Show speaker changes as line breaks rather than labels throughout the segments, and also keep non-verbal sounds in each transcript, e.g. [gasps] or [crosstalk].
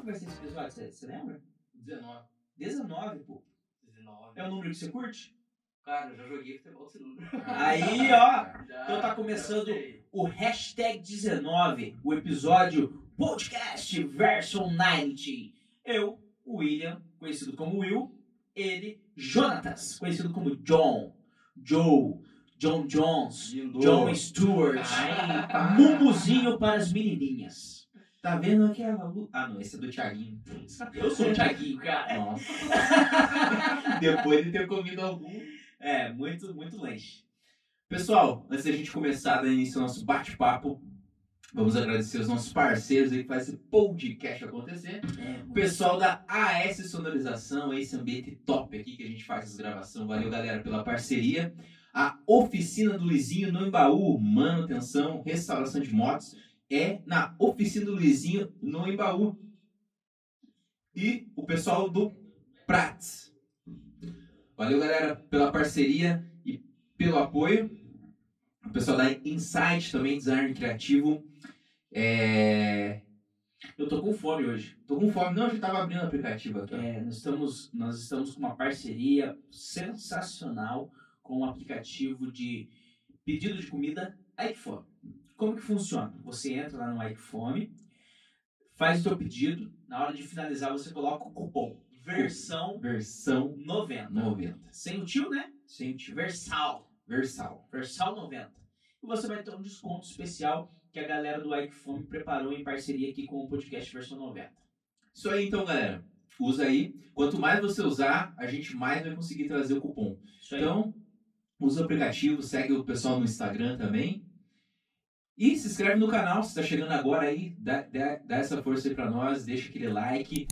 um? velho? Você lembra?
19.
19, pô.
19.
É o número que você curte?
Cara, eu já joguei futebol celular.
Aí, ó.
Já,
Então tá começando-
já sei.
O hashtag 19, o episódio Podcast Version 90. Eu, o William, conhecido como Will, ele, Jonatas, conhecido como John, Joe, John Jones, John Stewart,
Ai.
Mumuzinho para as menininhas. Tá vendo aquela luz? Ah, não, esse é do Thiaguinho. Eu sou o Thiaguinho, cara.
Nossa.
Depois de ter comido algum. É, muito, muito lanche. Pessoal, antes da gente começar a dar início ao nosso bate-papo, vamos agradecer os nossos parceiros aí que fazem esse podcast acontecer. O pessoal da AS Sonorização, esse ambiente top aqui que a gente faz as gravações. Valeu, galera, pela parceria. A oficina do Luizinho no Embaú, manutenção, restauração de motos, é na oficina do Luizinho no Embaú. E o pessoal do Prats. Valeu, galera, pela parceria e pelo apoio. O pessoal da Insight também, design criativo. É... Eu tô com fome hoje. Tô com fome. Não, a gente tava abrindo o aplicativo aqui.
É, nós estamos, nós estamos com uma parceria sensacional com um aplicativo de pedido de comida iFome. Como que funciona? Você entra lá no iFome, faz o seu pedido, na hora de finalizar você coloca o cupom versão
Versão
90.
90.
Sem o tio, né?
Gente,
Versal.
versal.
Versal 90. E você vai ter um desconto especial que a galera do iFome preparou em parceria aqui com o podcast Versão 90.
Isso aí, então, galera. Usa aí. Quanto mais você usar, a gente mais vai conseguir trazer o cupom.
Isso aí.
Então, usa o aplicativo, segue o pessoal no Instagram também. E se inscreve no canal, se está chegando agora aí, dá, dá- dá essa força aí pra nós, deixa aquele like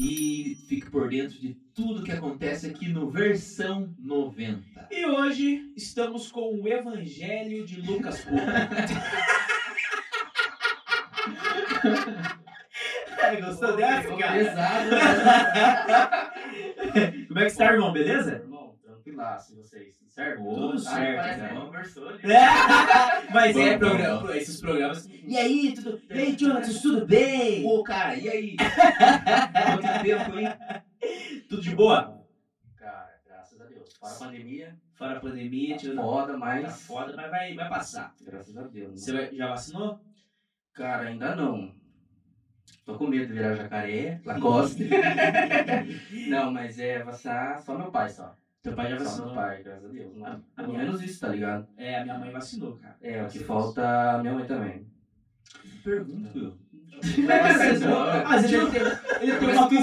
e fique por dentro de tudo que acontece aqui no Versão 90.
E hoje estamos com o Evangelho de Lucas [laughs] Pouco. Gostou dessa, cara?
Pesado, né?
[laughs] Como é que está, irmão? Beleza?
Irmão, tranquilaço, e assim, vocês. Tudo certo?
Tudo
Ah,
certo,
parece
cara.
que não conversou, né?
[laughs] Mas
Bom,
é
bom,
programa, esses programas. E aí, tudo E aí, Jonathan, tudo bem?
Ô, cara, e
[laughs]
aí? Quanto tempo, hein?
Tudo de boa?
Cara, graças a Deus. Para a pandemia,
Fora a pandemia, tirando
foda,
tá
mas.
foda, mas vai, vai passar.
Graças a Deus. né?
Você vai- já vacinou?
Cara, ainda não. Tô com medo de virar jacaré,
[laughs]
Lacoste. não, mas é vacinar só meu pai, só.
Teu pai Ah, já
Só Tá, meu
vacinou.
pai, graças a Deus.
A-
Não.
a
Pelo
minha-
menos isso, tá ligado?
É, a minha mãe vacinou, cara.
É, o que
Vacinou.
falta minha mãe
[laughs]
também.
Pergunta. Will.
Às vezes ele tem- ele tem uma
que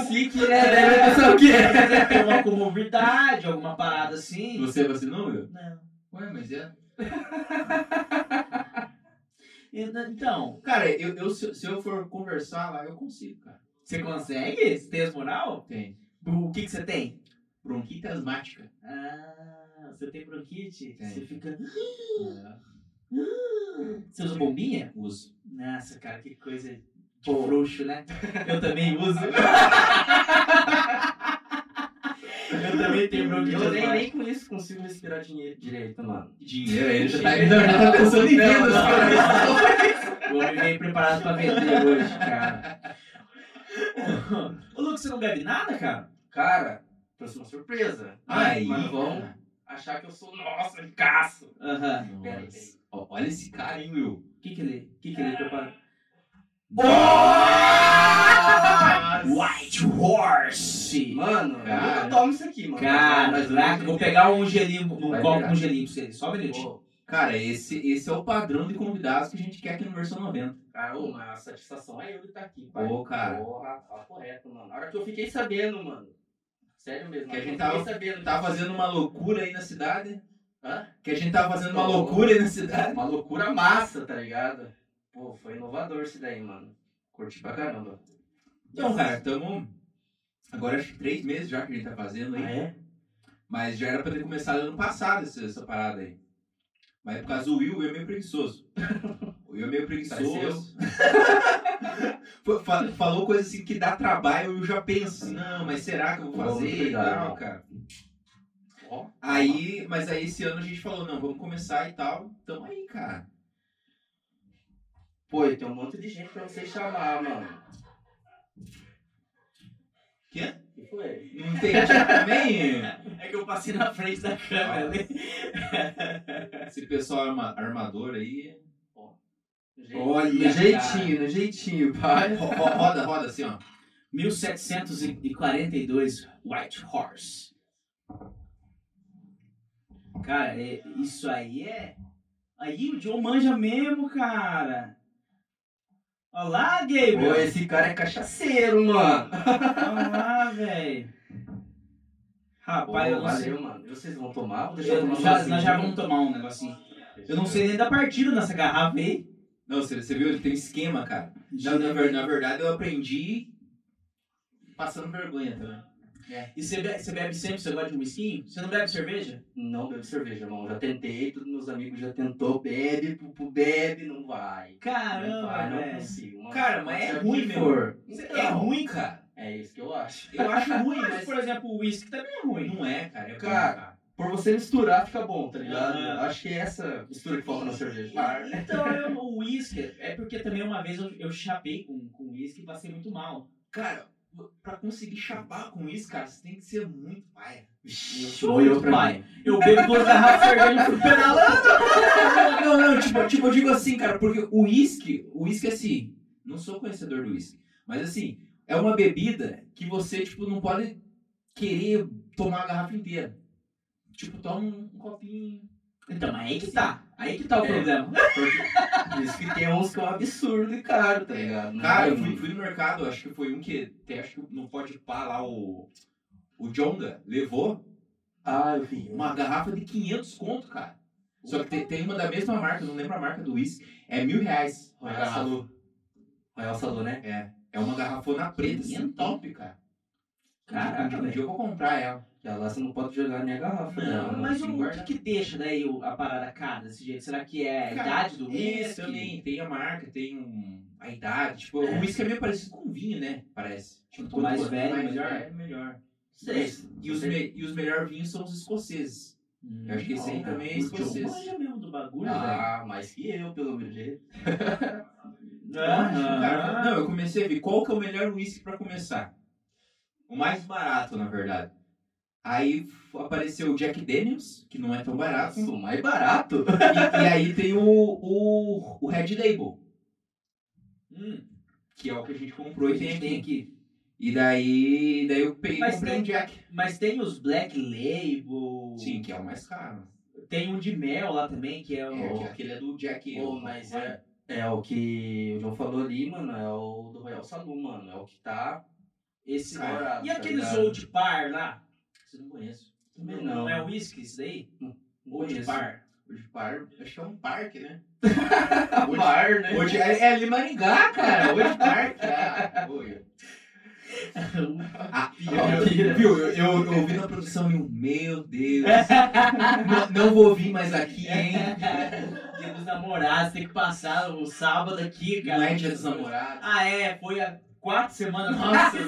né? Deve pensar o quê?
Você tem uma comorbidade, alguma parada assim?
Você vacinou, meu?
Não.
Ué, mas é.
Então,
Cara, eu, eu- se, se eu for conversar lá, eu consigo, cara.
você consegue? Você tem as moral?
Tem.
O que, que você tem?
Bronquite asmática.
Ah, você tem bronquite?
Tem.
Você fica.
É.
[gasps] Você usa bombinha?
Uso.
Nossa, cara, que coisa de
Pô.
frouxo, né? Eu [laughs] também uso. Eu também tenho bronquite.
Eu nem,
asmática.
nem com isso consigo respirar dinheiro direito, mano.
Dinheiro, ele já tá, não, já tá pensando em
Não,
vendas,
não.
cara.
O homem veio preparado pra
[laughs]
vender hoje, cara. Ô, Lucas, você não bebe nada, cara?
Cara, trouxe uma surpresa.
Aí,
Mas vão
cara.
achar que eu sou, nossa, um ricaço.
Aham.
Nossa. Ó, olha esse cara, hein, Will.
O que, que ele, que que ele preparou? White Horse!
Mano,
Cara.
eu não tomo isso aqui, mano.
Cara,
Mas-
caraca, vou pegar um gelinho, um
Vai
copo
virar.
com gelinho pra você. Só um minutinho.
Pô,
Cara, esse, esse é o padrão de convidados que a gente quer aqui no versão 90.
Cara, ô, mas a satisfação é eu de estar aqui, pai.
Ô, cara.
Porra, fala correto, mano. Na hora que eu fiquei sabendo, mano. Sério mesmo.
Que a
eu
gente
fiquei
tava-
sabendo.
Tá fazendo uma loucura aí na cidade.
Hã?
Que a gente tava fazendo uma loucura aí na cidade.
Uma loucura massa, tá ligado? Pô, foi inovador isso daí, mano. Curti pra caramba.
Então, cara, estamos. Agora acho que três meses já que a gente tá fazendo aí.
é?
Mas já era pra ter começado ano passado essa, essa parada aí. Mas por causa do Will, o Will é meio preguiçoso. O Will é meio preguiçoso. [laughs] Fa- fa- Falou coisa assim que dá trabalho, o Will já pensa assim, não, mas será que eu vou
Vamos
fazer e
cuidar,
tal,
né?
cara.
Ó,
Aí, mas aí esse ano a gente falou, não, vamos começar e tal. Tamo aí, cara.
Pô, e tem um monte de gente pra você chamar, mano.
Quê?
que foi?
Não entendi [laughs] também.
É que eu passei na frente da câmera. né?
Esse pessoal arma- armador aí.
No jeito-
Olha,
no jeitinho, no jeitinho, pai.
Ro- ro- Roda, roda assim, ó.
1742, White Horse. Cara, é- isso aí é. Aí o Joe manja mesmo, cara. Olha lá,
Pô,
Gabriel.
esse cara é cachaceiro, mano.
Olha lá, velho.
Pô,
Rapaz, eu não sei.
valeu, mano. E vocês vão tomar? Vou deixar
Eu-
tomar
já-
sozinho.
nós já vamos tomar um negocinho. Eu não sei nem da partida nessa garrafa aí.
Não, você, você viu? Ele tem um esquema, cara. Na, na ver- na verdade, eu aprendi passando vergonha também.
E você bebe, você bebe sempre? Você gosta de um whisky? Você não bebe cerveja?
Não bebo cerveja, irmão. Já tentei, todos meus amigos já tentou. Bebe, pupu, bebe, não vai. não
Caramba,
vai, não
velho.
consigo. mano.
Cara, mas é
Seja
ruim,
o que
meu.
for.
É ruim, cara.
É isso que eu acho.
Eu acho ruim,
Mas,
mas
por exemplo, o whisky também é ruim.
não é, cara. É ruim,
Cara, Por você misturar, fica bom, tá ligado?
Ah.
Eu Acho que é essa mistura que falta na cerveja.
Então, eu- o uísque, é porque também uma vez eu, eu chapei com com uísque e passei muito mal.
Cara, pra conseguir chapar com isso, cara, você tem que ser muito paia.
Molhou pra
pai.
mim.
Eu bebo duas garrafas de cerveja por pedalando.
não, não, tipo, tipo, eu digo assim, cara, porque o uísque, o uísque assim, não sou conhecedor do uísque, mas assim, é uma bebida que você, tipo, não pode querer tomar a garrafa inteira. Tipo, toma um, um copinho.
Então, mas aí que tá. Aí que tá o
É.
problema.
Por isso que tem uns que é um absurdo e caro, tá ligado? Não
Cara,
é,
eu fui,
mano.
fui no mercado, acho que foi um que, tem, acho que não pode pá lá o, o Jonga, levou
Ah, eu vi.
uma garrafa de 500 conto, cara. Só que tem, tem uma da mesma marca, não lembro a marca do uísque, é mil reais. uma
Royal
garrafa.
Salud. Royal Salud, né?
É, é uma garrafona preta, assim,
Quinhentão?
top, cara.
Caraca,
um dia eu vou comprar ela.
E lá você não pode jogar nem a garrafa.
Não, mas
tem
o
que
que,
guardar.
que deixa daí o- a parada cara desse jeito? Será que é a
Cara,
idade do
É,
uísque?
também, tem a marca, tem um, a idade. Tipo,
É.
o uísque é meio parecido com vinho, né? Parece. Tipo,
Quanto mais velho, é melhor.
velho, melhor.
Sei.
E os,
Sei.
me- e os melhores vinhos são os escoceses.
Hum,
Eu acho que esse aí
não,
também é
cara. O John
escocês.
manja mesmo do bagulho, velho.
Ah, mais que eu, pelo meu jeito.
Ótimo, cara.
Aham.
Não, eu comecei a ver qual que é o melhor uísque pra começar. O mais barato, na verdade. Aí f- apareceu o Jack Daniels, que não é tão barato.
Isso, mais barato.
E, e aí tem o, o, o Red Label,
Hum,
que é o que a gente comprou e
a
tem
gente tem
aqui.
aqui.
E daí, daí eu peguei e
Mas
comprei
tem-
um Jack.
Mas tem os Black Label.
Sim, que é o mais caro.
Tem um de mel lá também, que é
É,
o.
que- aquele é do Jack.
Pô,
o-
mas é, é o que o João falou ali, mano. É o do Royal Salud, mano. É o que tá
esse
Cara,
estourado.
E
tá
aqueles
ligado?
Old Par lá? Você não conhece.
Também não.
Não é whisky isso daí?
Não
Old
conheço.
Par.
Hoje par, acho que é um parque, né?
Bar, né?
Hoje é, é ali em Maringá, cara. Hoje parque. Ah, oi. Ah,
Ah,
eu-
pira.
viu? Eu, eu, eu ouvi na produção e eu, meu Deus. não, não vou vir mais aqui, hein?
[laughs] É. Dia dos namorados, tem que passar o sábado aqui, cara.
Não é dia dos namorados.
Ah, é, foi há quatro
[laughs]
semanas.
Nossa.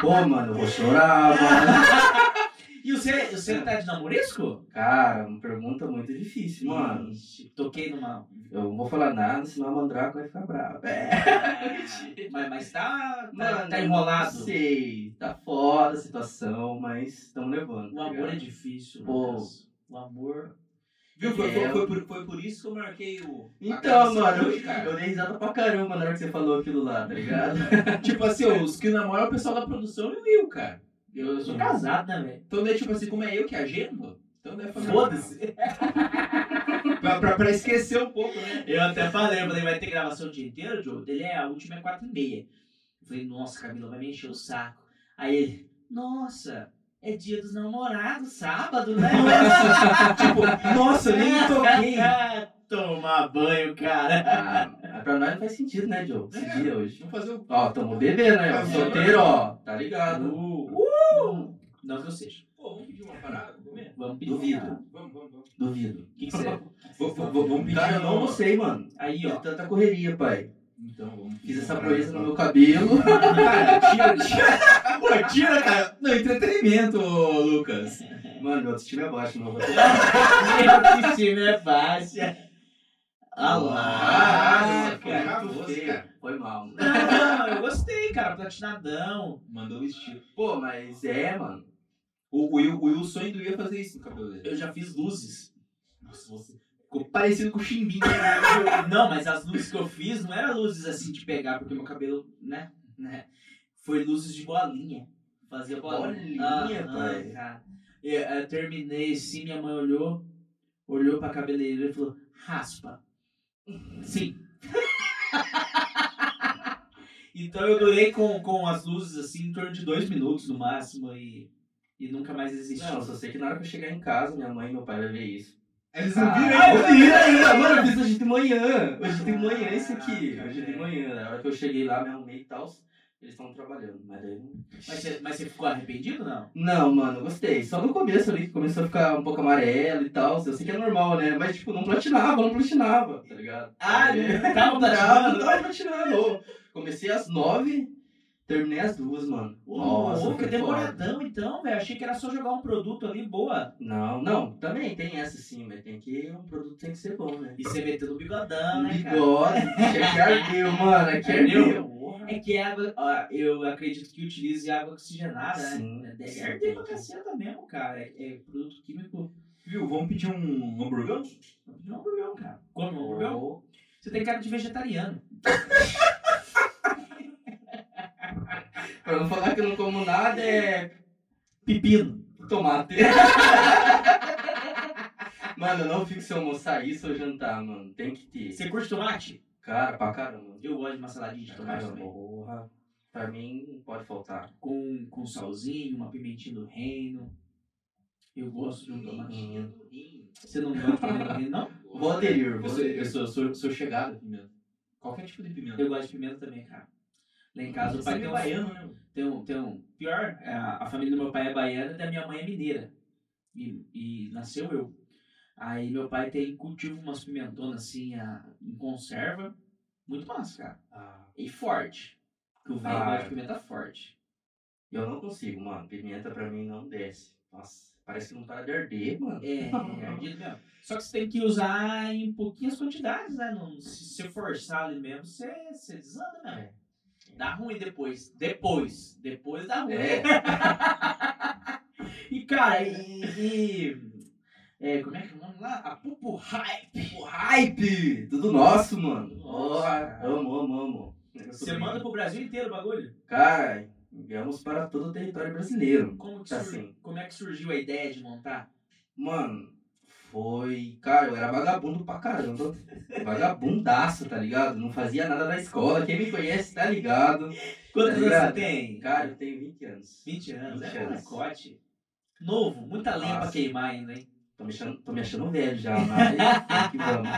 Pô, mano, eu vou chorar, mano.
E você, você tá de namoresco?
Cara, uma pergunta muito difícil,
Hum.
mano.
Ixi, toquei numa.
Eu não vou falar nada, senão a mandraca vai ficar brava. É.
mas, mas tá, tá,
Mano,
tá
Não
enrolado.
sei, tá foda a situação, mas estamos levando.
O
tá
amor é
ligado?
difícil,
Pô.
Lucas. O amor.
Viu? Foi, foi,
É.
foi por, foi por isso que eu marquei o. a
Então,
gravação
mano,
hoje,
eu, eu dei risada pra caramba na hora que você falou aquilo lá, tá ligado?
Tipo assim, os que namoram é o pessoal da produção e o Will, cara. Eu, eu sou
Sou
casado.
casado, né, velho?
Então daí, tipo assim, como é eu que agendo, então deve fazer.
Foda-se. [laughs]
Pra, pra, pra esquecer um pouco, né?
Eu até falei, eu falei, vai ter gravação o dia inteiro, Joe? Ele é, a última é quatro e meia. Eu falei, nossa, Camila, vai me encher o saco. Aí ele, nossa, é dia dos namorados, sábado, né?
tipo, [laughs] nossa, nem toquei.
[laughs] Tomar banho, cara.
Ah, pra nós não faz sentido, né, Joe? Esse
É.
dia hoje.
Vamos fazer o.
Ó, tamo bebendo, né?
É.
Solteiro, ó, tá ligado?
Uh! Não que eu seja.
Pô, vamos pedir uma parada? Vamos comer?
Vamos pedir.
Duvido,
Vamos, vamos, vamos.
duvido.
O que que
[laughs]
você é?
Vou- vou- vou- Vamos pedir.
Cara, eu não
uma-
sei, mano.
Aí,
De
ó.
tanta correria, pai.
Então, vamos pedir
Fiz essa
uma
proeza
parada.
no meu cabelo.
Cara, tira, tira. [laughs] Pô, tira, cara. Não, entretenimento, ô, Lucas.
Mano, meu autoestima é baixo, não vou ter.
Meu time é baixa. Ah lá,
Ah,
Nossa,
cara.
cara.
muito feio.
cara.
Foi mal. né?
Não, eu gostei, cara. Platinadão.
Mandou o estilo.
Pô, mas é, mano.
O, o, Will- o, Will- o sonho do Will é fazer isso no cabelo dele.
Eu já fiz luzes.
Nossa, você ficou parecido com o né? Chimbinha.
Não, mas as luzes que eu fiz não eram luzes assim de pegar, porque meu cabelo, né? né? Foi luzes de bolinha. Fazia bolinha.
Bolinha, é.
Ah,
pai.
ah, cara. E, eh, terminei assim, minha mãe olhou, olhou pra cabeleireira e falou, raspa. Sim. [laughs] então eu durei com, com as luzes assim em torno de dois minutos no máximo e, e nunca mais existiu.
Não, eu só sei que na hora que eu chegar em casa, minha mãe e meu pai vai ver isso.
[laughs] Eles não viram
Ah,
ainda.
eu vi ainda, mano, eu fiz hoje de manhã. Hoje de manhã isso aqui.
Caraca,
Hoje de
velho.
manhã. Na hora que eu cheguei lá, me arrumei e tal, eles estavam trabalhando. Mas daí não.
Mas você mas você ficou arrependido não?
Não, mano, eu gostei. Só no começo ali que começou a ficar um pouco amarelo e tal. Eu sei que é normal, né? Mas, tipo, não platinava, não platinava, tá ligado?
Ah,
é.
não tava
Não tava,
platinando?
não tava platinando. Comecei às nove, terminei às duas, mano.
Ô,
Nossa,
louco, é
foi foda.
demoradão então, velho. Achei que era só jogar um produto ali, boa.
Não, não, também tem essa sim, mas tem que. Um produto tem que ser bom, né?
E você metendo o bigodão, né, cara?
Bigode, aqui ardeu, mano, é aqui ardeu.
É que água, ó, eu acredito que utilize água oxigenada,
Sim, é
né? Deve
sim.
arder pra caceta mesmo, cara. É, é produto químico.
Viu? Vamos pedir um hamburgão?
Não é um hamburgão, cara. Come um hamburgão?
Ô,
Você tem cara de vegetariano.
Pra não falar que eu não como nada, é
Pepino.
tomate. [laughs] mano, eu não fico sem almoçar isso ou jantar, mano. Tem que ter.
Você curte tomate?
Cara, pra caramba.
Eu gosto de uma saladinha de tomate
Caramba,
também.
porra. Pra mim, não pode faltar.
Com, com salzinho, uma pimentinha do reino. Eu gosto de um tomatinho. Você não gosta de pimenta
[laughs]
do reino, não?
Vou aderir,
Eu
vou
sou,
aderir.
eu sou, sou, sou chegado a pimenta. Qualquer tipo de pimenta.
Eu gosto de pimenta também, cara. Lá em casa o pai
Você
tem
é
um,
baiano, né?
tem um, tem um- Pior, é, a família do meu pai é baiana e da minha mãe é mineira. E, e nasceu eu. Aí meu pai tem, cultiva umas pimentonas assim, a- em conserva. Muito massa, cara.
Ah,
E forte. Porque o velho
Ah.
gosta de pimenta
[laughs]
forte.
eu não consigo, mano. Pimenta pra mim não desce. Nossa, parece que não para de arder, mano.
É, é ardido mesmo. Só que você tem que usar em pouquinhas quantidades, né? Não, se você forçar ali mesmo, você, você desanda
É.
mesmo. Dá ruim depois. Depois. Depois dá ruim.
[laughs] É.
E, cara, e. e- é, como é que é o nome lá? A Pupu Hype.
O hype! Tudo nosso, mano.
Nossa,
Ó,
cara.
amo, amo, amo.
Você manda pro Brasil inteiro o bagulho?
Cara, enviamos para todo o território brasileiro.
Como, que
Tá
surgiu-
sim.
como é que surgiu a ideia de montar?
Mano, foi. Cara, eu era vagabundo pra caramba.
[laughs]
Vagabundaço, tá ligado? Não fazia nada da escola. Quem me conhece tá ligado.
Quantos anos você
Tá ligado?
tem?
Cara, eu tenho 20 anos.
20 anos.
20
é um
anos.
molecote. Novo, muita lenha pra
Nossa.
queimar ainda, hein?
Tô me achando, tô me achando velho já, mas vamos que vamos.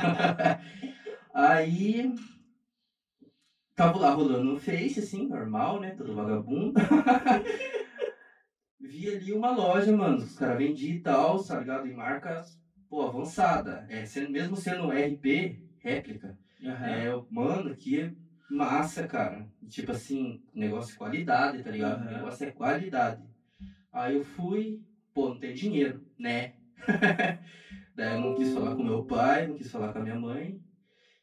Aí. Tava lá rolando no Face, assim, normal, né? Todo vagabundo. [laughs] Vi ali uma loja, mano. Os caras vendiam e tal, tá ligado? Em marcas, pô, avançada. É, sendo, mesmo sendo RP, réplica.
Aham.
É, eu- mano, que massa, cara. Tipo assim, negócio de qualidade, tá ligado?
Aham.
Negócio é qualidade. Aí eu fui, pô, não tem dinheiro, né? [laughs] Daí eu não quis falar com meu pai, não quis falar com a minha mãe.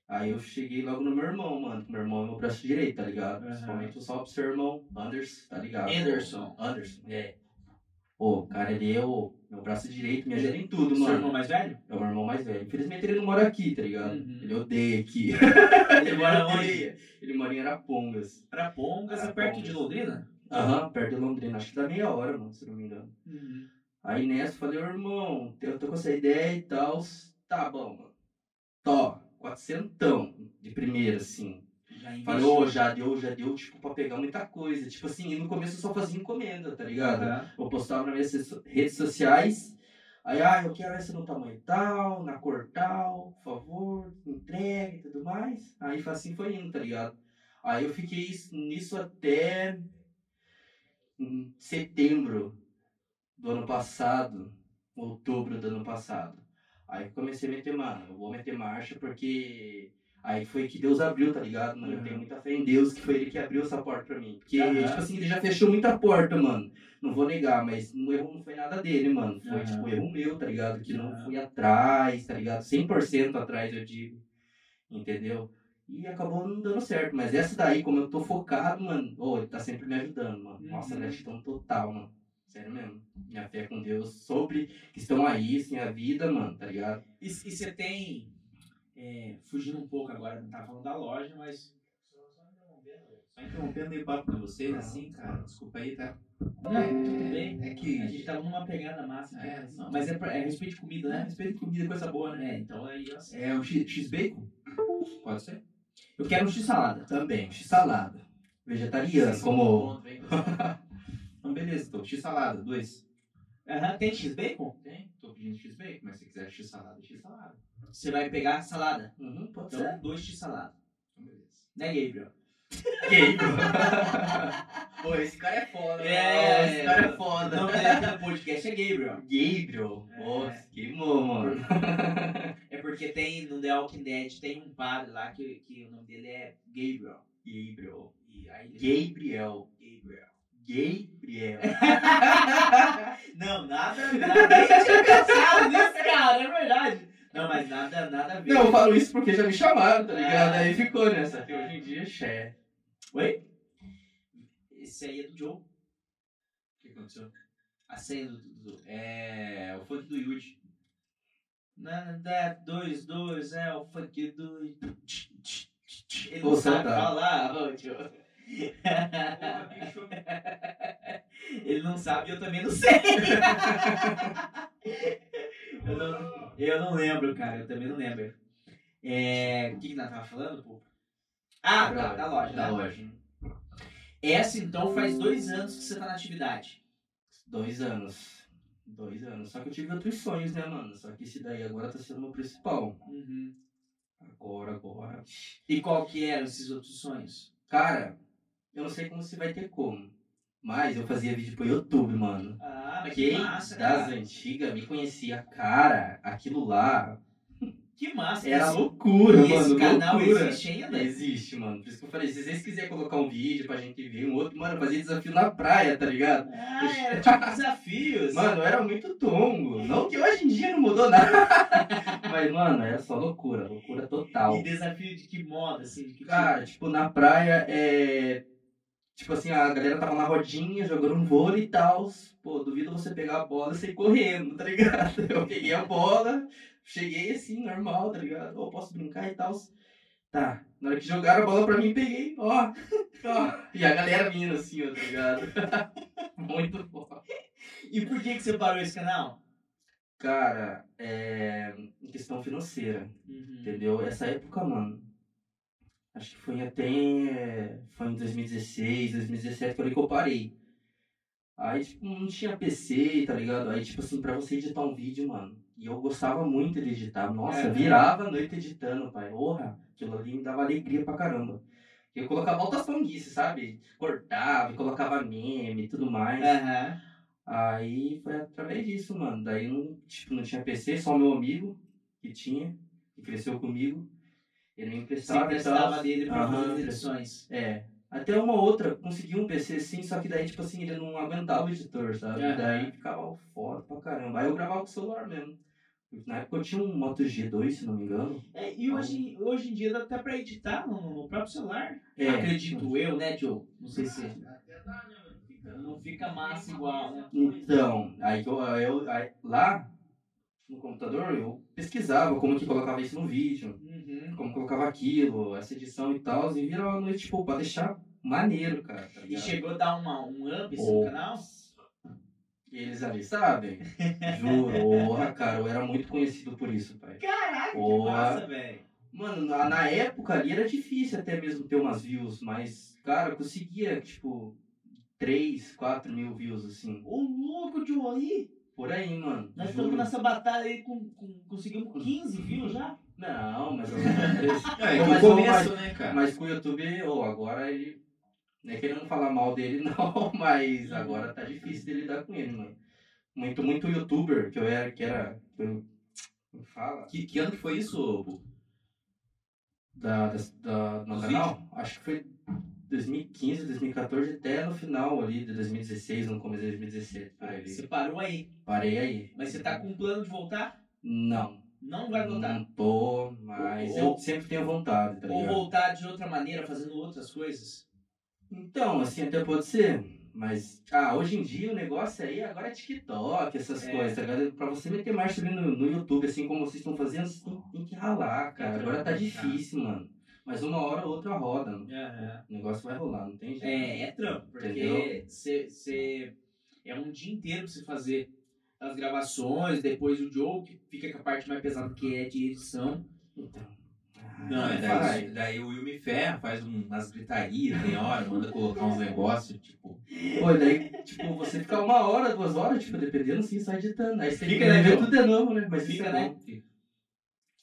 Aí eu cheguei logo no meu irmão, mano. Meu irmão é meu braço direito, tá ligado?
Aham.
Principalmente o salve pro seu irmão, Anders, tá ligado?
Anderson.
Anderson, é. Pô, o cara, ele é o meu braço direito, me ajuda em tudo,
Seu
mano.
irmão mais velho?
É o meu irmão mais velho. Infelizmente ele não mora aqui, tá ligado?
Uhum.
Ele odeia aqui.
Ele mora onde?
odeia. Ele mora em Arapongas.
Arapongas, é perto de Londrina?
Aham, perto de Londrina. Acho que dá meia hora, mano, se não me engano. Aí nessa eu falei, ô irmão, eu tô com essa ideia e tal. Tá bom, mano. Tó, quatrocentão de primeira, assim.
Já
Falei,
investiu.
ô, já deu, já deu, tipo, pra pegar muita coisa. Tipo assim, e no começo eu só fazia encomenda, tá ligado?
Aham.
Eu postava nas minhas so- redes sociais. Aí, ah, eu quero essa no tamanho tal, na cor tal, por favor, entregue e tudo mais. Aí foi assim foi indo, tá ligado? Aí eu fiquei is- nisso até em setembro do ano passado, outubro do ano passado. Aí eu comecei a meter mano, eu vou meter marcha porque aí foi que Deus abriu, tá ligado, mano? Eu
Uhum.
tenho muita fé em Deus que foi ele que abriu essa porta pra mim. Porque,
Aham.
tipo assim, ele já fechou muita porta, mano. Não vou negar, mas o erro não foi nada dele, mano. Foi,
Aham.
tipo, erro meu, tá ligado? Que não
Aham.
fui atrás, tá ligado? 100% atrás, eu digo. Entendeu? E acabou não dando certo. Mas essa daí, como eu tô focado, mano, ô, ele tá sempre me ajudando, mano. Nossa,
Uhum.
gratidão total, mano. Sério mesmo. Minha fé com Deus sobre que estão aí, assim, a vida, mano, tá ligado?
E e você tem. é, fugindo um pouco agora, não tava falando da loja, mas.
Só interrompendo aí o papo de vocês,
Não.
assim, cara. Desculpa aí, tá?
Não, tudo bem.
É que.
A gente tava numa pegada massa.
É,
aqui.
não.
mas é, pra- é a respeito de comida,
né?
né?
Respeito comida, coisa boa, né?
É, então aí, ó.
É um X- X-Bacon? Pode ser?
Eu quero um x-salada.
Também, x-salada. Vegetariano, como...
Encontro, hein, pessoal? então, beleza, então. X-salada, dois.
Aham, tem x-bacon?
Tem? Tô pedindo X-Bacon, mas se quiser X-salada, X-salada.
Você vai pegar a salada.
Uhum, pode
Então,
ser.
dois x-salada.
Então, beleza.
Né, Gabriel?
Gay,
[laughs]
Pô, esse cara é foda,
É,
né? Esse cara é foda.
Não é aquele podcast, é Gabriel.
Gabriel.
É.
Nossa, queimou, mano.
É porque tem no The Walking Dead, tem um padre lá que, que o nome dele é Gabriel.
Gabriel.
E aí ele
Gabriel.
Gabriel.
[laughs]
Gabriel.
não, nada, nada. Nem tinha pensado nisso, cara, é verdade. Não, mas nada, nada a ver.
Não, eu falo isso porque já me chamaram, tá ligado?
Ah.
Aí ficou nessa. Que hoje em dia, é xé.
Esse aí é do Joe.
O que aconteceu?
A senha do. do, do.
É. O funk do Yuji.
Nada, dois, dois, é o funk do. Ele não
Ô,
sabe
Santana.
falar, ô [laughs] Joe.
É,
Ele não sabe e eu também não sei. eu, não, eu não lembro, cara. Eu também não lembro. É, o que, que nós tava falando, pô? Ah, tá, da loja.
Da
né?
loja.
Essa, então, faz dois anos que você tá na atividade.
Dois anos. Dois anos. Só que eu tive outros sonhos, né, mano? Só que esse daí agora tá sendo o meu principal.
Uhum.
Agora, agora.
E qual que eram esses outros sonhos?
Cara, eu não sei como se vai ter como. Mas eu fazia vídeo pro YouTube, mano.
Ah, mas que
Quem
massa,
das
cara.
antigas me conhecia, cara, aquilo lá
Que massa.
era
esse, é
loucura,
esse
mano.
canal
loucura.
existe ainda?
Existe, mano. Por isso que eu falei, se vocês quiserem colocar um vídeo pra gente ver, um outro, mano, eu fazia desafio na praia, tá ligado?
Ah, era tipo [laughs] desafios.
Mano, eu era muito tongo. Não que hoje em dia não mudou nada. [laughs] Mas, mano, era só loucura, loucura total.
E desafio de que moda, assim? De que
Cara, tipo, na praia é. Tipo assim, a galera tava na rodinha, jogando um vôlei e tal. Pô, duvido você pegar a bola e sair correndo, tá ligado? [laughs] Eu peguei a bola, cheguei assim, normal, tá ligado? Ou posso brincar e tal. Tá. Na hora que jogaram a bola pra mim, peguei, ó. [laughs] ó. E a galera vindo assim, ó, tá ligado? [laughs] Muito bom.
tipo? E por que, que você parou esse canal?
Cara, é. em Questão financeira.
Uhum.
Entendeu? Essa época, mano. Acho que foi até. eh, Foi em 2016, 2017 que eu, li que eu parei. Aí, tipo, não tinha PC, tá ligado? Aí, tipo assim, pra você editar um vídeo, mano. E eu gostava muito de editar. Nossa,
É.
virava a noite editando, pai. Porra, aquilo ali me dava alegria pra caramba. Eu colocava altas panguices, sabe? Cortava, e colocava meme e tudo mais.
Aham.
Aí foi através disso, mano. Daí não, tipo, não tinha PC, só meu amigo que tinha, que cresceu comigo. Ele me
Você
emprestava. e tal.
emprestava dele pra fazer
Aham.
as edições.
É. Até uma outra consegui um PC sim, só que daí, tipo assim, ele não aguentava o editor, sabe?
Aham.
Daí ficava foda pra caramba. Aí eu gravava com o celular mesmo. Na época eu tinha um Moto G2, se não me engano.
É, e hoje, hoje em dia dá até pra editar no, no próprio celular.
É.
Acredito eu, né, Joe? Não sei se não fica massa igual, né?
Então, aí que eu, aí eu aí, lá no computador eu pesquisava como que colocava isso no vídeo.
Uhum.
como colocava aquilo, essa edição e tal, e virou uma noite, tipo, pra deixar maneiro, cara. Tá
E
ligado?
chegou a dar uma, um up esse
Ô.
canal?
E eles ali sabem. Juro, [laughs] porra, cara, eu era muito conhecido por isso, pai.
Caraca, que
Boa.
massa, velho.
Mano, na, na época ali era difícil até mesmo ter umas views, mas, cara, eu conseguia, tipo, 3, 4 mil views, assim.
Ô louco, Joe, aí.
Por aí, mano.
Nós
juro.
estamos nessa batalha aí, com, com- conseguimos 15 views já?
Não,
[laughs]
mas eu não
É,
Mas
que
como
começo, né, cara?
Mas com o YouTube, ou agora ele. Não é querendo falar mal dele, [laughs] não, mas
Uhum.
agora tá difícil de lidar com ele, mano. Muito, muito youtuber que eu era, que era. que eu- Como fala?
Que, que ano que foi isso, Bubu?
Da, da, da- no
Dos
canal? Acho que foi 2015, 2014, até no final ali de 2016, no começo de 2017, por ali.
Ah, Você parou aí.
Parei aí.
Mas você tá com um plano de voltar?
Não.
Não vai voltar.
Não tô, mas
Ou-
eu sempre tenho vontade, tá
Ou
ligado?
voltar de outra maneira, fazendo outras coisas.
Então, assim, até pode ser. Mas, ah, hoje em dia o negócio aí agora é TikTok, essas
É.
coisas, tá ligado? Pra você meter marcha ali no, no YouTube, assim como vocês estão fazendo, você tem, tem que ralar, cara. Agora tá difícil, mano. Mas uma hora ou outra roda, mano. O negócio vai rolar, não tem jeito.
É, é trampo, porque
Entendeu?
cê, cê- é um dia inteiro pra você fazer as gravações, depois o Joe, que fica com a parte mais pesada que é de edição.
Então. Ah,
Não, é
daí,
vai.
daí o Will me ferra, faz um, umas gritarias, tem hora, manda colocar [laughs] uns negócios, tipo.
Pô, e daí, tipo, você fica uma hora, duas horas, tipo, dependendo, assim, só editando. Aí você
Fica,
tem que
né,
ver
meu?
tudo de novo, né? Mas
Fica,
fica,
né?
né?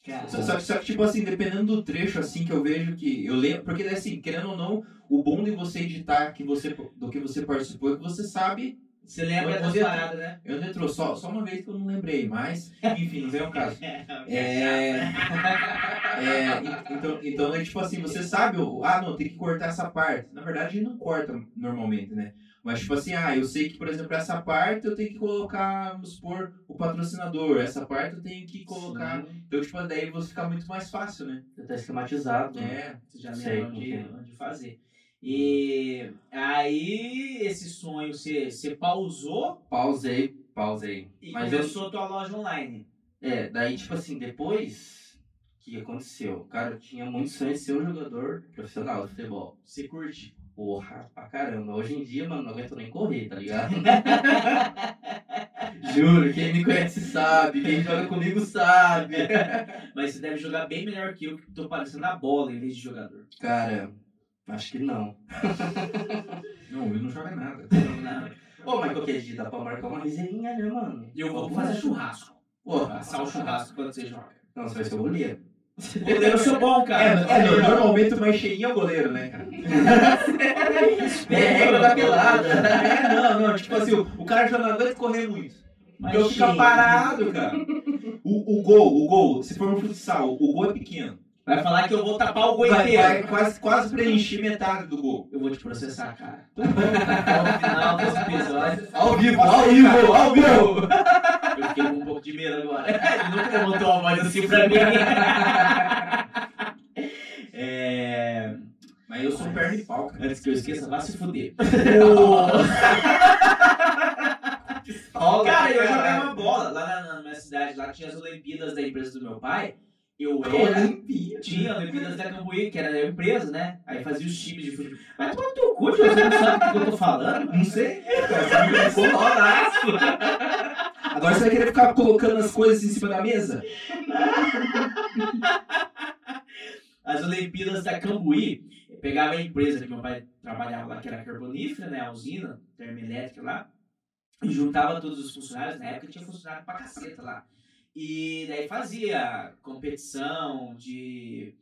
Cara,
é
Só, só que- só que, tipo assim, dependendo do trecho, assim, que eu vejo que. Eu lembro. Porque, né, assim, querendo ou não, o bom de você editar que você, do que você participou é que você sabe.
você lembra das
Você-
paradas, né?
Eu não entrou só, só uma vez que eu não lembrei, mas. Enfim, não vem o caso.
[laughs] É,
É.
[laughs]
É, en- então, então é tipo assim, você sabe, o- ah, não, tem que cortar essa parte. Na verdade, a gente não corta normalmente, né? Mas tipo assim, ah, eu sei que, por exemplo, essa parte eu tenho que colocar, vamos supor, o patrocinador, essa parte eu tenho que colocar.
Sim,
Então, tipo, daí você fica muito mais fácil, né?
Tá esquematizado, né?
É.
você já
Sei,
lembra onde,
entendo.
onde fazer. E aí, esse sonho você, você pausou
Pausei, pausei.
e
Mas eu-
começou a tua loja online.
É, daí, tipo assim, depois que aconteceu, cara, eu tinha muito sonho de ser um jogador profissional de futebol.
Você curte?
Porra, pra caramba. Hoje em dia, mano, não aguento nem correr, tá ligado? [laughs] Juro, quem me conhece sabe, quem joga comigo sabe.
Mas você deve jogar bem melhor que eu, que tô parecendo a bola em vez de jogador.
Cara, acho que não.
Não, ele não joga nada.
Ô, mas qualquer dia dá pra marcar uma resenha, né, mano?
E eu vou fazer churrasco.
Porra,
Assar o churrasco quando você joga.
não, você vai ser né? goleiro.
Goleiro, eu sou bom,
É,
cara.
é, no- normalmente o mais cheinho é o goleiro, né, cara?
É, regra da pelada.
É, não, não, tipo assim, o, o cara joga nada e correr muito.
Mas
Eu fico
gente,
parado, cara. O, o gol, o gol, se for no futsal, o gol é pequeno.
Vai falar que eu vou tapar o gol
Vai,
inteiro.
vai quase, quase preenchi metade do gol.
Eu vou te processar, cara. Então, no final desse episódio,
Ao vivo, ao vivo, ao vivo.
eu fiquei com um pouco de medo agora. Ele nunca levantou a voz assim pra mim. [laughs] É,
Mas eu sou perna de pau, cara.
Antes que eu esqueça, vá se fuder. Cara, eu jogava bola lá na, na minha cidade, lá tinha as Olimpíadas da empresa do meu pai. Eu era. Tinha Olimpíadas da Cambuí, que era a empresa, né? Aí fazia os times de futebol. Mas toma teu cu, Jô, você não sabe do que eu tô falando?
Não sei, cara. Você me colocou golaço. Agora você vai querer ficar colocando as coisas em cima da mesa?
As Olimpíadas da Cambuí, eu pegava a empresa que meu pai trabalhava lá, que era a carbonífera, né? A usina termoelétrica lá. E juntava todos os funcionários. Na época tinha funcionário pra caceta lá. E daí fazia competição de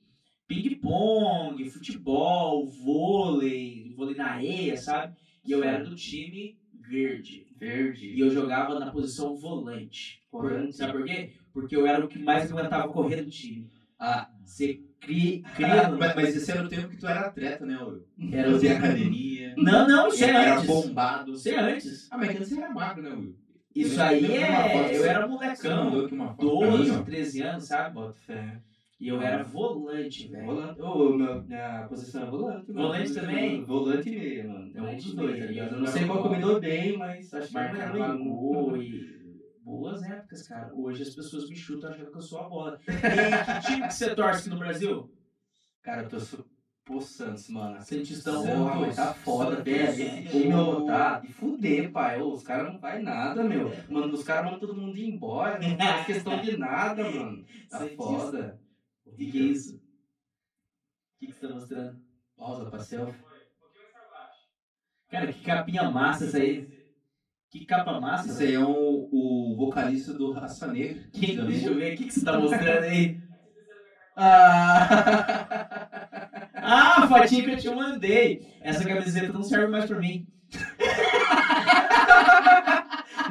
ping-pong, futebol, vôlei, vôlei na areia, sabe? E eu era do time verde.
Verde.
E eu jogava na posição volante.
Volante.
Sabe por quê? Porque eu era o que mais aguentava correr do time.
Ah.
Você cri, cria.
É, Mas, mas esse era o tempo que tu era atleta, né, Ouro?
Era
Fazia academia,
Não, não, isso é
era
antes.
bombado.
Isso é antes.
Ah, mas antes você era magro, né, Will?
Isso
Eu
aí
lembro de uma foto
é. Eu era
sua. Você não é
molecão.
deu aqui uma foto pra mim,
12,
ó?
13 anos, sabe?
Bota fé.
E eu era volante, velho.
Volante. Ô, meu, minha posição é volante. mano.
né? Volante também?
Volante e meia, mano. É um
Volante
dos
e
dois,
meia.
tá ligado? Eu não sei qual combinou bem, mas
é
acho que é não era
Marcava
nenhum.
gol e. Boas épocas, cara. Hoje as pessoas me chutam achando que eu sou a bola. E que time que você torce no Brasil?
Cara, eu tô su... Pô, Santos, mano.
Santistão.
Porra, mas tá foda, velho. Ou meu
tá
botar e fuder, pai. Ô, os caras não vai nada, meu. Mano, os caras mandam todo mundo ir embora. Não faz questão de nada, mano. Tá
Santista.
foda.
O que, que é isso? O que, que você tá mostrando?
Pausa pra selfie.
Cara, que capinha massa essa aí. Que capa massa.
Esse aí é o, o vocalista do Raça Negra.
Que, deixa eu ver o que, que você tá mostrando aí.
Ah!
Ah, a fotinha que eu te mandei. Essa camiseta não serve mais pra mim.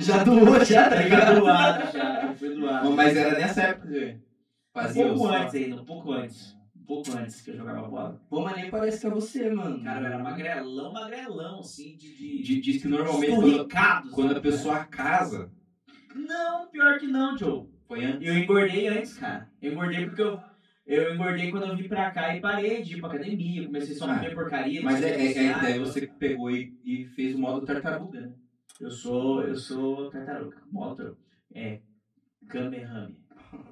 Já doou, já, tá ligado?
do lado já. Eu fui do lado.
Ah, Mas é era nessa época, né?
Um
Fazia
pouco
os...
antes ainda, um pouco antes. Um pouco antes que eu jogava bola.
Pô, mas nem parece que é você, mano.
Cara, eu era magrelão, magrelão, assim, de. de...
Di- Diz que normalmente quando,
esturricado,
quando a
sabe,
pessoa casa,
cara? Não, pior que não, Joe.
Foi antes.
Eu engordei antes, cara. Eu engordei porque eu, eu engordei quando eu vim pra cá e parei de ir pra academia. Comecei só a
Ah,
comer porcaria.
Mas é,
comecei a
é, é,
cozinhar,
daí você pegou e, e fez o modo tartaruga, né?
Eu sou, eu sou tartaruga. Motor é Kamehame,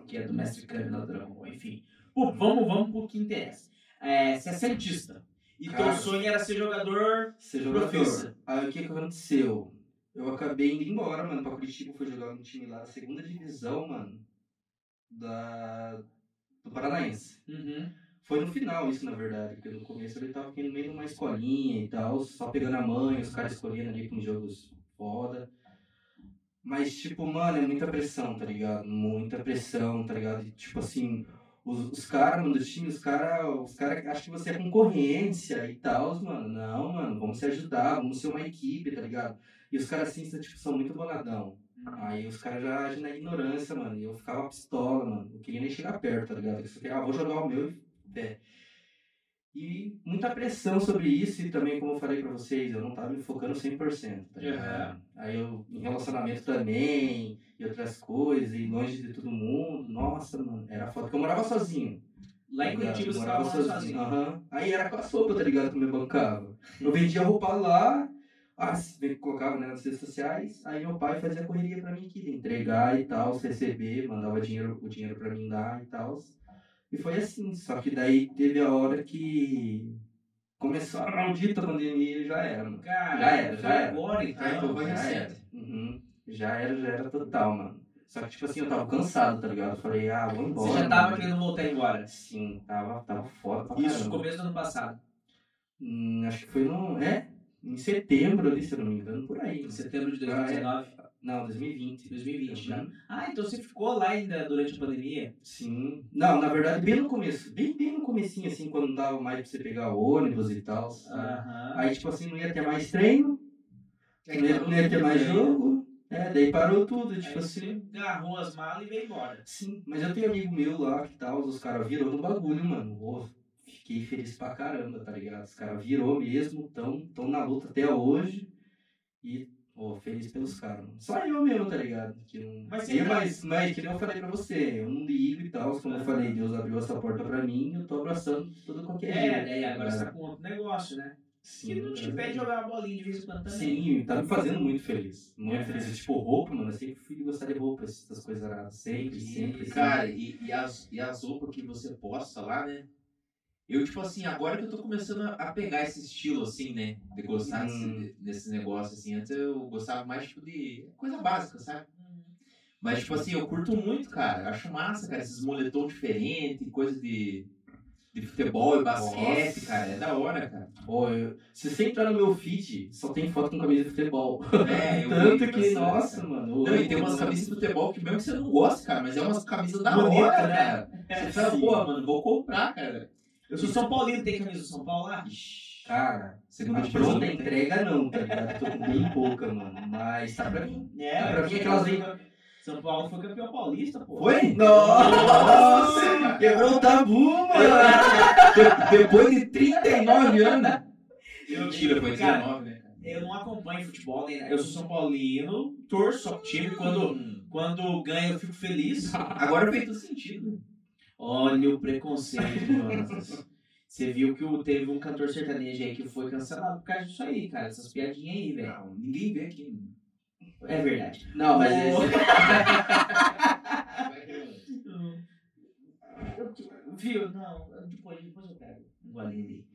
que é do mestre Kame no Dragon Ball. Enfim, Pô, vamos, vamos pro que interessa. É, você é cientista. E
Cara.
teu sonho era ser jogador.
Ser jogador.
Profissa.
Aí o que que aconteceu? Eu acabei indo embora, mano, pra Curitiba. Fui jogar no time lá da segunda divisão, mano. Da... Do Paranaense.
Uhum.
Foi no final isso, na verdade. Porque no começo ele tava aqui no meio de uma escolinha e tal. Só pegando a mãe, os caras escolhendo ali com jogos foda. Mas, tipo, mano, é muita pressão, tá ligado? Muita pressão, tá ligado? E, tipo assim, os, os caras, mano, do time, os caras os cara acham que você é concorrência e tal, mano. Não, mano, vamos se ajudar, vamos ser uma equipe, tá ligado? E os caras, Uhum. assim, tipo, são muito boladão. Aí os caras já agem na ignorância, mano. E eu ficava pistola, mano. Não queria nem chegar perto, tá ligado? Eu só queria, ah, vou jogar o meu e pé. E muita pressão sobre isso, e também, como eu falei pra vocês, eu não tava me focando 100%, tá ligado? Aí eu, em relacionamento também, e outras coisas, e longe de todo mundo. Nossa, mano, era foda, porque eu morava sozinho.
Lá em
tá ligado?
Curitiba
Eu
você
morava
tava morando sozinho.
Aham. Aí era com a sopa, tá ligado? Que eu me bancava. Eu vendia roupa lá, ah, se- colocava né, nas redes sociais, aí meu pai fazia correria pra mim, queria entregar e tal, receber, mandava dinheiro, o dinheiro pra mim lá e tal. E foi assim, só que daí teve a hora que começou a maldita pandemia e já era, mano.
Cara,
Já era, já
vai
era.
Agora, então.
Ah, então vai
já
receber.
era.
Uhum. Já era, já era total, mano. Só que, tipo assim, eu tava cansado, tá ligado? Eu falei, ah, vou embora.
Você já tava
mano.
querendo voltar embora.
Sim, tava, tava foda pra
Isso,
caramba.
começo do ano passado.
Hum, acho que foi no... É? Em setembro ali, se eu não me engano, por aí.
Em setembro de 2019,
Não, 2020.
2020, né?
Uhum.
Ah, então você ficou lá ainda durante a pandemia?
Sim. Não, na verdade, bem no começo. Bem, bem no comecinho, assim, quando não dava mais pra você pegar ônibus e tal. sabe?
Aham.
Aí, tipo assim, não ia ter mais treino,
É
não ia, não ia ter mais
é.
jogo. É, daí parou tudo,
Aí
tipo assim...
você agarrou as malas e veio embora.
Sim, mas eu tenho amigo meu lá que tal, os caras virou no bagulho, mano. Ô, fiquei feliz pra caramba, tá ligado? Os caras virou mesmo, tão, tão na luta até hoje. E, ô, feliz pelos caras, mano. Só eu mesmo, tá ligado? Que não...
Mas
Mas,
você
eu,
tá-
mas, mas que nem eu falei pra você, eu não ligo e tal, como eu falei, Deus abriu essa porta pra mim, eu tô abraçando tudo qualquer
É,
jeito,
daí
tá
agora você
ligado?
tá com outro negócio, né?
Sim,
Que não te
graças a
impede de
Deus.
jogar uma bolinha de vez em quando também.
Sim, tá me fazendo muito feliz. Muito
É.
feliz. Tipo, roupa, mano, eu sempre fui gostar de roupa, essas coisas lá. Sempre,
Entendi.
sempre, sempre.
Cara, e, e as, e as roupas que você posta lá, né? Eu, tipo assim, agora que eu tô começando a- a pegar esse estilo, assim, né? De gostar
Hum.
desse, desse negócio, assim. Antes eu gostava mais, tipo, de coisa básica, sabe? Mas, tipo assim, eu curto muito, cara. Acho massa, cara. Esses moletom diferente, coisa de, de futebol e basquete,
Nossa. [laughs]
cara. É da hora, cara.
Pô, eu- se você entrar no meu feed, só tem foto com camisa de futebol.
É, eu
Tanto
curto bastante,
que, nossa,
cara.
mano.
Não,
eu-
e tem umas camisas de futebol que mesmo que você não gosta, cara, mas é umas camisas da
Bonita,
hora,
né?
cara. Você fala,
É, Sim.
pô, mano, vou comprar, cara.
Eu sou São Paulino, tem camisa do São Paulo lá?
Cara,
Segunda
a
divisão.
pronta entrega não, tá ligado? Tô com bem pouca, mano. Mas tá pra mim.
É,
pra mim aquelas aí-
São Paulo foi campeão paulista, pô.
Foi?
Nossa! Quebrou o tabu, mano!
De- [laughs] depois de 39 anos.
Eu-
Mentira, foi
Cara,
19, né? cara?
Eu não acompanho futebol nem nada. Eu sou São Paulino, torço ao time. Quando,
Hum.
quando ganho, eu fico feliz.
Agora fez todo sentido.
Olha o preconceito, Jonas. Você viu que o- teve um cantor sertanejo aí que foi cancelado por causa disso aí, cara. Essas piadinhas aí, velho.
Não, ninguém vê aqui.
É verdade. é
Não, mas é esse...
[laughs]
Eu- Viu? Não, depois, depois eu pego. Um golinho ali.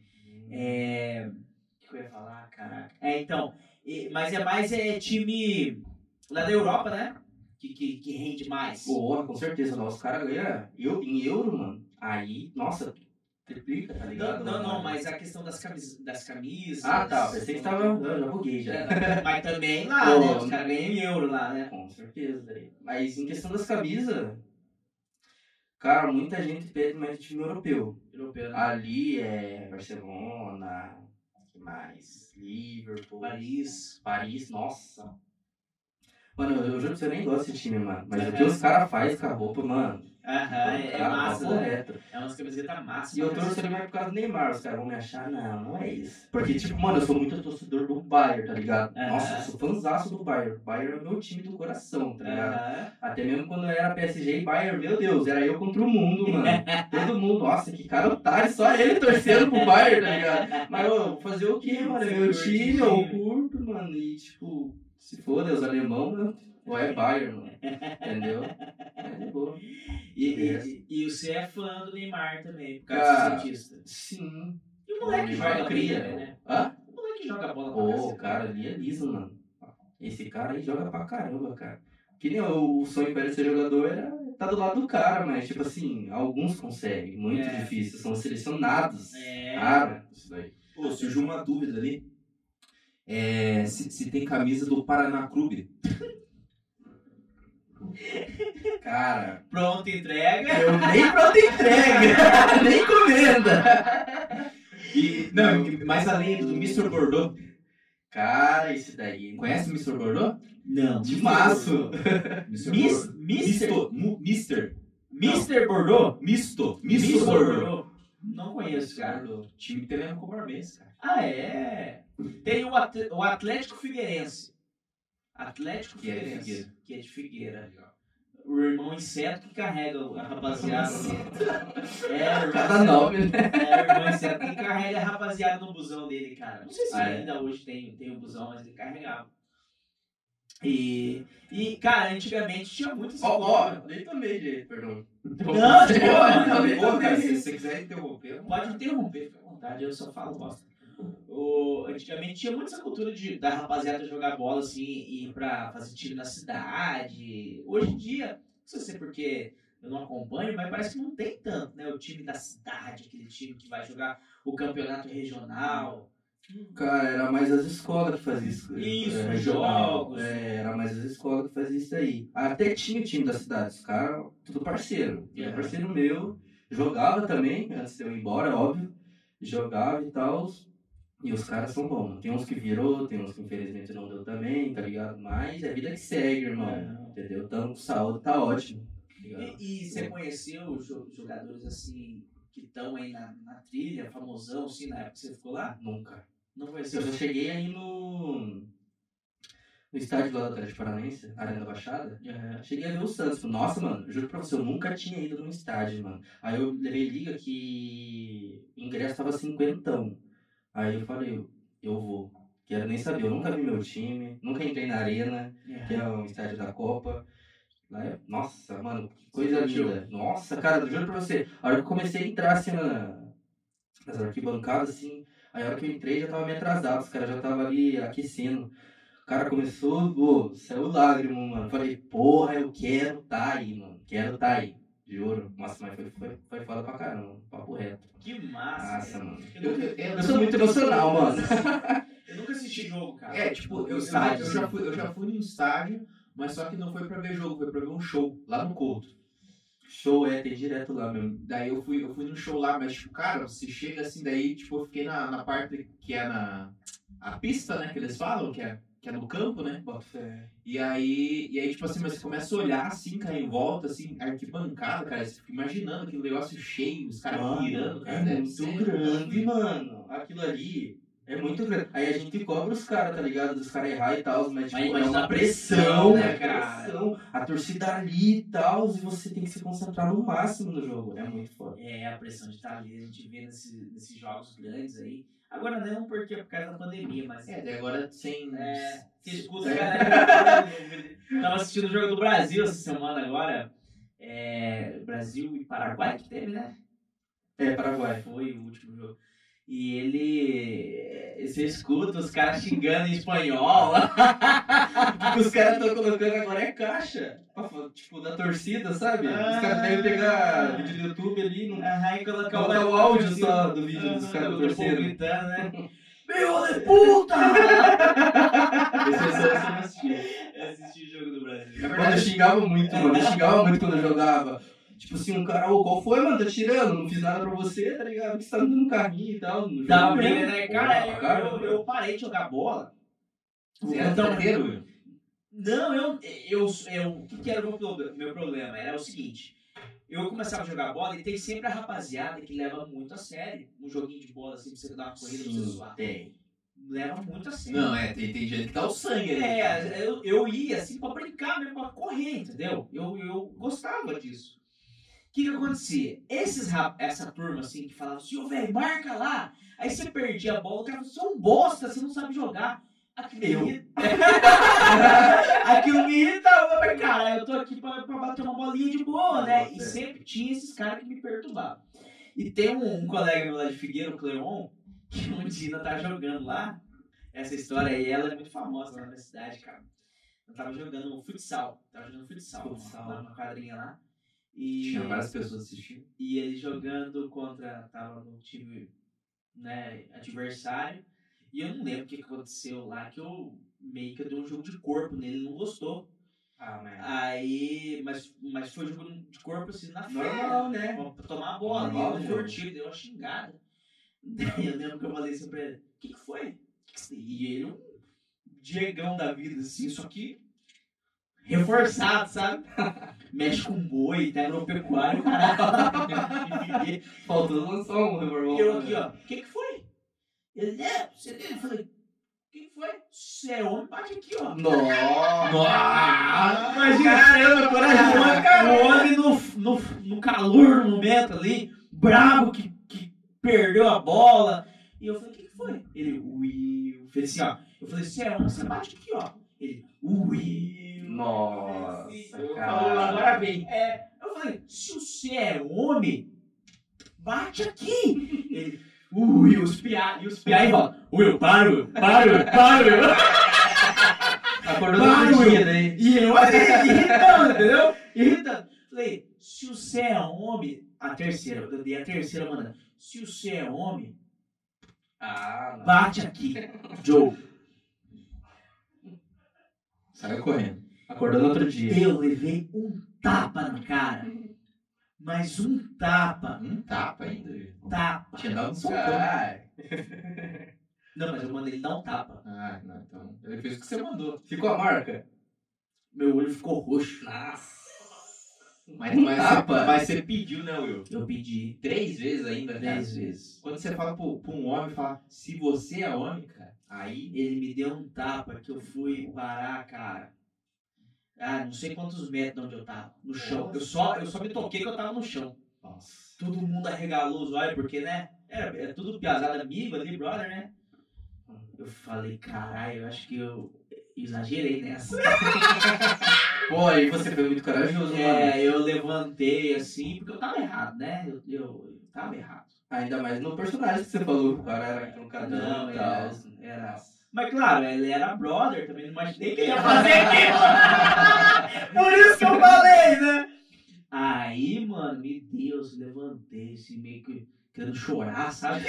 É. O que que eu ia falar, caraca? É, então. e- mas é mais é, time lá da Europa, né? Que, que, que rende mais.
Porra, com certeza. Lá os caras ganham eu, em euro, mano. Aí, nossa, triplica, tá
Não,
ligado?
não, não, mas a questão das camisas. Das camisas
Ah, tá. Pensei que tava...
[laughs]
Não, já buguei, já.
Mas também lá, né? Os caras ganham em euro lá, né?
Com certeza, velho. Mas em questão das camisas, cara, muita gente pede mais de time europeu.
Europeu, né?
Ali é Barcelona, que mais? Liverpool,
Paris.
Paris, nossa. Mano, eu, eu juro que você nem gosta de time, mano. Mas o que os caras fazem com a roupa, mano.
É. Aham, é, é
cara,
massa,
papo
né?
reto.
É umas camisetas massa. né?
E eu
pra
torço
caralho.
também por causa do Neymar. Os caras vão me achar, não, não é isso. Porque, tipo, mano, eu sou muito torcedor do Bayern, tá ligado?
É.
Aham.
Nossa, eu sou fãzaço do Bayern. Bayern é o meu time do coração,
É.
tá ligado?
Aham.
Até mesmo quando era PSG e Bayern, meu Deus, era eu contra o
[laughs]
mundo, mano. Todo mundo, nossa, que cara otário, só ele torcendo pro Bayern, tá ligado? [laughs] Mas ô, fazer o quê, mano? É meu time, eu curto, mano. E tipo, se for Deus alemão, né? Ou é Bayern, mano. Entendeu? É de boa.
E, e, e você é fã do Neymar também, por causa
Cara.
do cientista.
Sim.
E o moleque
Neymar
joga
cria,
cria, né?
Hã?
O moleque joga bola pra
Pô, o
cacete.
cara ali é liso, mano. Esse cara aí joga pra caramba, cara. Que nem o o sonho para ele ser jogador era tá do lado do cara, mas tipo assim, alguns conseguem, muito
É.
difícil, são selecionados.
É.
Cara, isso daí.
Pô, surgiu uma dúvida ali. É, se, se tem camisa do Paraná Clube.
Cara,
Pronto, entrega.
eu nem pronto entrega, nem comenda.
E, não, e mais além do Mr. Bordeaux.
Cara, isso daí.
Conhece o Mr. Bordeaux?
Não.
De maço.
Mister.
Mis- Misto. mu- Mister.
Mister Bordeaux?
Misto.
Mister
Misto Bordeaux.
Não conheço, cara.
O time italiano com barbense, cara.
Ah, é? Tem o, At- o Atlético Figueirense. Atlético
Que é de
Figueirense.
Figueira.
que é de Figueira. O irmão inseto que carrega a rapaziada. é, o irmão
Cada nome, né?
É, o irmão inseto que carrega a rapaziada no busão dele, cara. Não sei se
Ah, é?
ainda hoje tem, tem um busão, mas ele carregava. E, e, cara, antigamente tinha muito esse né?
Ó, ó,
clube.
nem tomei jeito, perdão.
Não,
tipo,
de boa, mano, de
Pô, cara, se você quiser interromper, eu não-
Pode interromper, fica à vontade, eu só falo bosta. O, antigamente tinha muito essa cultura de, da rapaziada jogar bola assim e ir pra fazer time na cidade. Hoje em dia, não sei se é porque eu não acompanho, mas parece que não tem tanto, né? O time da cidade, aquele time que vai jogar o campeonato regional.
Cara, era mais as escolas que faziam isso.
Isso,
Era
os
regional.
jogos.
É, era mais as escolas que faziam isso aí. Até tinha o time da cidade, os caras, tudo parceiro. Tudo
Aham.
Parceiro meu, jogava também, antes de eu ir embora, óbvio. Jogava e tal. E os caras são bons. Tem uns que virou, tem uns que infelizmente não deu também, tá ligado? Mas é a vida que segue, irmão. Entendeu? Então, saúde tá ótimo. tá ligado?
É. E, e você conheceu jo- jogadores assim que estão aí na, na trilha, famosão, assim, na época que você ficou lá?
Nunca.
Não
Eu
conheceu?
[laughs] já cheguei aí no. No estádio lá do Atlético Paranaense, Arena da Baixada. É,
Aham.
Cheguei a ver o Santos. Nossa, mano, juro pra você, eu nunca tinha ido num estádio, mano. Aí eu levei liga que o ingresso tava cinquentão. Aí eu falei, eu- eu vou. Quero nem saber, eu nunca vi meu time, nunca entrei na arena, que é o estádio da Copa. Lá é- Nossa, mano, que coisa
Sentiu.
linda. Nossa, cara, juro pra você. A hora que eu comecei a entrar assim na, nas arquibancadas, assim, aí a hora que eu entrei já tava meio atrasado, os caras já tava ali aquecendo. O cara começou, pô, saiu lágrima, mano. Falei, porra, eu quero tá aí, mano. Quero tá aí. Juro. Nossa, mas foi, foi, foi foda pra caramba. Papo reto.
Que massa!
Nossa,
cara.
mano.
Eu nunca-
Eu sou muito emocional, mano. [laughs]
Eu nunca assisti jogo, cara.
É, tipo, eu, eu, já- eu
né?
já fui, eu já fui num estádio, mas só que não foi pra ver jogo, foi pra ver um show lá no Couto.
Show é, tem direto lá, meu.
Daí eu fui, eu fui num show lá, mas, tipo, cara, você chega assim, daí, tipo, eu fiquei na, na parte que é na. A pista, né, que eles falam, que é, que é no campo, né?
Bota fé.
E aí, e aí, tipo assim, mas você começa a olhar assim, cara, em volta, assim, arquibancada, cara, você fica imaginando aquele negócio cheio, os caras
Mano,
virando, cara,
é
deve
muito
ser-
grande, mano. Aquilo ali é muito grande. Aí a gente cobra os caras, tá ligado? Dos caras errar e tal, mas,
Mas
tipo, é
imagina
uma
a
pressão,
pressão,
né,
né,
cara?
cara?
A torcida ali e tal, e você tem que se concentrar no máximo no jogo. É muito foda.
É, a pressão de estar ali, a gente vê nesse- nesses jogos grandes aí. Agora não porque é por causa da pandemia, mas.
É, daí agora sem.
É, você escuta
É.
a galera. Tava assistindo o jogo do Brasil essa semana agora. É, Brasil e Paraguai que teve, né?
É, Paraguai. [laughs]
Foi o último jogo. E ele. Você escuta os caras xingando em espanhol.
O que os caras estão colocando agora é caixa. pra fa- Tipo, da torcida, sabe? Os caras
Ah.
devem pegar vídeo do YouTube ali, não
Aham, e colocar
Colocar o áudio só do vídeo
assim,
dos
Aham,
caras
do povo
torcendo.
gritando, né?
[laughs] Meu de
[laughs]
puta!
é assim Eu assisti o jogo do Brasil.
Na
Mano, eu
verdade,
xingava muito, mano. Eu xingava muito quando eu jogava. Tipo assim, um cara, ô, qual foi, mano? Tá tirando? Não fiz nada pra você, tá ligado? Por que você tá dando um carrinho e tal? No
Dava
jogo
briga,
mesmo?
um né?
Porra,
Cara, eu,
caramba.
eu, eu parei de jogar bola.
você era
Então,
treteiro, Will.
Não, eu. eu, eu o que, que era o meu, pro- meu problema? Era o seguinte: eu começava a jogar bola e tem sempre a rapaziada que leva muito a sério. Um joguinho de bola assim, pra você dar uma corrida, pra você zoar.
tem.
Leva muito a sério.
Não, é, tem, tem gente que dá o sangue ali.
É, eu, eu ia assim pra brincar mesmo, pra correr, entendeu? Eu, eu gostava disso. O que que acontecia? Esses, ra- essa turma assim que falava assim, ô velho, marca lá. Aí você perdia a bola, o cara falava, você é um bosta, você não sabe jogar. Aquilo,
Eu.
me [laughs] irri- Aquilo me irritava, mas cara, eu tô aqui pra, pra bater uma bolinha de boa, né? E
Nossa, é.
sempre tinha esses caras que me perturbavam. E tem um, um colega meu lá de Figueira, o Cleon, [laughs] que um dia tá jogando lá. Essa história aí, ela é muito famosa lá na cidade, cara. Eu tava jogando futsal. Tava jogando futsal,
Futsal.
lá numa quadrinha lá. E,
Tinha várias pessoas assistindo.
e ele jogando contra. Tava no time né, adversário. E eu não lembro o que que aconteceu lá, que eu meio que eu dei um jogo de corpo nele, ele não gostou.
Ah, mas.
Aí. Mas, mas foi jogo de corpo assim na
Normal, né?
Pra tomar a bola,
Normal,
ele
né?
não curtiu, deu uma xingada. [laughs] Daí eu lembro que eu falei assim pra ele, o que, que foi? O que que você-" E ele, um diegão da vida, assim, só que reforçado, sabe? Mexe com boi, tá agropecuário, caralho.
Ah, Faltou lançar um
E
removal.
eu aqui, ó, o que, que foi? Ele, é, você tem? Eu falei, o que, que foi? Você é homem, bate aqui, ó.
Nossa!
Nossa!
Imagina.
Caramba, corajoso, cara!
O um homem no, no, no calor, no momento ali, brabo, que, que perdeu a bola. E eu falei, o que, que foi? Ele, Will. Eu falei assim, ó. Eu falei, você é homem, você bate aqui, ó. Ele, Will. assim,
Nossa,
Falou, agora
cara.
vem.
É. Eu falei, se você é homem, bate aqui. Ele, Will, os piá, e os piá, e fala, Will, para, Will, para, Will, para, Will.
Acordou
Claro,
no outro dia, né?
meu.
daí.
E eu ali, irritando, entendeu? Irritando. Falei, se você é homem. A terceira, eu dei a terceira, manda. Se você é homem,
Ah, não.
bate aqui, Joe.
Saiu correndo.
Acordou no outro dia.
Eu levei um tapa na cara. Mas um tapa.
Um tapa ainda. viu?
Tapa.
Tinha dado um socão.
Caralho.
Não, mas eu mandei ele dar um tapa.
Ah, não, então. Ele fez o que você mandou.
Ficou a marca?
Meu olho ficou roxo.
Nossa! Mas,
Mas um
mas,
tapa?
mas você pediu, né, Will?
Eu pedi
Três vezes ainda, né? cara.
três vezes.
Quando você fala pro, pra um homem, fala, se você é homem, cara, aí.
Ele me deu um tapa que eu fui parar, cara. Ah, não sei quantos metros de onde eu tava. No chão. Eu só, eu só me toquei que eu tava no chão.
Nossa.
Todo mundo arregalou os olhos, porque, né? Era, era tudo piazada amigo ali, brother, né? Eu falei, caralho, eu acho que eu exagerei nessa.
Pô, aí você foi muito corajoso, mano.
É, eu levantei assim, porque eu tava errado, né? Eu, eu, eu tava errado.
Ainda mais no personagem que você falou. O cara era truncadão
Não,
e
era-
é.
tal.
era-
Nossa.
Mas claro, ele era brother também, não imaginei que ele ia fazer [laughs] aquilo. Por isso que eu falei, né? Aí, mano, meu Deus, levantei assim, meio que querendo chorar, sabe?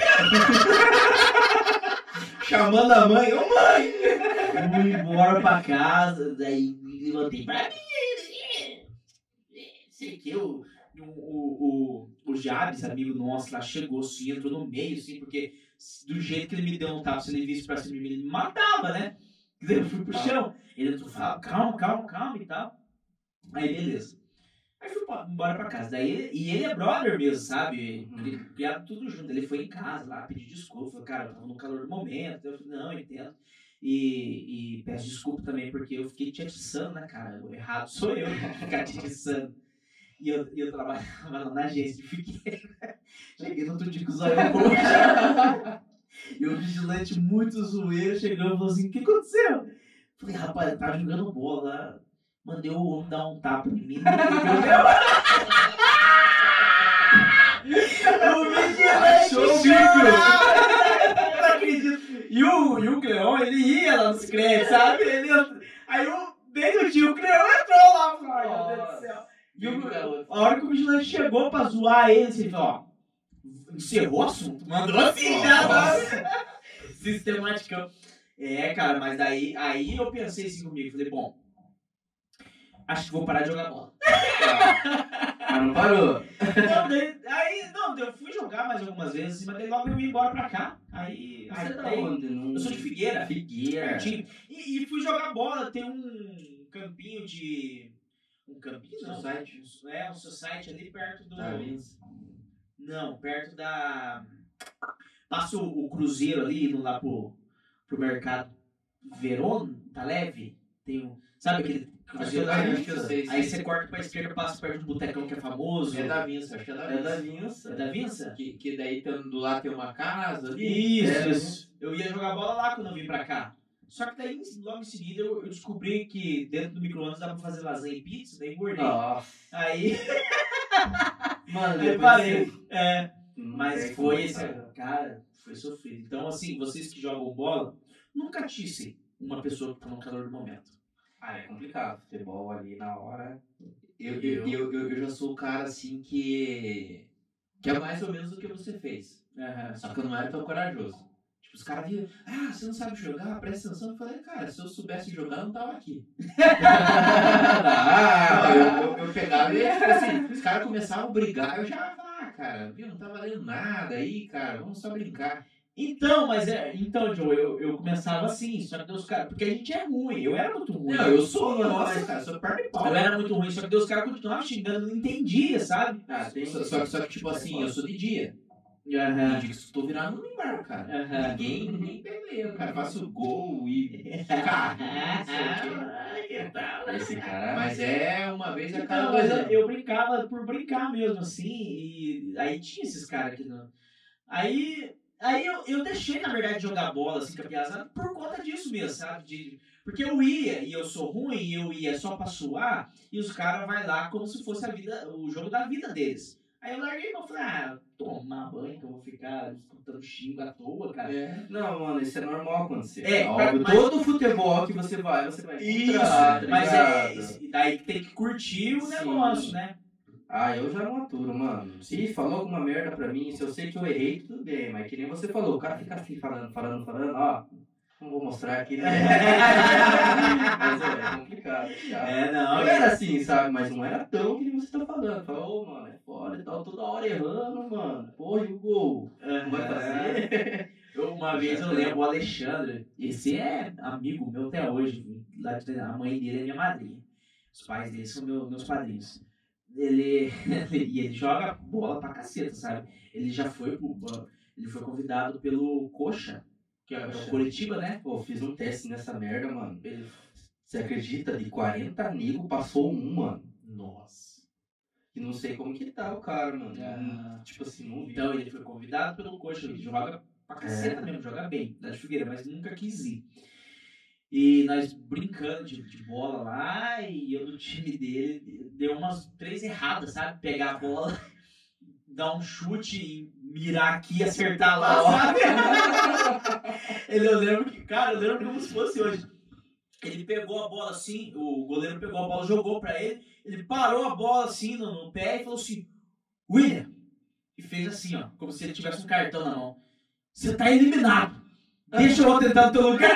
Chamando a mãe, ô mãe!
Fui embora pra casa, daí me levantei pra mim. Sei que eu. O, o, o, o Jabes, amigo nosso, lá chegou assim, entrou no meio, assim, porque do jeito que ele me deu um tapa, se ele visse pra cima de mim, ele me matava, né? [laughs] Daí Eu fui pro chão. Ele entrou e falou, calma, calma, calma e tal. Aí beleza. Aí fui pra- embora pra casa. Daí, e ele é brother mesmo, sabe? Cri- Criado tudo junto. Ele foi em casa lá, pedir desculpa. Falou, cara, eu tava no calor do momento. Eu falei, não, eu entendo. E, e peço desculpa também, porque eu fiquei te atiçando, né, cara? O errado sou eu que
[laughs]
ficar te atiçando. E eu, e eu trabalhava lá na agência de fiquei. [laughs] Cheguei no outro dia com os
[laughs]
olhos roxos. E o vigilante muito zoeiro chegou e falou assim: O que aconteceu? Falei, rapaz, eu tava jogando bola. Mandei o homem dar um tapa em mim. [laughs] o vigilante
Achou o bico.
chorava. Eu não acredito. E o, e o Cleon, ele ia lá nos créditos, sabe? Ele entra- Aí o desde o dia o Cleon entrou lá, falou, ai, meu Deus do céu. E o, a hora que o vigilante chegou pra zoar ele, ele falou, ó, encerrou o assunto, mandou assim, já tá? Sistematicão. É, cara, mas daí, aí eu pensei assim comigo, falei, bom, acho que vou parar de jogar bola.
Ah,
Mas não parou.
Não, daí- aí, não, eu fui jogar mais algumas vezes, mas daí logo eu ia embora pra cá. Aí,
Você
aí
tá
daí-
onde? Não-
eu sou de Figueira.
É.
Figueira.
Pertinho. E, e fui jogar bola, tem um. campinho de. Um campinho não.
Society.
Um, é, um society ali perto do.
Talvez.
Não, perto da. Passa o, o cruzeiro ali, indo lá pro, pro mercado. Verona, tá leve? Tem um. Sabe aquele
Acho que é
cruzeiro
da
lá?
Vinci.
Vinci, eu sei.
Aí
sei.
você corta pra esquerda, passa perto do botecão que é famoso.
É da Vinci, acho que é da
É da
Vinci.
Vinça.
É da Vinça?
Que, que daí tem- do lado tem uma casa ali.
Isso,
É,
isso. Eu ia jogar bola lá quando eu vim pra cá. Só que daí, logo em seguida, eu eu descobri que dentro do micro-ondas dá pra fazer lasanha e pizza, daí engordei.
Nossa.
Aí,
Mano,
[laughs] aí
depois
parei.
você-
É,
Não
Mas
tem como,
foi esse.
cara.
Cara, foi sofrido. Então, assim, vocês que jogam bola, nunca atissem uma pessoa que tá no calor do momento.
Ah, é complicado. Futebol ali na hora.
Eu, eu, eu, eu, eu já sou o cara assim que. Que é mais ou menos o que você fez. Só que eu não era tão corajoso. Tipo, os caras viram, ah, você não sabe jogar, presta atenção. Eu falei, cara, se eu soubesse jogar, eu não tava aqui. ah, eu, eu, eu pegava e, tipo assim, [laughs] os caras começavam a brigar, eu já falava, ah, cara, viu, não tá valendo nada aí, cara, vamos só brincar.
Então, mas é. Então, Joe, eu, eu começava assim, só que os caras. Porque a gente é ruim, eu era muito ruim.
Não, eu sou, nossa, é cara, sou perna e pau.
Eu era muito ruim, só que daí os caras continuavam xingando, não entendia, sabe?
Ah, tem.
Só, só, só que, tipo assim, eu sou de Ah. dia. Tem dia que eu tô virado no bar, cara.
Aham. [laughs]
Ninguém, ninguém perdeu, Ah. cara. Faço gol e carro, não sei o quê.
Ah, que tal, né?
Esse cara, mas é uma vez a cada
Então,
dois
mas
anos.
eu, eu brincava por brincar mesmo, assim, e aí tinha esses caras aqui. no- Aí, aí eu, eu deixei, na verdade, de jogar bola, assim, com a piazada, por conta disso mesmo, sabe? De- porque eu ia, e eu sou ruim, e eu ia só pra suar, e os caras vai lá como se fosse a vida, o jogo da vida deles. Aí eu larguei e falei, ah, tomar banho, que eu vou ficar escutando xingo à toa, cara.
É.
Não, mano, isso é normal acontecer.
É,
Óbvio,
mas-
todo futebol É que você vai, você vai
Isso,
encontrar,
né?
tá
Mas é,
ligado?
e daí que tem que curtir o
Sim.
negócio, né?
Ah, eu já não aturo, mano. Se falou alguma merda pra mim, se eu sei que eu errei, tudo bem, mas que nem você falou, o cara fica assim falando, falando, falando, ó. Não vou mostrar aqui, [laughs] né? mas é, é complicado, cara.
É, não,
Eu era assim, sabe? Mas não era tão que nem você tá falando. Fala, ô, mano, é foda e tal, toda hora errando, mano. Porra, e o gol? Não vai é. fazer? É.
Eu, é. uma vez eu lembro o Alexandre, esse é amigo meu até hoje, lá de Tainá. a mãe dele é minha madrinha. Os pais dele são meu- meus padrinhos. Ele, [laughs] e ele joga bola pra caceta, sabe? Ele já foi pro, ele foi convidado pelo Coxa, que é o
Coxa.
Curitiba, né?
Pô, fiz um teste nessa merda, mano.
Ele-
Você acredita? De 40 negros passou um, mano.
Nossa.
E não sei como que tá o cara, mano.
Ah.
Tipo assim, não vi.
Então ele foi convidado pelo coxa, ele joga pra caceta mesmo, joga bem, da Figueira, mas nunca quis ir. E nós brincando de, de bola lá, e eu no time dele, deu umas três erradas, sabe? Pegar a bola, [laughs] dar um chute e mirar aqui e acertar lá, sabe? [laughs] ele, eu lembro que, cara, eu lembro como se fosse hoje. Ele pegou a bola assim, o goleiro pegou a bola, jogou pra ele, ele parou a bola assim no, no pé e falou assim, William, e fez assim, ó, como se ele tivesse um cartão na mão. Você tá eliminado. Deixa eu tentar no teu [laughs] lugar.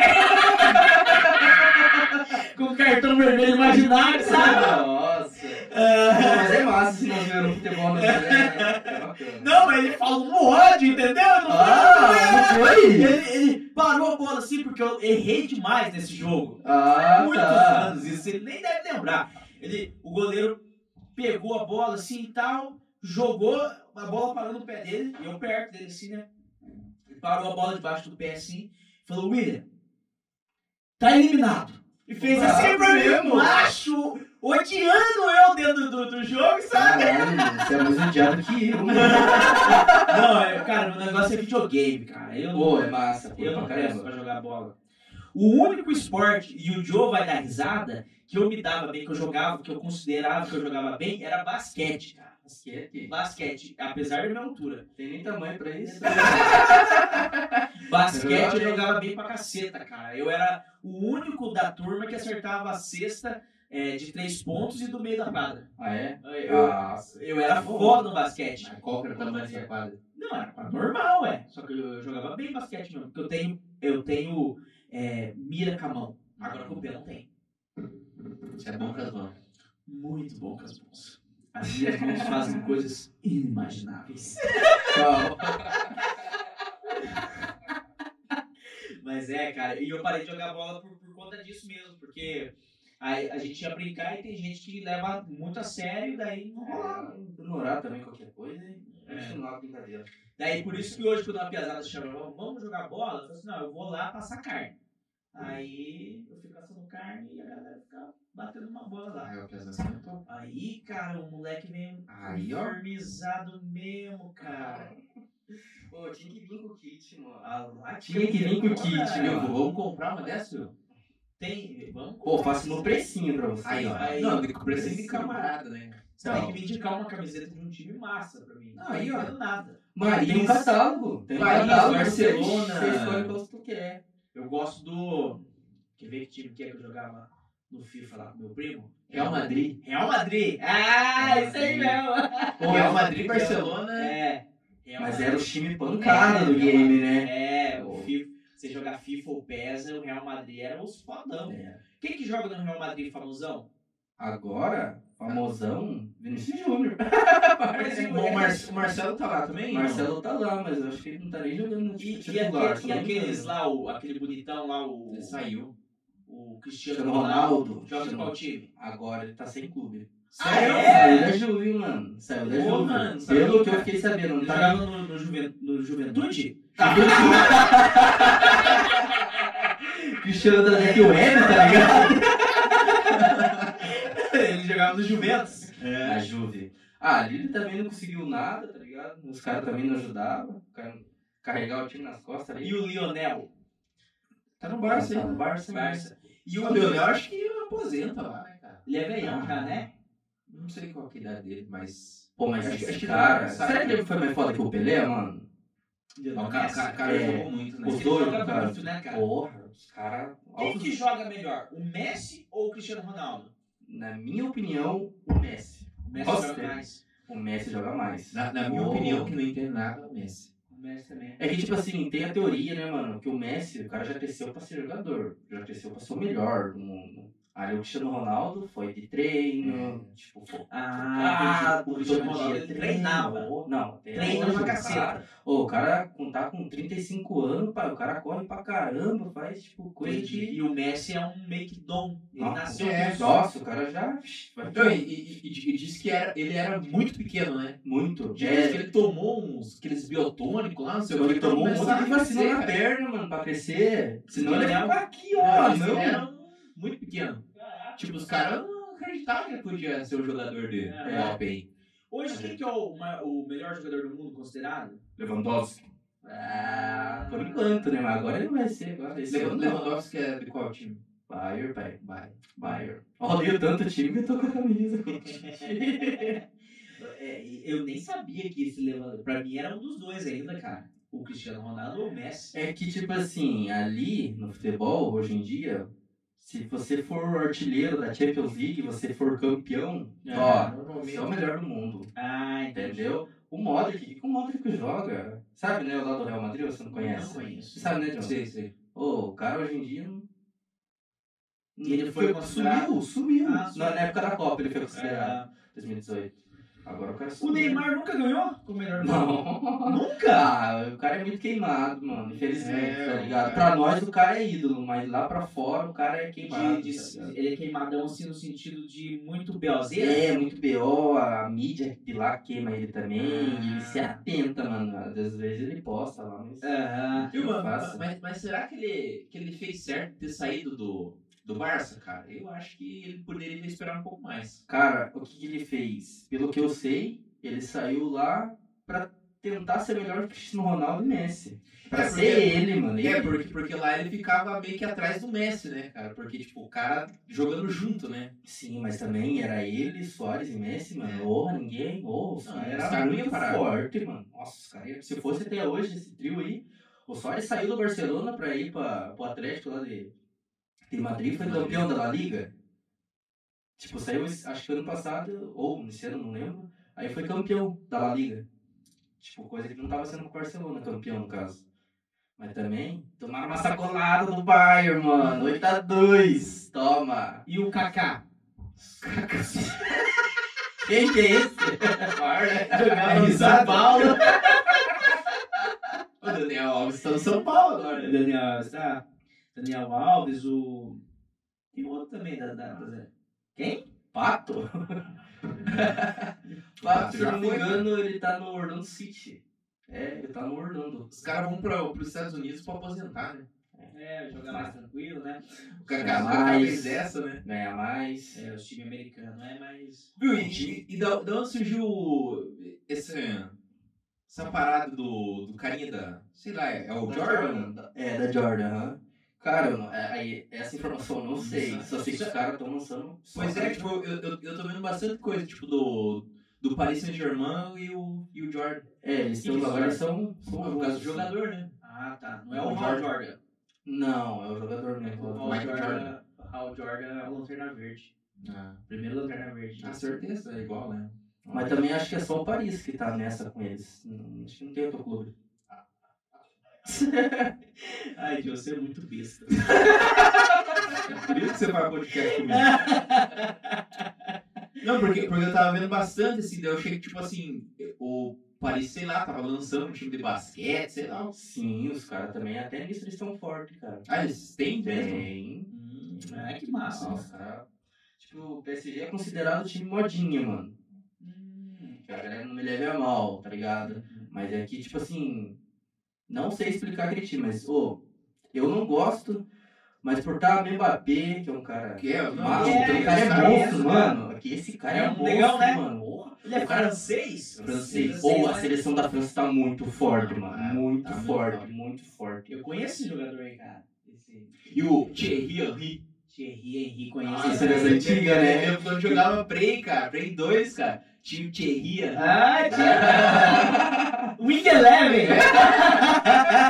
Com o cartão vermelho imaginário, sabe?
Nossa. Pô, mas é massa se nós vermos futebol no Brasil, né? É bacana.
Não, mas ele falou no ódio, entendeu? Não
Ah, não
foi-
foi?
ele, ele parou a bola assim porque eu errei demais nesse jogo.
Ah,
muitos
tá.
anos isso, ele nem deve lembrar. Ele, o goleiro pegou a bola assim e tal, jogou, a bola parou no pé dele, e eu perto dele assim, né? Ele parou a bola debaixo do pé assim, falou, William, tá eliminado. E fez
Ah,
assim pra mim,
mesmo?
macho, odiando eu dentro do, do jogo, sabe?
Caralho, você é mais odiado que eu, né? mano.
[laughs] Não, é, cara, o negócio é videogame, cara. Eu,
Pô, é massa, pô,
Eu não
pra
presto
caramba.
pra jogar bola. O único esporte, e o Joe vai dar risada, que eu me dava bem, que eu jogava, que eu considerava que eu jogava bem, era basquete, cara.
é
Basquete?
Basquete, apesar da minha altura.
Tem nem tamanho pra
[laughs]
isso.
Basquete eu
Jogava
jogava bem pra caceta, cara. Eu era o único da turma que acertava a cesta eh, de três pontos e do meio da quadra.
Ah, é?
Eu,
Nossa.
eu era foda no basquete.
Mas Qual que era o tamanho dessa quadra?
Não, era quase normal, é. Só que eu jogava bem basquete mesmo. Porque eu tenho, eu tenho é, mira com a mão. Agora com o pé não tem.
Isso é bom pras mãos.
Muito bom com as mãos. As minhas mãos fazem coisas inimagináveis.
Tchau.
Mas é, cara, e eu parei de jogar bola por, por conta disso mesmo, porque Aí a gente ia brincar e tem gente que leva muito a sério e daí não rolava.
É, ignorar também qualquer coisa e
É.
continuar a brincadeira.
Daí por isso que hoje, quando uma piazada chama, vamos jogar bola, eu falo assim, não, eu vou lá passar carne. Aí eu fico assando carne e a galera fica batendo uma bola lá.
Aí Ah, é o Piazza sentou.
Aí, cara, o moleque vem
Aí, ó.
uniformizado mesmo, cara.
Pô, tinha que vir com o kit, mano.
A lá
Tinha é que vir com o kit,
um
Ah,
cara.
é.
meu. Vamos comprar uma dessa, meu?
Tem, vamos.
Pô, faço no precinho pra você.
Aí, ó.
Aí,
não, de preço de camarada, né?
Você tem que me indicar uma camiseta de um time massa pra mim.
Não, aí, ó.
entendo nada.
Mano, tem um
Paris,
catálogo. Tem um
Paris,
catálogo.
Barcelona.
Você escolhe qual que tu quer.
Eu gosto do. Quer ver que time que é que eu jogava no FIFA lá com meu primo? É
Real Madrid.
Real Madrid! Ah,
Real
isso aí
Madrid.
mesmo!
é
Real Madrid, Barcelona.
É. Real
Mas
Madrid.
era o time pancada do
É,
game, né?
É,
Pô.
o FIFA. Você jogar FIFA ou PES, o Real Madrid era os fodão. Quem que joga no Real Madrid famosão?
Agora, famosão, Vinícius Júnior.
Mas,
Brasil,
bom,
é.
o Mar- o Marcelo tá lá também? não?
Marcelo tá lá, mas eu acho que né? ele não tá nem jogando no
E,
time
e,
titular.
aquele- e aqueles lá, o, aquele bonitão lá, o,
Ele saiu.
o
Cristiano
Cristiano Ronaldo,
Ronaldo.
joga em qual time?
Agora ele tá sem clube.
Ah, é?
Saiu da Juve, mano. Saiu da
Ô,
Juve.
mano, saiu
Pelo
do-
que eu fiquei sabendo, não
Ele
tá
jogava no, no, Juven- no Juventude?
[laughs] Cristiano da Deck Web, tá ligado?
Ele jogava no
É
Juventus.
É, A Juve. Ah, ali ele também não conseguiu nada, tá ligado? Os caras também não ajudavam. O cara carregava o time nas costas ali.
E o Lionel,
Tá no Barça
Tá
aí.
no Barça, Barça.
Barça. E o
O Leonel acho que aposenta lá, né, cara?
Ele é veião já, né?
Não sei qual que é a idade dele, mas.
Pô, mas
Acho-
esse
acho que
cara.
não,
Será que ele foi mais foda que o Pelé, mano?
O cara, cara, cara
É.
jogou muito, né?
Os
Ele
dois,
joga
cara.
muito, né, cara?
Porra, os caras.
Quem que joga melhor, o Messi ou o Cristiano Ronaldo?
Na minha opinião, o Messi.
O Messi
Nossa,
joga
tem.
mais.
O Messi joga mais.
Na, na minha
Pô.
opinião, que não entende nada, é o Messi.
O Messi também.
É que, tipo assim, tem a teoria, né, mano? Que o Messi, o cara já cresceu pra ser jogador. Já cresceu pra ser o melhor do mundo. Aí o Cristiano Ronaldo foi de treino, tipo, focado.
É. Ah, o
todo
Cristiano
dia
Ronaldo treinava.
treinou. Não, até
Treina
hoje,
pra
o
caceta.
cara- Ô, o cara com- tá com 35 anos, pai, o cara corre pra caramba, faz, tipo, coisa de...
E o Messi é um make dom. Ele
Nossa,
nasceu
é,
com isso.
Nossa, o cara já... psh, vai-
Então, e, e, e- e diz que era, ele era muito pequeno, né?
Muito.
Diz
É,
que ele tomou uns aqueles biotônicos lá, não sei o que.
ele tomou um monte de vacina na
cara.
perna, mano, pra crescer. Senão ele ia
Não.
ficar aqui, ó.
Não, ele
Ah, não.
era um- muito pequeno.
Caraca.
Tipo, os caras não acreditavam que podia ser o jogador dele.
É.
top aí.
Hoje, quem que é o, ma- o melhor jogador do mundo considerado?
Lewandowski. Ah, um por enquanto, né? Mas agora ele não vai ser. Agora esse
Levan-
ano não.
Lewandowski é de qual time?
Bayer, pai.
Vai.
Bayer. Olha, eu tanto time que eu tô com a [laughs] camisa.
É, eu nem sabia que esse Lewandowski. Pra mim era um dos dois ainda, cara. O Cristiano Ronaldo ou o Messi.
é que, tipo assim, ali no futebol, hoje em dia, se você for artilheiro da Champions League, você for campeão, ó, você é o melhor do mundo.
Ah,
Entendeu? O Modric, o que o Modric joga. Sabe, né? O lá do Real Madrid, você não conhece?
Não conheço.
Você sabe, né, John?
Sei, sei.
Ô, o cara hoje em dia. não-
E Hum, ele foi considerado?
Sumiu, sumiu.
Ah,
na,
sumiu.
na época da Copa ele foi considerado.
Ah,
2018. Agora o cara
o
sumiu.
Neymar nunca ganhou como melhor do mundo?
[laughs] Não.
Nunca?
Ah, o cara é muito queimado, mano. Infelizmente,
É,
tá ligado?
o cara-
Pra nós o cara é ídolo, mas lá pra fora o cara é queimado.
De- de-
tá ligado?
ele é queimadão assim no sentido de muito belzeira.
É, muito BO, a mídia de lá queima ele também.
Ah.
Ele se atenta, mano. Às vezes ele posta lá,
É,
mas.
Aham.
Viu, mano?
Fácil.
Mas, mas será que ele, que ele fez certo de ter saído do, do Barça, cara? Eu acho que ele poderia esperar um pouco mais.
Cara, o que, que ele fez? Pelo que eu sei, ele saiu lá pra tentar ser melhor que Cristiano Ronaldo e Messi. Pra
É,
ser
porque-
ele, mano.
É,
ele-
porque, porque lá ele ficava meio que atrás do Messi, né, cara? Porque, tipo, o cara jogando junto, né?
Sim, mas também era ele, Soares e Messi, mano.
É.
Porra, ninguém. Oh, os
Não,
caras
os caras
eram
não iam
muito
parar.
forte, mano. Nossa, os caras. Se fosse até hoje esse trio aí, o Soares saiu do Barcelona pra ir pra, pro Atlético lá de, de Madrid, né? foi
Madrid.
campeão da La Liga. Tipo, saiu, esse- acho que ano passado, ou nesse ano, não lembro. Aí foi campeão da La Liga. Tipo, coisa que não tava sendo com o Barcelona, campeão no caso. Mas também, tomaram uma sacolada do Bayern, mano. 8x2. Toma.
E o Kaká?
Quem que é esse?
É
É Barra.
Jogava
no São
Paulo. [laughs] o né? Daniel Alves tá no São Paulo agora.
Daniel, tá? Daniel Alves, o. Tem outro também da. da, da- Quem?
Pato? Pato, se eu não me
Já foi, né?
engano, ele tá no Orlando City. É, ele tá no Orlando.
Os caras vão para os Estados Unidos pra aposentar, né?
É, jogar mais tranquilo, né?
O Kaká
Mas-
fez essa, né?
Ganha mais.
É, os times americanos, é, mas.
Viu, e, e- e da, da onde surgiu esse, essa parada do, do carinha da. Sei lá, é o
Da
Jordan?
da- É, da Jordan, aham. Cara, eu não- é, aí, essa informação eu não sei.
Nossa.
Só sei que os caras estão lançando. só
é- Pois é,
pra-
tipo, eu, eu, eu tô vendo bastante coisa, tipo, do, do Paris Saint-Germain e o, e o Jordan.
É, eles
que
têm
que
agora eles
isso
são. são
Por causa
bons.
do jogador, né?
Ah, tá. Não é
O
o Hal Jordan.
Não, é o jogador
O
mesmo.
Hal
Michael
Jordan. Hal Jordan é o Lanterna Verde.
Ah,
Primeiro Lanterna Verde.
Ah,
certeza, é igual, né?
Mas também acho que é só o Paris que tá nessa com eles. Não- Acho que não tem outro clube.
Ai, Deus, você é muito besta.
Por isso que você faz podcast comigo. Não, porque, porque eu tava vendo bastante, assim, daí eu achei que, tipo assim, o Paris, sei lá, tava lançando um time de basquete, sei lá. um
Sim, os caras também, até nisso eles estão fortes, cara.
Ah, eles têm mesmo?
Tem.
Hum, é que massa.
Nossa, cara. Tipo, o PSG é considerado time modinha, mano.
Hum.
A galera não me leve a mal, tá ligado? Mas é que, tipo assim. Não sei explicar aquele time, mas, ô, eu não gosto, mas por estar tá Mbappé, que é um cara.
Que é, não,
Mas
é,
o cara
cara,
é monstro,
esse cara-
mano. Aqui esse cara
É
é,
um
monstro,
negão, né?
mano. Porra,
Ele é francês?
francês.
Francês,
Ou a
né?
seleção da França tá muito forte,
Não,
mano.
é,
muito,
tá muito
forte,
forte.
muito forte,
Eu conheço esse jogador aí, cara. Esse
E o Thierry Henry.
Thierry Henry
Ah,
conhece.
esse é
Thierry
antiga,
Henry,
né?
Eu eu jogava Prey, cara, Prey 2, cara. Tinha o Thierry
né?
Henry.
Ah, [laughs] Thierry! Wing Eleven!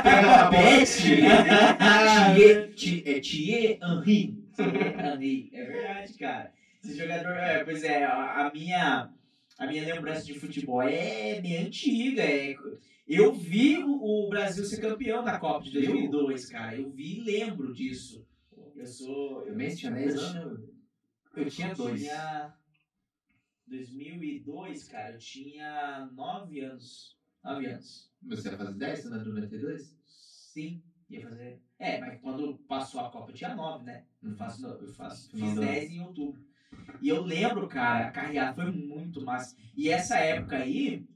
Pegava a bola.
Ah,
Thierry Thi- é Thierry Henry.
[laughs] Henry. É verdade, cara. Esse jogador, é, pois é, a a minha, a minha lembrança de futebol é bem antiga. é- Eu vi o o Brasil ser campeão da Copa de 2002, cara. Eu vi e lembro disso. Eu sou.
Eu mesmo tinha 10 anos.
Eu tinha dois.
Tinha 2002, cara, eu tinha 9 anos. 9 anos.
Mas Você ia fazer 10, você não é do 92?
Sim, ia fazer. É, mas quando passou a Copa eu tinha 9, né? Eu faço, eu faço,
Final
fiz
do
10 em outubro. E eu lembro, cara, a carreada foi muito massa. E essa época aí,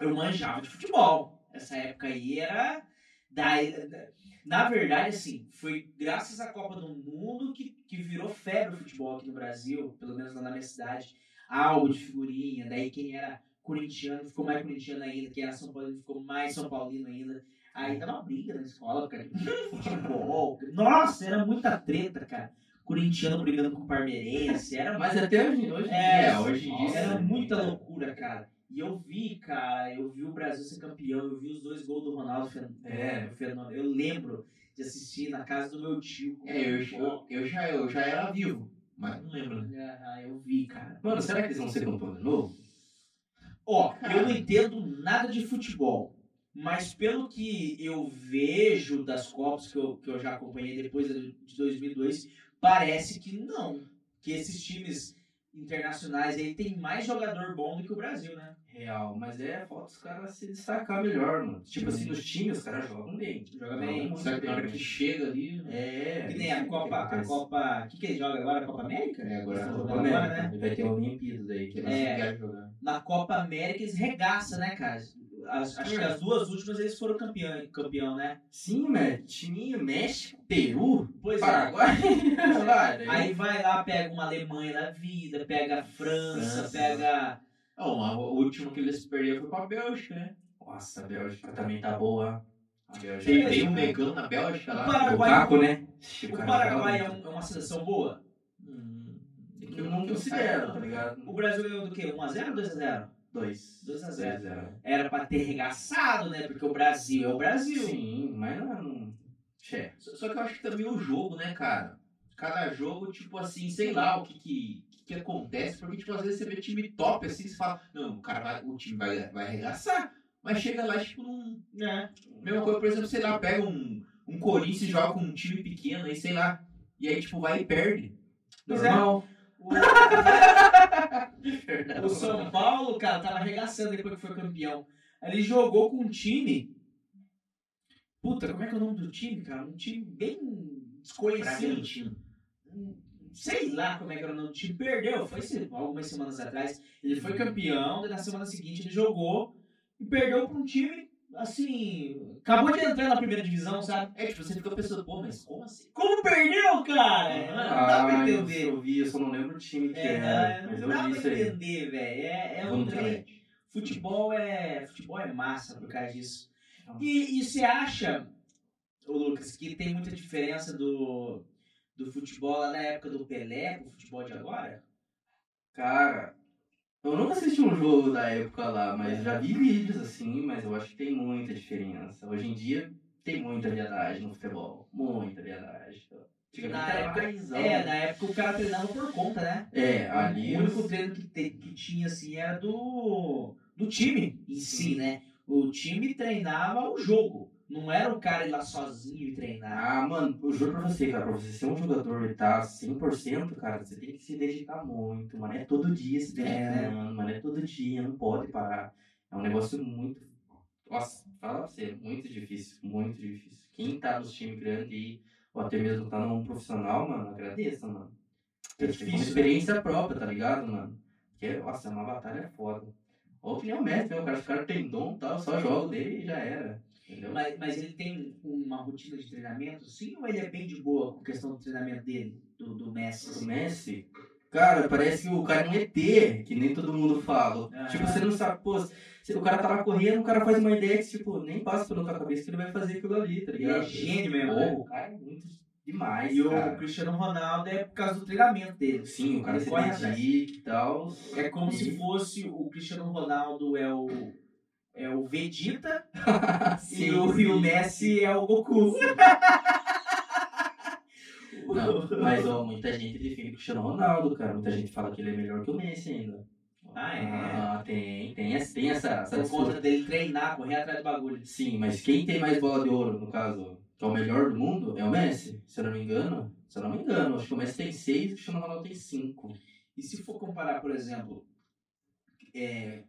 eu manjava de futebol. Essa época aí era. Da, da- na verdade, assim, foi graças à Copa do Mundo que, que virou febre o futebol aqui no Brasil, pelo menos lá na minha cidade. Álbum de figurinha, daí quem era corintiano ficou mais corintiano ainda, quem era São Paulino ficou mais São Paulino ainda. Aí tava uma briga na escola, cara. Futebol. Nossa, era muita treta, cara. Corintiano brigando com parmeirense, era
Mas até hoje, hoje em
É,
dia,
hoje em
nossa,
dia
era
Nossa,
muita loucura, cara. E eu vi, cara, eu vi o Brasil ser campeão, eu vi os dois gols do Ronaldo Fen-
É.
do Fenômeno. Eu lembro de assistir na casa do meu tio.
É, eu, eu, eu, já, eu já era vivo, mas não lembro. né?
Ah, eu vi, cara.
Mano, será que eles vão ser campeão de novo?
Ó, eu não entendo nada de futebol, mas pelo que eu vejo das Copas que eu, que eu já acompanhei depois de 2002, parece que não. Que esses times internacionais aí tem mais jogador bom do que o Brasil, né?
Real, mas é falta os caras se destacar melhor, mano.
Uhum.
Tipo assim, nos times os caras jogam bem.
Joga
Jogam
bem.
muito
Será que na hora que chega ali. né?
É.
Que nem a Copa. A Copa. O que, que ele joga agora? A Copa América?
É, agora
Tá
eu
jogando
vou
Copa
falar.
agora,
América,
né?
né? Vai ter a Olimpíadas aí.
que
Que
eles
eles-
não
É.
querem jogar.
Na Copa América eles regaçam, né, cara? As- acho que as duas últimas eles foram campeão, campeão né?
Sim, né? Timinho México, Peru,
Pois é.
Paraguai. [laughs] Vai,
Aí vai lá, pega uma Alemanha da vida, pega a França,
França.
pega.
Ah, uma- o último que eles perderam foi pra Bélgica, né?
Nossa, a Bélgica também tá boa. A Bélgica tá
Tem,
Sim.
tem um negão na Bélgica
O
lá.
Paraguai- é um
O Caco, né?
O Paraguai é, um- é uma seleção boa.
Hum, é que
Eu não considero, tá ligado?
O Brasil ganhou do quê? 1x0 ou 2x0?
Dois.
2 a 0.
Dois zero.
Era pra ter regaçado, né? Porque o Brasil é o Brasil.
Sim, mas não. é um Che.
Só só que eu acho que também o jogo, né, cara? Cada jogo, tipo assim, sei lá o que que, que que acontece, porque, tipo, às vezes você vê time top, assim, você fala, não, o cara vai, o time vai, vai arregaçar, mas chega lá, tipo, não...
É.
Mesma coisa, por exemplo, sei lá, pega um, um Corinthians e joga com um time pequeno, aí, sei lá, e aí, tipo, vai e perde.
Pois é.
Normal.
O, [laughs] o
[laughs]
São Paulo, cara, tava arregaçando depois que foi campeão. Ele jogou com um time. Puta, como é que é o nome do time, cara? Um time bem desconhecido.
Bragantino.
sei lá como é que era o nome do time, perdeu. Foi se- algumas semanas atrás. Ele foi campeão, daí na semana seguinte ele jogou e perdeu pra um time, assim, acabou de entrar na primeira divisão, sabe?
É, tipo, você fica pensando, pô, mas como assim?
Como perdeu, cara? É, não dá pra
Ah, eu
entender.
vi, eu vi, eu só não lembro o time que
É,
era.
não
Mas
dá
eu vi isso
pra
aí.
entender, velho. É, é um
Vamos
trem.
lá.
Futebol é, futebol é massa por causa disso. E, e você acha, ô Lucas, que tem muita diferença do, do futebol lá da época do Pelé pro futebol de agora?
Cara, eu nunca assisti um jogo da época lá, mas já vi vídeos assim, mas eu acho que tem muita diferença. Hoje em dia tem muita viadagem no futebol. Muita viadagem.
Na
Antigamente era
época-
maisão.
É, na época o cara treinava por conta, né?
É, ali
o único
os...
treino que, te- que tinha assim era do, do time em si, né? O time treinava o jogo. Não era o cara ir lá sozinho e treinar.
Ah, mano, eu juro pra você, cara, pra você ser um jogador e tá 100%, cara, você tem que se dedicar muito, mano. É todo dia se dedicando, mano. É todo dia, não pode parar. É um negócio muito. Nossa, fala pra você, é muito difícil, muito difícil. Quem tá nos times grandes aí, ou até mesmo tá num profissional, mano, agradeça, mano.
É
É difícil.
difícil,
experiência própria, tá ligado, mano? Porque, nossa, é uma batalha foda. Ou que nem o Messi, né? O cara, o cara tem dom e tal, só joga o dele e já era. Entendeu?
Mas, mas ele tem uma rotina de treinamento, sim, ou ele é bem de boa com a questão do treinamento dele, do, do Messi?
O
assim?
Messi, cara, parece que o cara é um ET, que nem todo mundo fala.
Ah.
Tipo, você não sabe, pô, se o cara tá lá correndo, o cara faz uma ideia que, tipo, nem passa pela tua cabeça que ele vai fazer aquilo ali, tá
Ele é
ligado?
gênio mesmo.
Pô,
né?
o cara é muito demais,
E o
cara.
Cristiano Ronaldo é por causa do treinamento dele.
Sim, o cara é
Ele
né? se
corre atrás.
dedica e tal.
É como
E-
se fosse o Cristiano Ronaldo é o, é o
[laughs]
Vegeta
Sim,
e, o, e o
sim.
Messi é o Goku.
[laughs] Não, mas, ó, muita gente defende o Cristiano Ronaldo, cara. Muita gente fala que ele é melhor que o Messi ainda.
Ah, é?
Ah, tem, tem, essa- tem essa, essa
Por conta dele treinar, correr atrás do bagulho.
Sim, mas quem tem mais bola de ouro, no caso, que é o melhor do mundo, é o Messi. Se eu não me engano, se eu não me engano, acho que o Messi tem seis e o Cristiano Ronaldo tem cinco.
E se for comparar, por exemplo, é,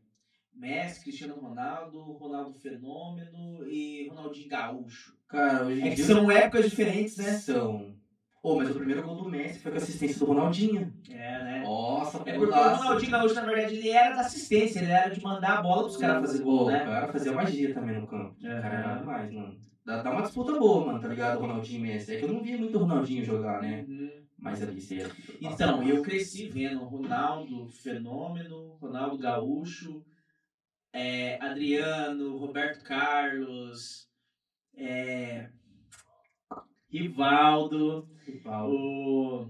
Messi, Cristiano Ronaldo, Ronaldo Fenômeno e Ronaldinho Gaúcho.
Cara, hoje em
É que
dia
são épocas diferentes, né?
são. Pô, mas o primeiro gol do Messi foi com a assistência do Ronaldinho.
É, né?
Nossa,
É
que
porque o
golaço.
Ronaldinho Gaúcho, na verdade, ele era da assistência, ele era de mandar a bola pros caras fazer
Pô,
gol,
O
né? É.
cara fazia magia também no campo. O cara era demais, mano. Dá, dá uma disputa boa, mano, tá ligado? Ronaldinho e Messi. É que eu não via muito o Ronaldinho jogar, né?
Uhum.
Mas ali você ia...
Então, eu cresci vendo Ronaldo Fenômeno, Ronaldo Gaúcho, é, Adriano, Roberto Carlos, é, Rivaldo.
Rivaldo.
O...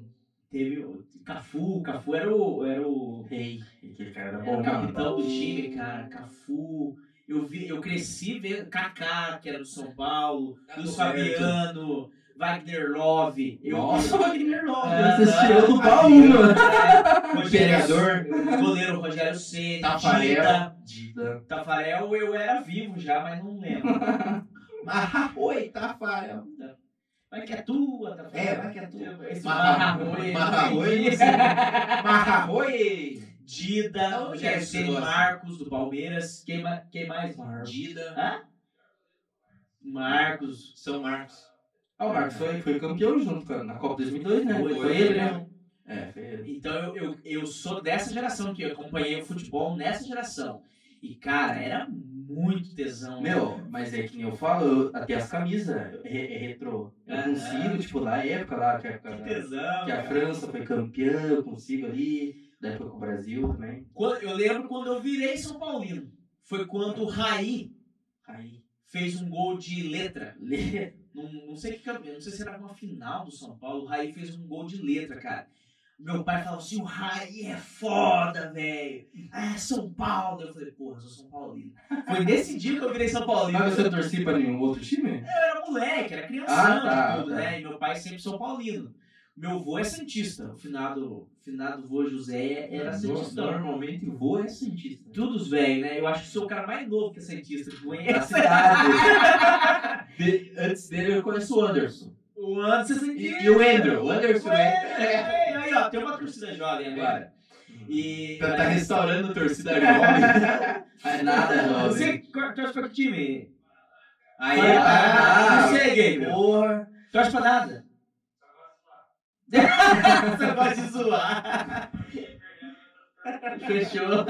Teve o Cafu, Cafu era o, era o,
Rei. Aquele cara era
era
bom,
o
mano.
capitão do time, cara. Cafu. Eu, vi, eu cresci vendo Kaká, que era do São Paulo, Luiz Fabiano, Wagner Love. Eu
Nossa, Wagner Love.
Ah,
Você tirou do
ah,
baú, mano.
[laughs]
é,
Imperador.
Rogério, goleiro Rogério Ceni,
Tafarel.
Dida.
Dida.
Tafarel eu era vivo já, mas não lembro.
Ah, oi,
tá,
Tafarel.
Vai que é tua, Tafarel.
É, vai que é tua.
Esse
Marra-
Marra-
Marra-
[laughs]
Marra, oi!
Dida,
Não,
Rogério
esse
Ceni,
negócio.
Marcos do Palmeiras. Quem, ma- quem mais?
Dida,
Marcos.
São Marcos.
Ah, o Marcos foi, foi campeão junto cara, na Copa 2002, né?
Foi,
Foi,
foi
ele,
ele,
né? É, foi ele.
Então eu, eu, eu sou dessa geração que eu acompanhei o futebol nessa geração. E, cara, era muito tesão. né?
Meu, mas é que nem eu falo, eu- até as camisas é, é retrô. Eu
Aham.
consigo, tipo, da época lá, que a,
que
que
tesão.
a
cara.
França foi campeã, eu consigo ali, da época com o Brasil também.
Quando- eu lembro quando eu virei São Paulino. Foi quando o Raí
Aí,
fez um gol de letra.
lê.
Não, não sei que campeão, não sei se era uma final do São Paulo. O Raí fez um gol de letra, cara. Meu pai falava assim: o Raí é foda, velho. Ah, é São Paulo. Eu falei: porra, eu sou São Paulino. Foi nesse dia que eu virei São Paulino.
Mas você torcia pra nenhum outro time?
Eu era moleque, era criança,
Ah, tá,
tudo,
tá.
né? E meu pai sempre São Paulino. Meu avô é Santista. O finado, o finado vô José era
No-
Santista.
Normalmente vou é
[laughs]
cientista.
Todos velho, né? Eu acho que sou o cara mais novo que é Santista que
Da
conhece.
é cidade. De- antes dele eu conheço o Anderson.
O Anderson é
E,
Santista.
e o Andrew. O Anderson é. é.
Ué, Aí, ó, tem uma torcida jovem agora. E.
Tá, tá
mas-
restaurando a torcida jovem.
[laughs] É nada, jovem.
[laughs] Você cor- torce pra que time?
Aí,
Ah,
ah,
não sei, Gabriel.
Porra.
Torce pra nada. Você pode zoar. Fechou.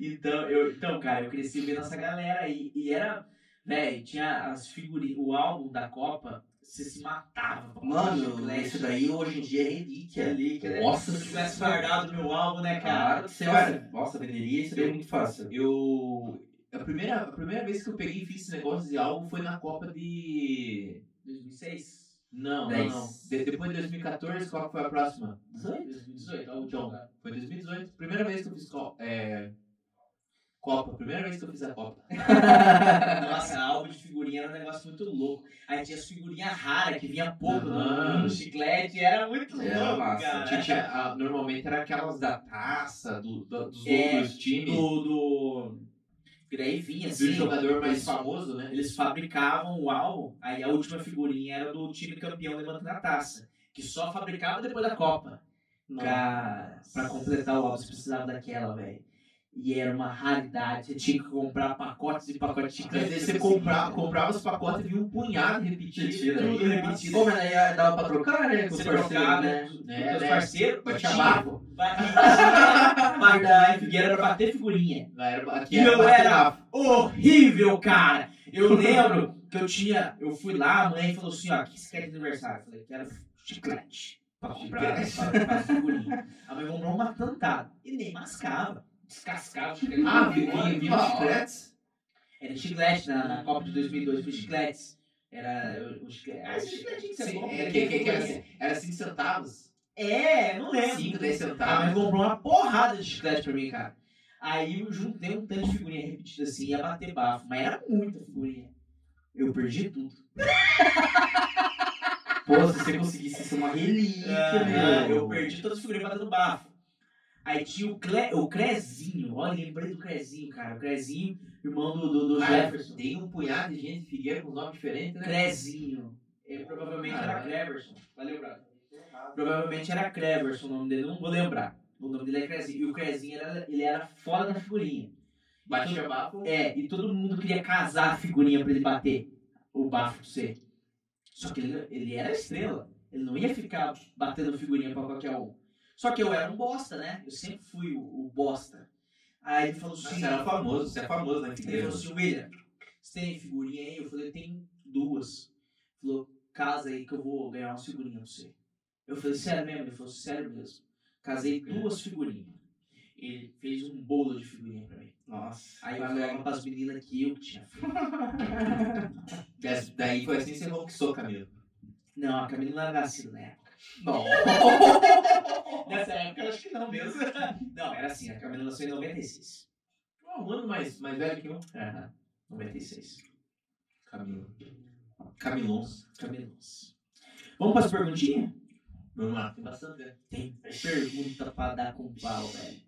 então, eu, então, cara, eu cresci vendo essa galera aí. E era, velho, tinha as figurinhas, o álbum da Copa, você se matava. pra comprar
Mano,
chiclete.
isso daí hoje em dia é
né?
relíquia.
ali, que era-
Nossa
se eu tivesse guardado meu álbum, né, cara?
Cara, você olha, ah, nossa, venderia isso daí muito fácil.
Eu. A primeira, a primeira vez que eu peguei e fiz esse negócio de álbum foi na Copa de.
2006?
Não, não,
Dez.
não. De- depois de 2014, qual que foi a próxima?
2018, a última.
Então, Foi 2018. Primeira vez que eu fiz co é... Copa. Primeira vez que eu fiz a Copa.
Nossa, álbum de figurinha era um negócio muito louco. Aí tinha as figurinhas raras que vinha pouco no,
Aham.
no chiclete, era muito
Era
louco,
massa.
cara.
Tinha- tinha- a- normalmente era aquelas da taça, do, do- dos
É,
outros times, do,
do, do... Que daí vinha, assim,
jogador mais
eles-
famoso, né?
Eles fabricavam o álbum, aí a última figurinha era do time campeão levantando a taça, que só fabricava depois da Copa. Pra, pra completar o álbum, você precisava daquela, velho. E era uma raridade, você tinha que comprar pacotes e pacotes de
Então, Às vezes você comprava, comprava os pacotes e vinha um punhado assim, né? repetido. né?
Mentira.
Tudo repetido.
Pô, mas aí dava pra trocar, né? Com os
Você
parceiros,
trocava,
né?
né?
É,
Os
né?
parceiros,
Batia
batia-
bafo.
Verdade. Figueira era bater figurinha.
Lá assim. era- aqui
E eu
bater
era
bafo.
horrível, cara. Eu lembro que eu tinha. Eu fui lá, a mãe falou assim: ó, o que você quer de aniversário? Eu falei: quero chiclete. Pra comprar pra, pra figurinha. A mãe comprou uma plantada. E nem mascava. Descascava o chiclete.
Ah, vinha vinha os chicletes?
Era chiclete na, na Copa de 2002, foi chicletes. Era. o- o chiclete. Ah, esse chicletinho que você
Sim,
compra,
é,
né?
que- que- que era- Era 5 centavos?
É, não lembro.
5, 10
A mãe
centavos?
comprou uma porrada de chiclete pra mim, cara. Aí eu juntei um tanto de figurinha repetida assim, ia bater bafo. Mas era muita figurinha. Eu perdi tudo.
Pô, se você conseguisse isso, é uma relíquia,
Ah,
meu.
eu perdi todas as figurinhas batendo bafo. Aí tinha o, Cle, o Crezinho. Olha, lembrei do Crezinho, cara. O Crezinho, irmão do, do, do
Ah,
Jefferson.
Tem um punhado de gente de Figueira com nome diferente, né?
Crezinho. É, provavelmente era
Ah.
Cleverson. Valeu, brother. Provavelmente era Cleverson o nome dele, não vou lembrar. O nome dele é Crezinho. E o Crezinho, era, ele era fora da figurinha.
Batia bafo.
É, e todo mundo queria casar a figurinha pra ele bater o bafo pra você. Só que ele, ele era estrela. Ele não ia ficar batendo figurinha pra qualquer um. Só que eu era um bosta, né? Eu sempre fui o, o bosta. Aí ele falou
Mas
assim,
Você era famoso, você é famoso na
ele
Figueira.
falou assim, William, você tem figurinha aí? Eu falei, tem duas. Ele falou, casa aí que eu vou ganhar uma figurinha pra você. Eu falei, sério mesmo? Ele falou, sério mesmo. Casei duas figurinhas. Ele fez um bolo de figurinha pra mim.
Nossa.
Aí eu falava pras meninas que eu que tinha feito.
Des- Daí foi assim que você conquistou, Camilo.
Não, a Camila não era nascida na época.
Nossa.
[laughs] Nessa época eu acho que não mesmo. Não, era assim, a Camila nasceu em 96.
Ah, Um ano mais, mais velho que eu.
Aham, 96.
Camilo. Camilons.
Camilões. Vamos para as perguntinhas?
Vamos lá, tem bastante. né?
Tem pergunta pra dar com pau, velho.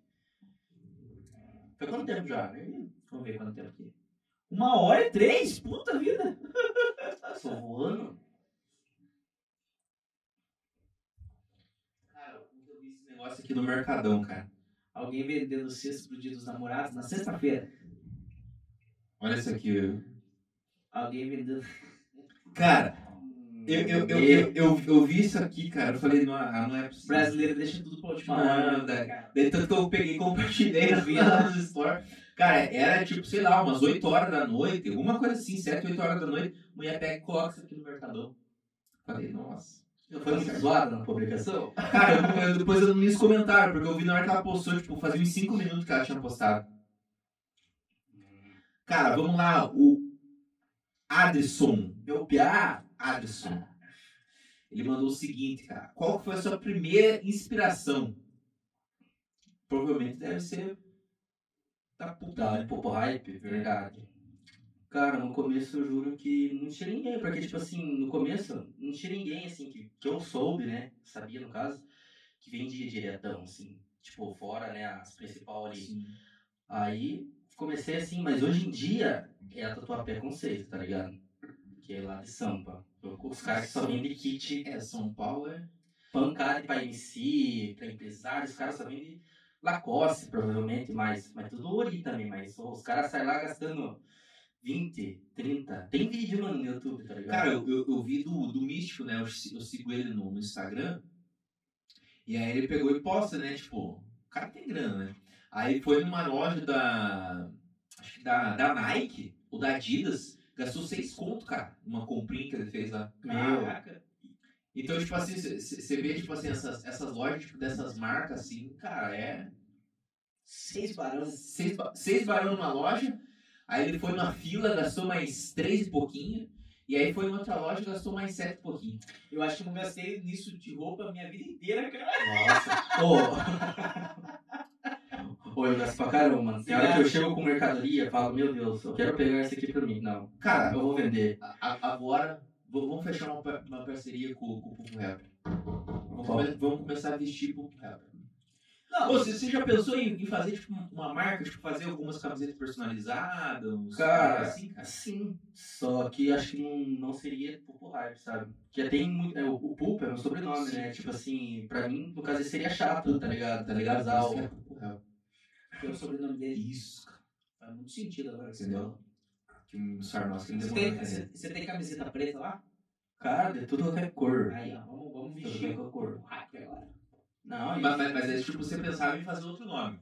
Foi quanto tempo já? né?
Vamos ver quanto tempo aqui. Uma hora e três? Puta vida!
tá
Só voando?
Cara, eu vi esse negócio aqui no Mercadão, cara.
Alguém vendendo cesta pro dia dos namorados na sexta-feira.
Olha isso aqui.
Alguém vendendo.
Cara, eu, eu, eu, eu, eu, eu vi isso aqui, cara. Eu falei, não, ah, não é possível.
Brasileiro deixa tudo pra última hora.
Não,
né, cara?
Daí tanto que eu peguei e compartilhei na minha lá nos stories. Cara, era tipo, sei lá, umas 8 horas da noite, alguma coisa assim, 7, 8 horas da noite, mulher pega e coloca isso aqui no Mercadão. Falei, nossa.
Foi muito zoado na publicação?
Cara, eu- eu- depois eu não li os comentários, porque eu vi na hora que ela postou, tipo, fazia uns 5 minutos que ela tinha postado. Cara, vamos lá, o Adson.
Meu piá.
Adson. Ele mandou o seguinte, cara. Qual que foi a sua primeira inspiração? Provavelmente deve ser
Tá puta, é pop hype, verdade. Cara, no começo eu juro que não tinha ninguém, porque, tipo assim, no começo não tinha ninguém, assim, que, que eu soube, né, sabia no caso, que vendia diretão, assim, tipo, fora, né, as principais ali. Aí comecei assim, mas hoje em dia é a Tatuapé Conceito, tá ligado? Que é lá de Sampa. Os caras que só vendem kit
é, São Paulo, é?
pancada pra MC, pra empresário, os caras só vendem Lacoste, provavelmente, mas, mas tudo Ori também, mas os caras saem lá gastando 20, 30. Tem vídeo, mano, no YouTube, tá ligado?
Cara, eu, eu, eu vi do, do Místico, né? Eu, si- eu sigo ele no, no Instagram. E aí ele pegou e posta, né? Tipo, o cara tem grana, né? Aí foi numa loja da. Acho que da, da Nike ou da Adidas. Gastou seis conto, cara, numa comprinha que ele fez lá.
Caraca.
Então, tipo assim, você vê, tipo assim, essas, essas lojas tipo, dessas marcas, assim, cara, é.
Seis barões.
Seis, ba- seis barão numa loja, aí ele foi numa fila, gastou mais três e pouquinho, e aí foi em outra loja, gastou mais sete e pouquinho.
Eu acho que eu não gastei nisso de roupa a minha vida inteira, cara.
Nossa. Ô. Ô, eu gasto pra caramba, mano. Tem hora que eu chego com mercadoria e falo, meu Deus, eu quero pegar isso aqui pra mim. Não,
Cara,
eu vou vender.
a- a- agora v- vamos fechar uma, par- uma parceria com, com o Pulpo Rapper. Vamos, come- vamos começar a vestir Pulpo Rapper.
Não,
Pô, você já pensou em, em fazer tipo, uma marca, tipo, fazer algumas camisetas personalizadas? uns-
Cara,
assim, cara.
Sim. Só que acho que não, não seria Pulpo Hype, sabe? Que tem muito. É, o, o Pulpo é meu sobrenome, né? Tipo assim, pra mim, no caso, seria chato, tá ligado? Tá ligado? Usar o-
Pulpo Rapper.
porque o sobrenome dele é isso, cara. Faz muito sentido agora que você
Entendeu?
falou.
Que um sarnoso que ele
Você
demorou
tem,
a entender.
você- você tem camiseta preta lá?
Cara, de tudo qualquer cor.
Aí, ó, vamos, vamos
Tudo
vestir
bem com a cor.
o hack agora.
Não,
Mas, mas, mas é tipo, você pensava em fazer outro nome.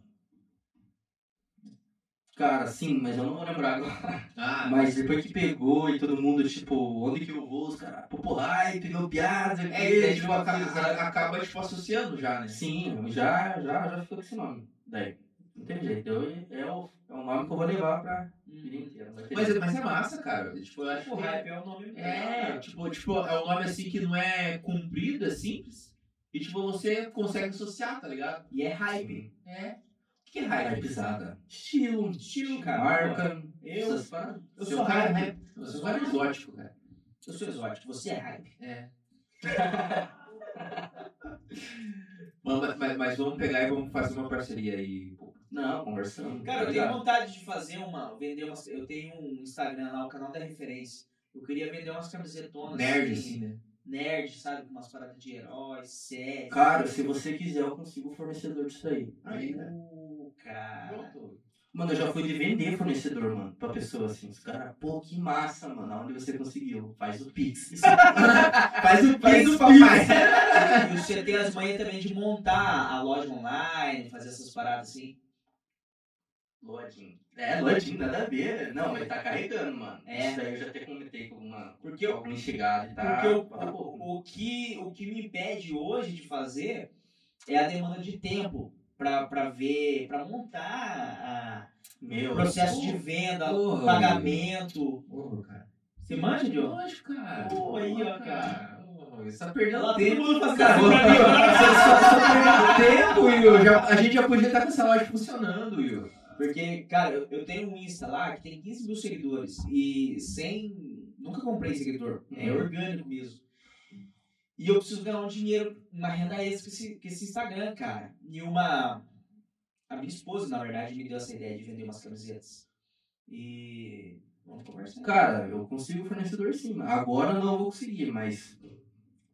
Cara, sim, mas eu não vou lembrar agora.
Ah,
[laughs] Mas depois que pegou e todo mundo, tipo, onde que eu vou, os caras, popo hype, no piada,
é, é, tipo, aca- a- acaba tipo, associando já, né?
Sim, eu já, já, já ficou com esse nome. Daí, não tem jeito, eu, é, o, é o nome que eu vou levar pra vida inteira. vai ter
Mas,
jeito.
é- mas é massa, cara. Tipo, eu acho
O
que
hype é o nome
É, tipo, tipo, é um nome assim que não é comprido, é simples. E tipo, você consegue associar, tá ligado?
E é hype.
Sim,
É. O que é
Hype,
hype?
pisada. Estilo,
Estilo, cara.
marca,
Eu,
essas paradas.
eu
Seu
sou
cara é
hype.
rap. Você é um cara exótico, cara.
Eu sou exótico, você é hype.
É. mas, mas, mas [laughs] vamos pegar e vamos fazer uma parceria aí. pô.
Não, conversando.
Cara, eu
tá
tenho
ligado?
vontade de fazer uma, vender umas, eu tenho um Instagram lá, o canal da referência. Eu queria vender umas camisetonas.
Nerd,
assim,
assim, né?
Nerd, sabe? Com umas paradas de heróis, séries.
Cara, se você quiser, eu consigo o fornecedor disso aí.
Aí, né?
Uh,
Ah.
cara.
Mano, eu já fui de vender fornecedor, mano, pra pessoa assim. Os caras, pô, que massa, mano. Aonde você conseguiu? Faz
[laughs]
o Pix.
Faz o
Faz
piso,
o
papai.
E você tem as manhas também de montar a loja online, fazer essas paradas assim.
Lodin. É, Lodin, nada a ver. Não, mas tá carregando, mano.
É.
Isso daí eu já até comentei com uma.
Porque eu-
com algum chegado e tal.
Porque o,
Fala, pô,
o, o que, o que me impede hoje de fazer é a demanda de tempo pra, pra ver, pra montar a,
Meu.
o processo de
pô,
venda,
Porra,
pagamento.
Porra, cara.
Você manja, Diogo?
Lógico, cara.
Pô, aí, ó, cara.
Pô, Você tá
Olha
perdendo
lá, todo
tempo.
mundo fazendo
Cara,
assim pra
[laughs]
mim, olha lá.
só, só, só tá perdendo tempo, Will. Já- a gente já podia estar com essa loja funcionando, Will.
Porque, cara, eu, eu tenho um Insta lá que tem 15 mil seguidores e sem. Nunca comprei seguidor, é
Uhum.
orgânico mesmo. E eu preciso ganhar um dinheiro, uma renda extra com esse, com esse Instagram, cara. E uma. A minha esposa, na verdade, me deu essa ideia de vender umas camisetas. E. Vamos conversar.
Cara, eu consigo fornecedor sim, mano. Agora não vou conseguir, mas.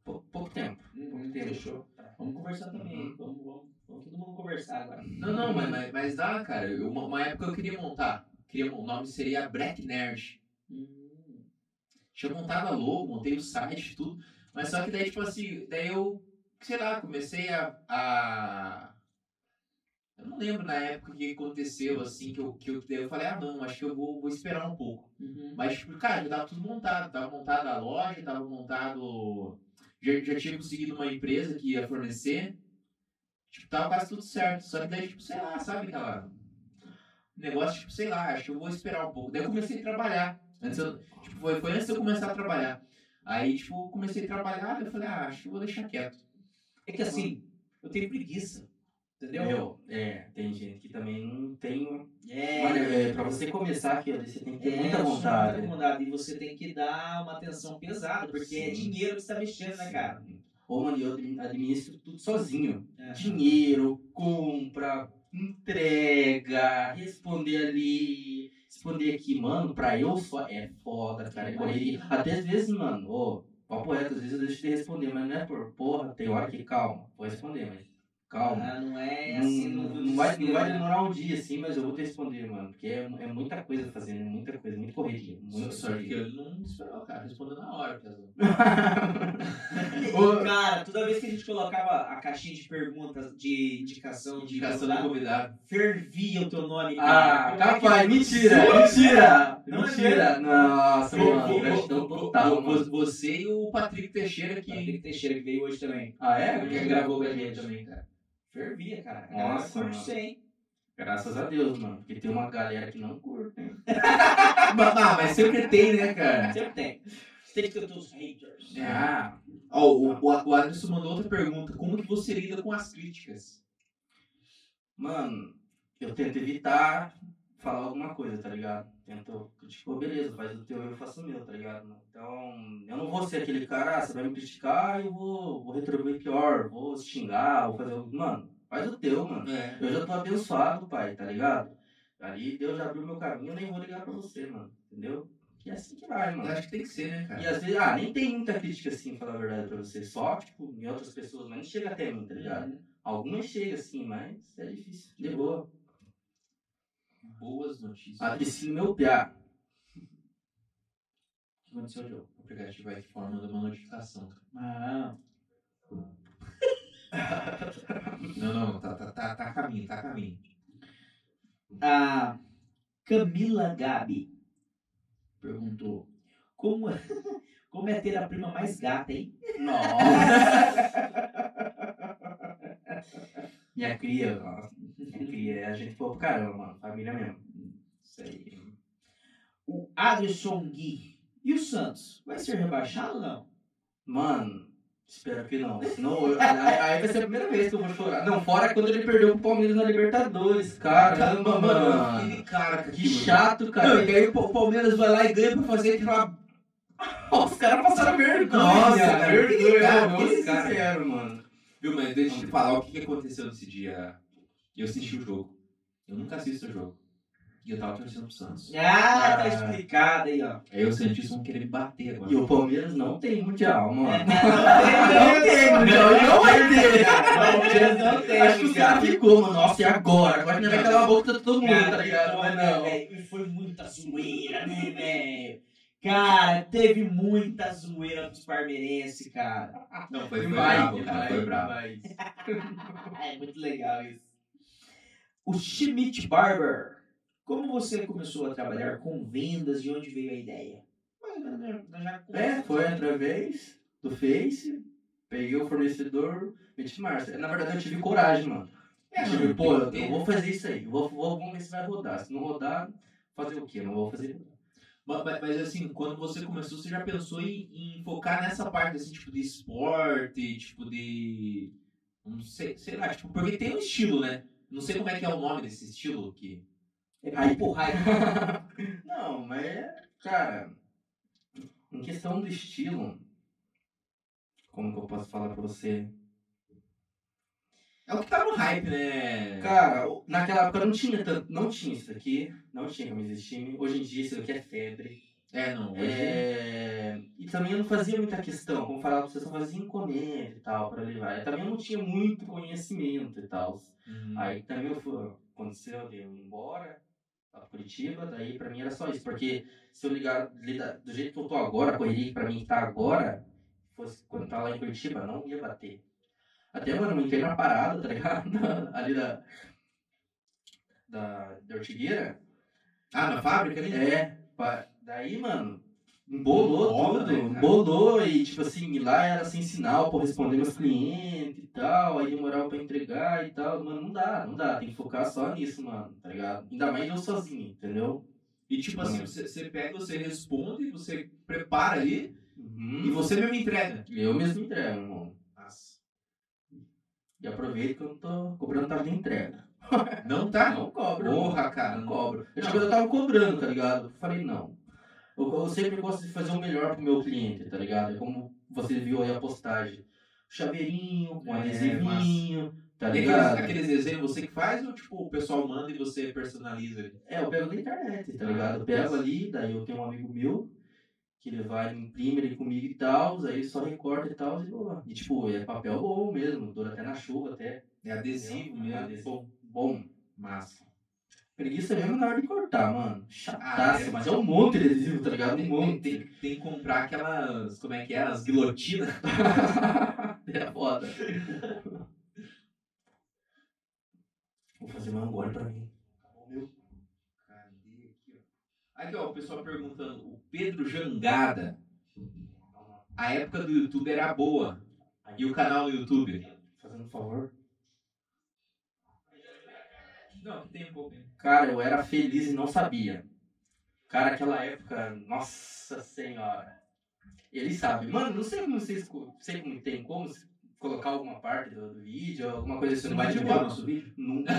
pou- pouco tempo.
Hum, fechou. Tá, Vamos conversar também.
Uhum.
Vamos, vamos, vamos todo mundo conversar agora.
Não, não, mas, mas, mas dá, cara. Eu- uma, uma época eu queria montar. Queria, o nome seria Black Nerd.
Uhum.
Hum.
Tinha montado a logo, montei o site, tudo. Mas só que daí, tipo assim, daí eu, sei lá, comecei a. a- Eu não lembro na época o que aconteceu, assim, que eu, que eu, daí eu falei, ah, não, acho que eu vou, vou esperar um pouco.
Uhum.
Mas, tipo, cara, já tava tudo montado. Tava montada a loja, tava montado. Já, já tinha conseguido uma empresa que ia fornecer. Tipo, tava quase tudo certo. Só que daí, tipo, sei lá, sabe aquela. Negócio, tipo, sei lá, acho que eu vou esperar um pouco. Daí eu comecei a trabalhar. Antes eu- tipo, foi, foi antes de eu começar a trabalhar. Aí, tipo, eu comecei a trabalhar, eu falei, ah, acho que eu vou deixar quieto.
É que assim, eu tenho preguiça. Entendeu?
Meu, é, tem gente que também não tem.
É.
Olha, é, pra você começar aqui, ó, você tem que ter
É,
muita
isso é
vontade.
Muita vontade. E você tem que dar uma atenção pesada, porque é
Sim.
dinheiro que você tá mexendo, né, cara?
Ô, mano, eu admi- administro tudo sozinho.
É.
dinheiro, compra, entrega, responder ali, responder aqui, mano, pra eu só é foda, cara, é correria. Até às vezes, mano, ô, papo reto, às vezes eu deixo de responder, mas não é por porra, tem hora que calma, vou responder, mas Calma.
Ah, não é
Não,
assim,
não,
vou
vai, não
desesperar.
vai demorar um dia, assim, mas eu vou te responder, mano. Porque é, é muita coisa fazendo, é muita coisa, muita correria.
Só
Muita
sorte que
[laughs] correria.
ele não esperou, cara. Respondeu na hora, cara.
Ô,
né? Cara, toda vez que a gente colocava a caixinha de perguntas, de indicação, de
indicação do
convidado,
convidado.
fervia o teu nome, cara.
Ah, capaz, mentira, mentira,
Não é
mentira. Nossa,
Vou-
mano,
vou-
gratidão
vou-
total,
vou-
mano.
Você e o Patrick Teixeira que
Aquele Teixeira que veio hoje também.
Ah, é?
Porque
Porque
gravou
gravou
com
pra
a gente
gente também.
também, cara. Fervia, cara. A
Nossa,
galera curte
mano.
isso aí, hein?
Graças a Deus, mano. Porque tem uma galera que não curte, hein?
Mas, ah, mas- mas sempre tem, né, cara?
Sempre tem. Sempre tem os haters.
É.
Ah. Ó, o, o, o Anderson mandou outra pergunta. Como que você lida com as críticas?
Mano, eu tento evitar falar alguma coisa, tá ligado? Tento, tipo, beleza, faz o teu, eu faço o meu, tá ligado? Então, eu não vou ser aquele cara, ah, você vai me criticar, eu vou, vou retribuir pior, vou xingar, vou fazer. algo- Mano, faz o teu, mano.
É.
Eu já tô abençoado, pai, tá ligado? Ali Deus já abriu meu caminho, eu nem vou ligar pra você, mano, entendeu? E é assim que vai, mano.
Acho que tem que ser, né, cara?
E às vezes, ah, nem tem muita crítica assim, falar a verdade pra você. Só, tipo, em outras pessoas, mas não chega até mim, tá ligado? Algumas chegam assim, mas é difícil. De boa.
Boas notícias.
A Priscila, meu [laughs] piá.
O que aconteceu, João? O aplicativo vai forma mandou uma notificação.
Ah,
Não, não, tá, tá, tá, tá a caminho, tá a caminho.
a Camila Gabi perguntou: Como, [laughs] como é ter a prima mais gata, hein?
Nossa! Minha cria, nossa. Minha cria. é A gente ficou pro caramba, mano. Família mesmo.
Isso aí. O Adson Gui. E o Santos? Vai ser rebaixado ou não?
Mano, espero que [laughs] não. Senão, eu- aí, aí vai ser a primeira vez que eu vou chorar. Não, fora quando ele perdeu pro Palmeiras na Libertadores. Caramba, mano.
aquele cara que,
Que chato, cara.
e aí o Pa- o Palmeiras vai lá e ganha pra fazer aquela.
[laughs] Os caras passaram vergonha.
Nossa,
cara.
vergonha,
Obrigado,
vamos,
eles
cara.
fizeram, mano.
Viu, mas deixa eu te falar o que que aconteceu nesse dia. Eu assisti o jogo. Eu nunca assisto o jogo. E eu tava torcendo pro Santos.
Ah,
tá
explicado aí, ó.
Aí o Santos vão querer me bater agora.
E o Palmeiras não tem mundial, mano.
É, Não tem,
Não, não vai ter.
Palmeiras não tem.
Acho que os
cara.
caras ficou, mano. Nossa, e agora? Agora não vai calar a boca de todo mundo,
Cara,
tá ligado? Mas
olha,
não.
velho, E foi muita zoeira, né, velho? Cara, teve muita zoeira dos parmeirenses, cara.
Não, foi, foi
Vai,
brabo, cara,
vai,
foi brabo.
vai.
É muito legal isso. O Schmidt Barber. Como você começou a trabalhar com vendas? De onde veio a ideia?
É, foi através do Face. Peguei o fornecedor, meti marcha. Na verdade, eu tive coragem, mano.
É,
Eu
não,
tive, pô, eu,
tem-
eu vou fazer isso aí. Eu vou, vou, vamos ver se vai rodar. Se não rodar, fazer o quê? Não vou fazer [laughs]
Ma- ma- Mas, assim, quando você começou, você já pensou em, em focar nessa parte, assim, tipo, de esporte, tipo, de... Não sei, sei lá, tipo, porque tem um estilo, né? Não sei como é que é o nome desse estilo que...
É pra empurrar.
Não, mas, é, cara, em questão do estilo, como que eu posso falar pra você?
É o que tá no hype, né?
Cara, o- naquela época não tinha tanto, não tinha isso aqui, não tinha camisa de time. Hoje em dia isso aqui é febre.
É, não, hoje...
É, E também eu não fazia muita questão, como falava pra vocês, eu fazia encomenda e tal, pra levar. Eu também não tinha muito conhecimento e tal.
Hum,
Aí também eu fui, aconteceu de eu ir embora pra Curitiba, daí pra mim era só isso, porque se eu ligar, lidar do jeito que eu tô agora, a correria que pra mim tá agora, fosse quando tá lá em Curitiba, não ia bater. Até, mano, eu entrei na parada, tá ligado? [laughs] Ali da. Da, da ortigueira.
Ah, na fábrica ali?
É, pa- daí, mano, embolou
Embola,
tudo,
né, cara?
Uhum. embolou e, tipo assim, lá era sem sinal pra eu responder meus clientes e tal, aí demorava pra entregar e tal, mano, não dá, não dá, tem que focar só nisso, mano, tá ligado? Ainda mais eu sozinho, entendeu?
E, tipo assim, você, você pega, você responde, você prepara ali e
Uhum.
você mesmo entrega.
Eu mesmo entrego, irmão.
Nossa.
E aproveito que eu não tô cobrando taxa de entrega.
Não tá?
Não cobro.
Porra, cara.
não
não-
cobro. Eu, tipo, eu tava cobrando, tá ligado? Eu falei, não. Eu, eu sempre gosto de fazer o melhor pro meu cliente, tá ligado? É como você viu aí a postagem. Chaveirinho, um
É,
adesivinho, tá
Aqueles,
ligado?
aqueles desenhos você que faz ou, tipo, o pessoal manda e você personaliza ali?
É, eu pego na internet, tá
Ah,
ligado? Eu pego ali, daí eu tenho um amigo meu, que ele vai, ele imprime ele comigo e tal, aí ele só recorta e tal, e boa. E tipo, é papel bom mesmo, dura até na chuva, até.
É adesivo
Entendeu?
mesmo.
É adesivo. Bom.
Massa.
Preguiça mesmo na hora de cortar, mano.
Ah,
Chataça,
é.
mas é um monte de adesivo, tá ligado? Um
Tem-
monte.
Tem, tem, tem que comprar aquelas. Como é que é? As guilhotinas.
[laughs] é foda. Vou fazer mais um gole pra mim. Meu.
Cadê aqui, ó? Aqui, ó, o pessoal perguntando. O Pedro Jangada. A época do YouTube era boa. E o canal no YouTube?
Fazendo um favor.
Não, aqui tem um pouco ainda.
Cara, eu era feliz e não sabia. Cara, aquela época, nossa senhora. Ele sabe. Mano, não sei como vocês. co- Sei como tem como se colocar alguma parte do, do vídeo, alguma coisa assim.
Você não
no
vai
vídeo.
divulgar o nosso vídeo?
Nunca,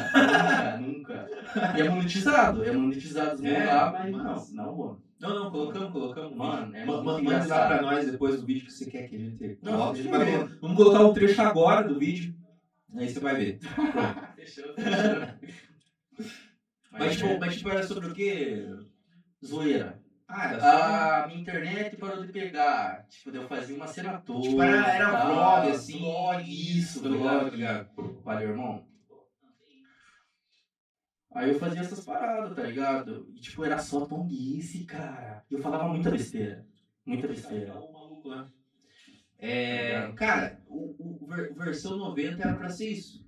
nunca, [laughs] nunca. E é monetizado, é monetizado. Vamos
É,
lá, mas
mas-
não, não, mano.
Não, não, colocamos, colocamos.
Mano, é
Ma-
muito
ma- manda lá
engraçado.
pra nós depois o vídeo que você quer que a gente
Não,
coloque. A gente vai
fechou.
ver. Vamos colocar um trecho agora do vídeo. Aí você vai ver.
Fechou, [laughs] fechou.
Mas, tipo, mas tipo, era sobre o quê?
zoeira.
Ah, era só-
Ah, minha internet parou de pegar. Tipo, daí eu fazia uma cena toda.
Tipo, era, era
tá?
vlog, assim.
Vlog, isso,
tá ligado?
vlog.
Tá ligado?
Valeu, irmão. Aí eu fazia essas paradas, tá ligado? E, tipo, era só tonguice, cara. E eu falava muita besteira. Muita besteira. Tá
É,
ligado?
cara, o, o ver- versão 90 era pra ser isso.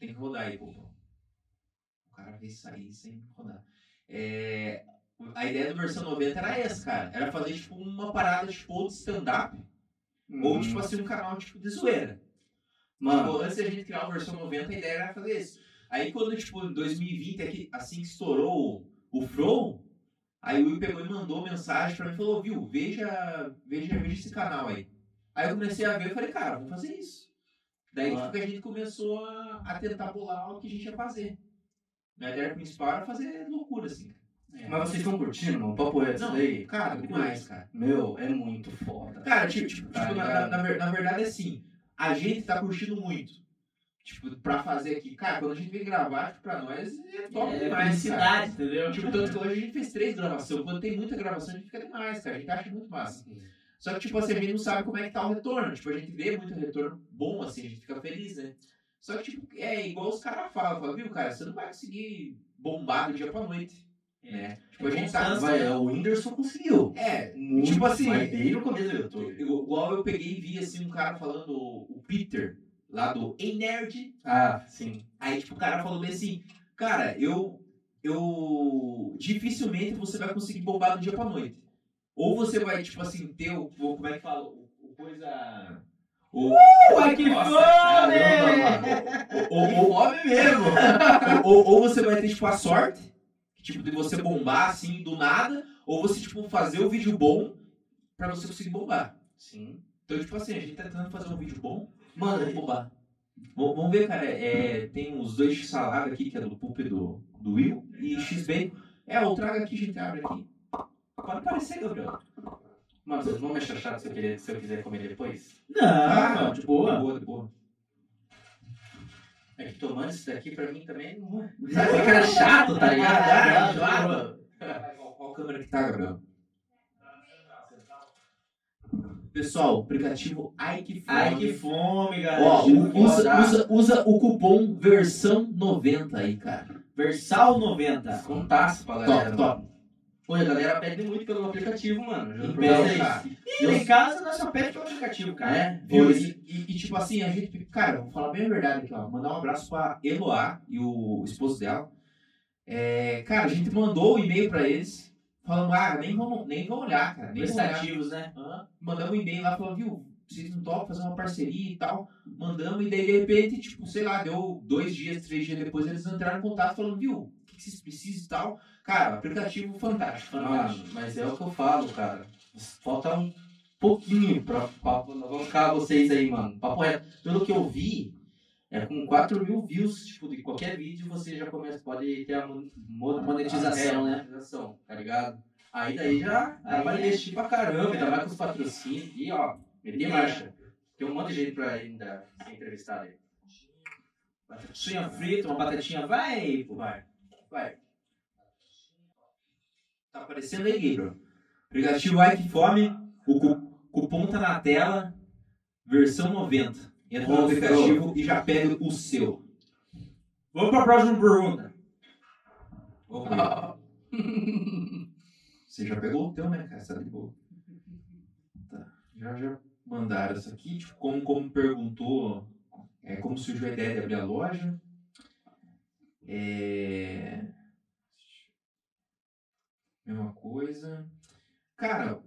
Tem que rodar aí, pô. O cara fez sair sem rodar. É, a ideia do versão 90 era essa, cara. Era fazer, tipo, uma parada, tipo, ou de stand-up, ou, tipo, assim, um canal, tipo, de zoeira.
Hum, Mano,
Tipo, antes da gente criar a versão 90, a ideia era fazer isso. Aí quando, tipo, em 2020, aqui, assim que estourou o Flow, aí o Will pegou e mandou mensagem pra mim e falou, viu, veja, veja, veja esse canal aí. Aí eu comecei a ver e falei, cara, vamos fazer isso. Daí
Ah.
tipo, que a gente começou a, a tentar bolar o que a gente ia fazer. Minha ideia principal era fazer loucura, assim. É.
mas vocês estão curtindo, mano? Papo é isso
Não,
daí?
cara, demais, cara.
Meu, é muito foda.
Cara, tipo, tipo,
Tá
tipo, na,
ligado?
na- na ver- na verdade, assim, a gente tá curtindo muito. Tipo, pra fazer aqui. Cara, quando a gente vem gravar, tipo, pra nós é top
É
demais, cara.
felicidade, entendeu? [laughs]
Tipo, tanto que hoje a gente fez três gravações. Quando tem muita gravação, a gente fica demais, cara. A gente acha muito massa. Só que, tipo, assim, a gente não sabe como é que tá o retorno. Tipo, a gente vê muito retorno bom, assim, a gente fica feliz, né? Só que, tipo, é igual os caras falam, falam, viu, cara, você não vai conseguir bombar do dia pra noite, né? Tipo, a gente tá...
É. Constância.
Vai, é, o Whindersson conseguiu.
É,
Muito
Tipo assim,
mas desde o começo do YouTube.
Eu- Igual eu peguei e vi assim um cara falando, o o Peter, lá do Ei Nerd.
Ah, sim.
Aí, tipo, o cara falou bem assim, cara, eu. Eu. Dificilmente você vai conseguir bombar do dia pra noite. Ou você vai, tipo assim, ter o. o- Como é que fala? O, o coisa. O,
Ai, que
Nossa,
fome!
ou, ou,
homem mesmo.
[laughs] ou, ou você vai ter, tipo, a sorte, tipo, de você bombar assim do nada, ou você, tipo, fazer o vídeo bom pra você conseguir bombar.
Sim.
Então, tipo assim, a gente tá tentando fazer um vídeo bom.
Mano,
Vamos bombar. Vamos, vamos ver, cara. É, tem uns dois de salada aqui, que é do Pup e do, do Will, e X bacon. É, eu trago aqui, a gente abre aqui. Pode aparecer, Gabriel.
mano, vocês vão me achar chato se eu, querer, se eu quiser comer depois?
Ah, Não, tipo, de boa.
Ah, boa, de boa.
É que tomando isso daqui pra mim também não é. Sabe que era chato, tá ligado? Era chato.
Qual, qual câmera que tá, Gabriel? Pessoal, o aplicativo Ai que fome.
Ai, que fome, galera. Tipo, tá,
Ó,
Tiro
u- usa,
fora.
usa, usa o cupom versão 90 aí, cara.
Versal 90.
Contasse pra galera.
Top, top.
mano. Pô, e a galera pede muito pelo aplicativo, mano. Juro pra
Pede,
vocês.
cara.
E em casa, nós só pede pelo aplicativo, cara.
Né?
Viu? E, e- e, tipo assim, a gente. Cara, vou falar bem a verdade aqui, ó. Mandar um abraço pra Eloá e o esposo dela. É, cara, a gente mandou o e-mail pra eles, falando, ah, nem vão, nem vão olhar, cara. Nem vão olhar.
É, Prestativos, né?
Hã? Mandamos um e-mail lá, falando, viu, vocês não topam fazer uma parceria e tal. Mandamos, e daí de repente, tipo, sei lá, deu dois dias, três dias depois, eles entraram em contato falando, viu, o que, que vocês precisam e tal. Cara, aplicativo fantástico, fantástico.
Mano, mas é o que eu falo, cara. Falta um pouquinho pra, pra alavancar vocês aí, mano. Papo reto. Pelo que eu vi, é com 4 mil views, tipo, de qualquer vídeo você já começa, pode ter a mon- mo-
A monetização,
é,
né?
monetização, tá ligado? Aí daí já dá
Aí
pra
é.
investir pra caramba,
É.
ainda mais com os patrocínios e ó, meter
É.
marcha. Tem um monte de gente pra ainda ser entrevistado aí.
Batatinha frita, uma batatinha. Vai, pô, vai.
Vai.
Tá aparecendo aí, Gabriel. Aplicativo Ai Que Fome, o cu- cupom tá na tela, versão 90. Entra no
Monstro.
aplicativo e já pega o seu.
Vamos para a próxima pergunta.
Vamos ver. Você já pegou o teu, né, cara? Você tá de boa. Tá. Já, já mandaram essa aqui. Tipo, como, como perguntou, é, como surgiu a ideia de abrir a loja. É... Mesma coisa. Cara, o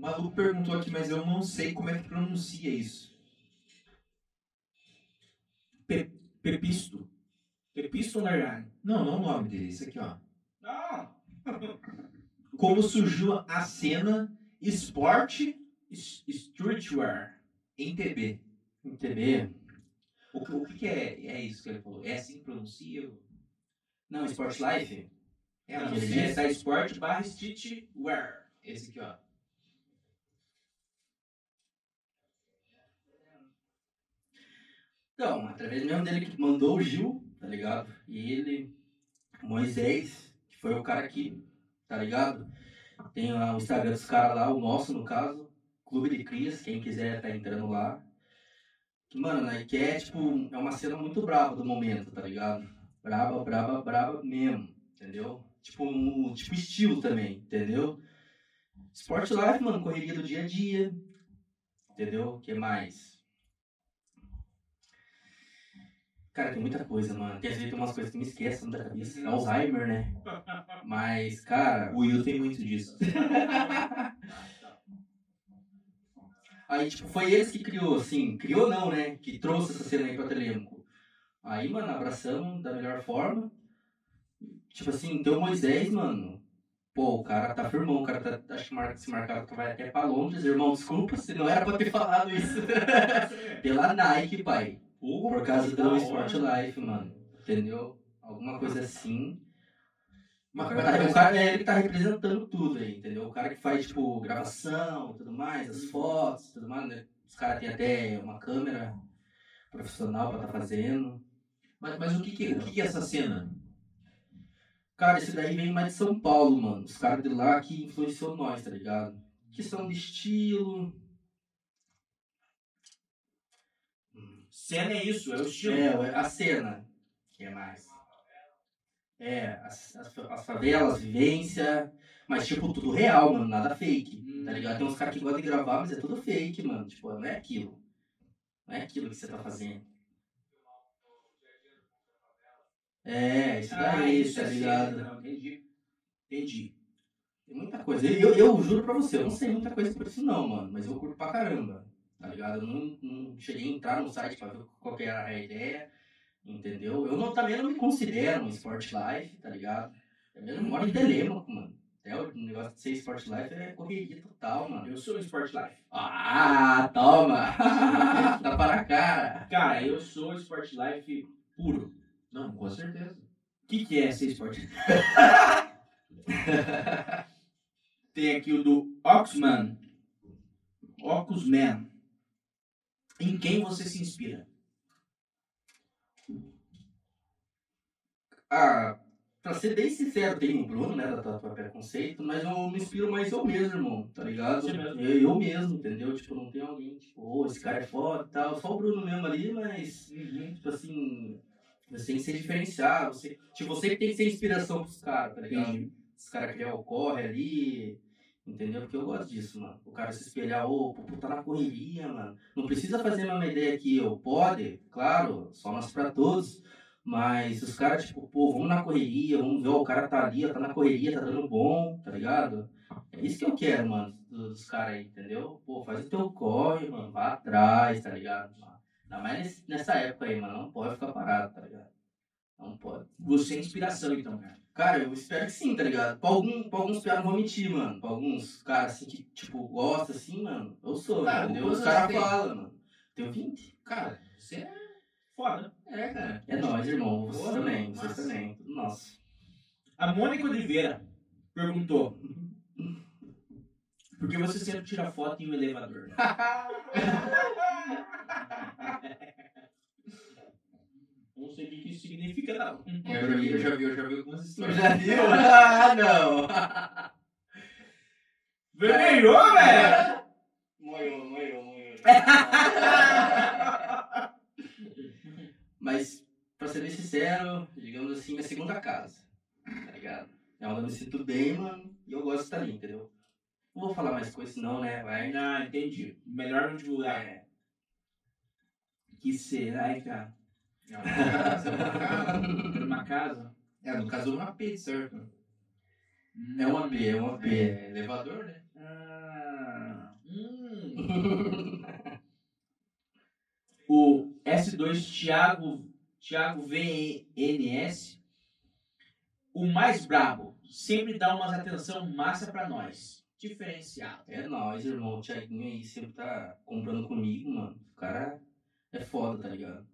maluco perguntou aqui, mas eu não sei como é que pronuncia isso.
Pepisto. Pepisto Lerani.
Não, não o nome dele. Isso aqui, ó.
Ah!
Como surgiu a cena esporte
s- Streetwear.
em TB.
Em TB?
O que, o que que é, é isso que ele falou? É assim que pronuncia?
Não, Sport Life?
É,
Não,
não,
ele
sim,
é,
disse-
tá esporte barra streetwear.
esse aqui, ó.
Então, através mesmo dele que mandou o Gil, tá ligado? E ele, Moisés, que foi o cara que, tá ligado? Tem lá o Instagram dos caras lá, o nosso no caso, Clube de Crias, quem quiser tá entrando lá. Que, mano, né, que é tipo, é uma cena muito braba do momento, tá ligado? Braba, braba, braba mesmo, entendeu? Tipo, um, tipo estilo também, entendeu? Sport Life, mano, correria do dia a dia, entendeu? O que mais? Cara, tem muita coisa, mano. Tem às vezes tem umas coisas que me esquecem da cabeça. É Alzheimer, né? Mas, cara.
O Will tem muito disso.
[laughs] Aí, tipo, foi eles que criou, assim. Criou não, né? Que trouxe essa cena aí pra Telemco. Aí, mano, abraçamos da melhor forma. Tipo assim, então Moisés, mano. Pô, o cara tá firmão, o cara tá. Acho que mar- se marcado que vai até pra Londres, irmão. Desculpa, se não era pra ter falado
[laughs]
isso. Pela Nike, pai. Por causa do Sport Life, mano. Entendeu? Alguma coisa assim.
Mas,
O cara- o cara é ele que tá representando tudo aí, entendeu? O cara que faz, tipo, gravação e tudo mais, as fotos e tudo mais, né? Os caras têm até uma câmera profissional pra tá fazendo.
mas, mas o, que que, o que que é essa cena?
Cara, isso daí vem mais de São Paulo, mano. Os caras de lá que influenciou nós, tá ligado? Questão de estilo.
Cena é isso, é o estilo.
É, ué, a cena. O que mais? É, as, as, fa- as favelas, vivência. Mas, tipo, tudo real, mano. Nada fake.
Hum.
Tá ligado? Tem uns caras que gostam de gravar, mas é tudo fake, mano. Tipo, não é aquilo. Não é aquilo que você tá fazendo. É, isso daí,
isso
tá
é
ligado?
cena, não, Entendi. Entendi.
Tem muita coisa. Eu, eu juro pra você, eu não sei muita coisa por isso não, mano. Mas eu curto pra caramba, tá ligado? Eu não, não cheguei a entrar no site pra ver qual que era a ideia, entendeu? Eu não, também não me considero um Sport Life, tá ligado? Eu não moro em Telemaco, mano. Até o negócio de ser Sport Life é correria total, mano.
Eu sou o Sport Life.
Ah, toma! [laughs] tá para a cara.
Cara, eu sou o Sport Life puro.
Não, com certeza.
O que, que é ser Sport Life? [laughs] Tem aqui o do Oxman. Oxman. Em quem você se inspira?
Ah, pra ser bem sincero, tem o Bruno, né, da Tatuapé Conceito, mas eu me inspiro mais eu mesmo, irmão, tá ligado?
Você mesmo.
Eu, eu mesmo, entendeu? Tipo, não tem alguém, tipo, ô, esse cara é foda e tal. Só o Bruno mesmo ali, mas, tipo assim, você tem que ser diferenciado. Você, tipo, você que tem que ser inspiração pros caras, tá ligado?
Entendi.
Os caras criar o corre ali, entendeu? Porque eu gosto disso, mano. O cara se espelhar, ô, o Pupu tá na correria, mano. Não precisa fazer a mesma ideia que eu. Pode, claro, só nós pra todos. Mas os caras, tipo, pô, vamos na correria, vamos ver, ó, o cara tá ali, ó, tá na correria, tá dando bom, tá ligado? É isso que eu quero, mano, do- dos caras aí, entendeu? Pô, faz o teu corre, mano, vá atrás, tá ligado? Ainda mais nesse- nessa época aí, mano, não pode ficar parado, tá ligado? Não pode.
Você é inspiração, então, cara.
Cara, eu espero que sim, tá ligado? Pra, algum, pra alguns caras não vou mentir, mano. Pra alguns caras assim que, tipo, gostam assim, mano, eu sou,
Cara,
entendeu?
quantos
Os caras
tem?
falam, mano. Tenho 20.
Cara, você é.
Foda. né?
É, cara.
É nóis, irmão. Vocês
Boa,
também,
mano.
vocês
Massa.
também. Tudo nosso.
A Mônica Oliveira perguntou. Por que você sempre tira foto em um elevador? [laughs] Não sei o que que isso significa, não.
Eu já vi, eu já vi, eu já vi algumas
Tu
histórias.
já viu? [laughs] ah, não.
É. Vermelhou, velho!
Moiou, moiou, moiou. [laughs] Mas, pra ser bem sincero, digamos assim, minha segunda casa. Tá ligado? É onde eu me sinto bem, mano, e eu gosto de estar ali, entendeu? Não vou falar mais coisa, não, né? Vai.
Ah, entendi. Melhor não divulgar.
É.
Que será, hein, cara?
É uma casa, [laughs] é uma casa.
Era uma casa?
É, no caso, uma P de surf. né?
É uma P, é uma P.
É elevador, né?
Ah, hum. [laughs] o S2 Thiago, Thiago VNS, o mais brabo, sempre dá umas atenção massa pra nós. Diferenciado.
É nóis, irmão. O Thiaguinho aí sempre tá comprando comigo, mano. O cara é foda, tá ligado?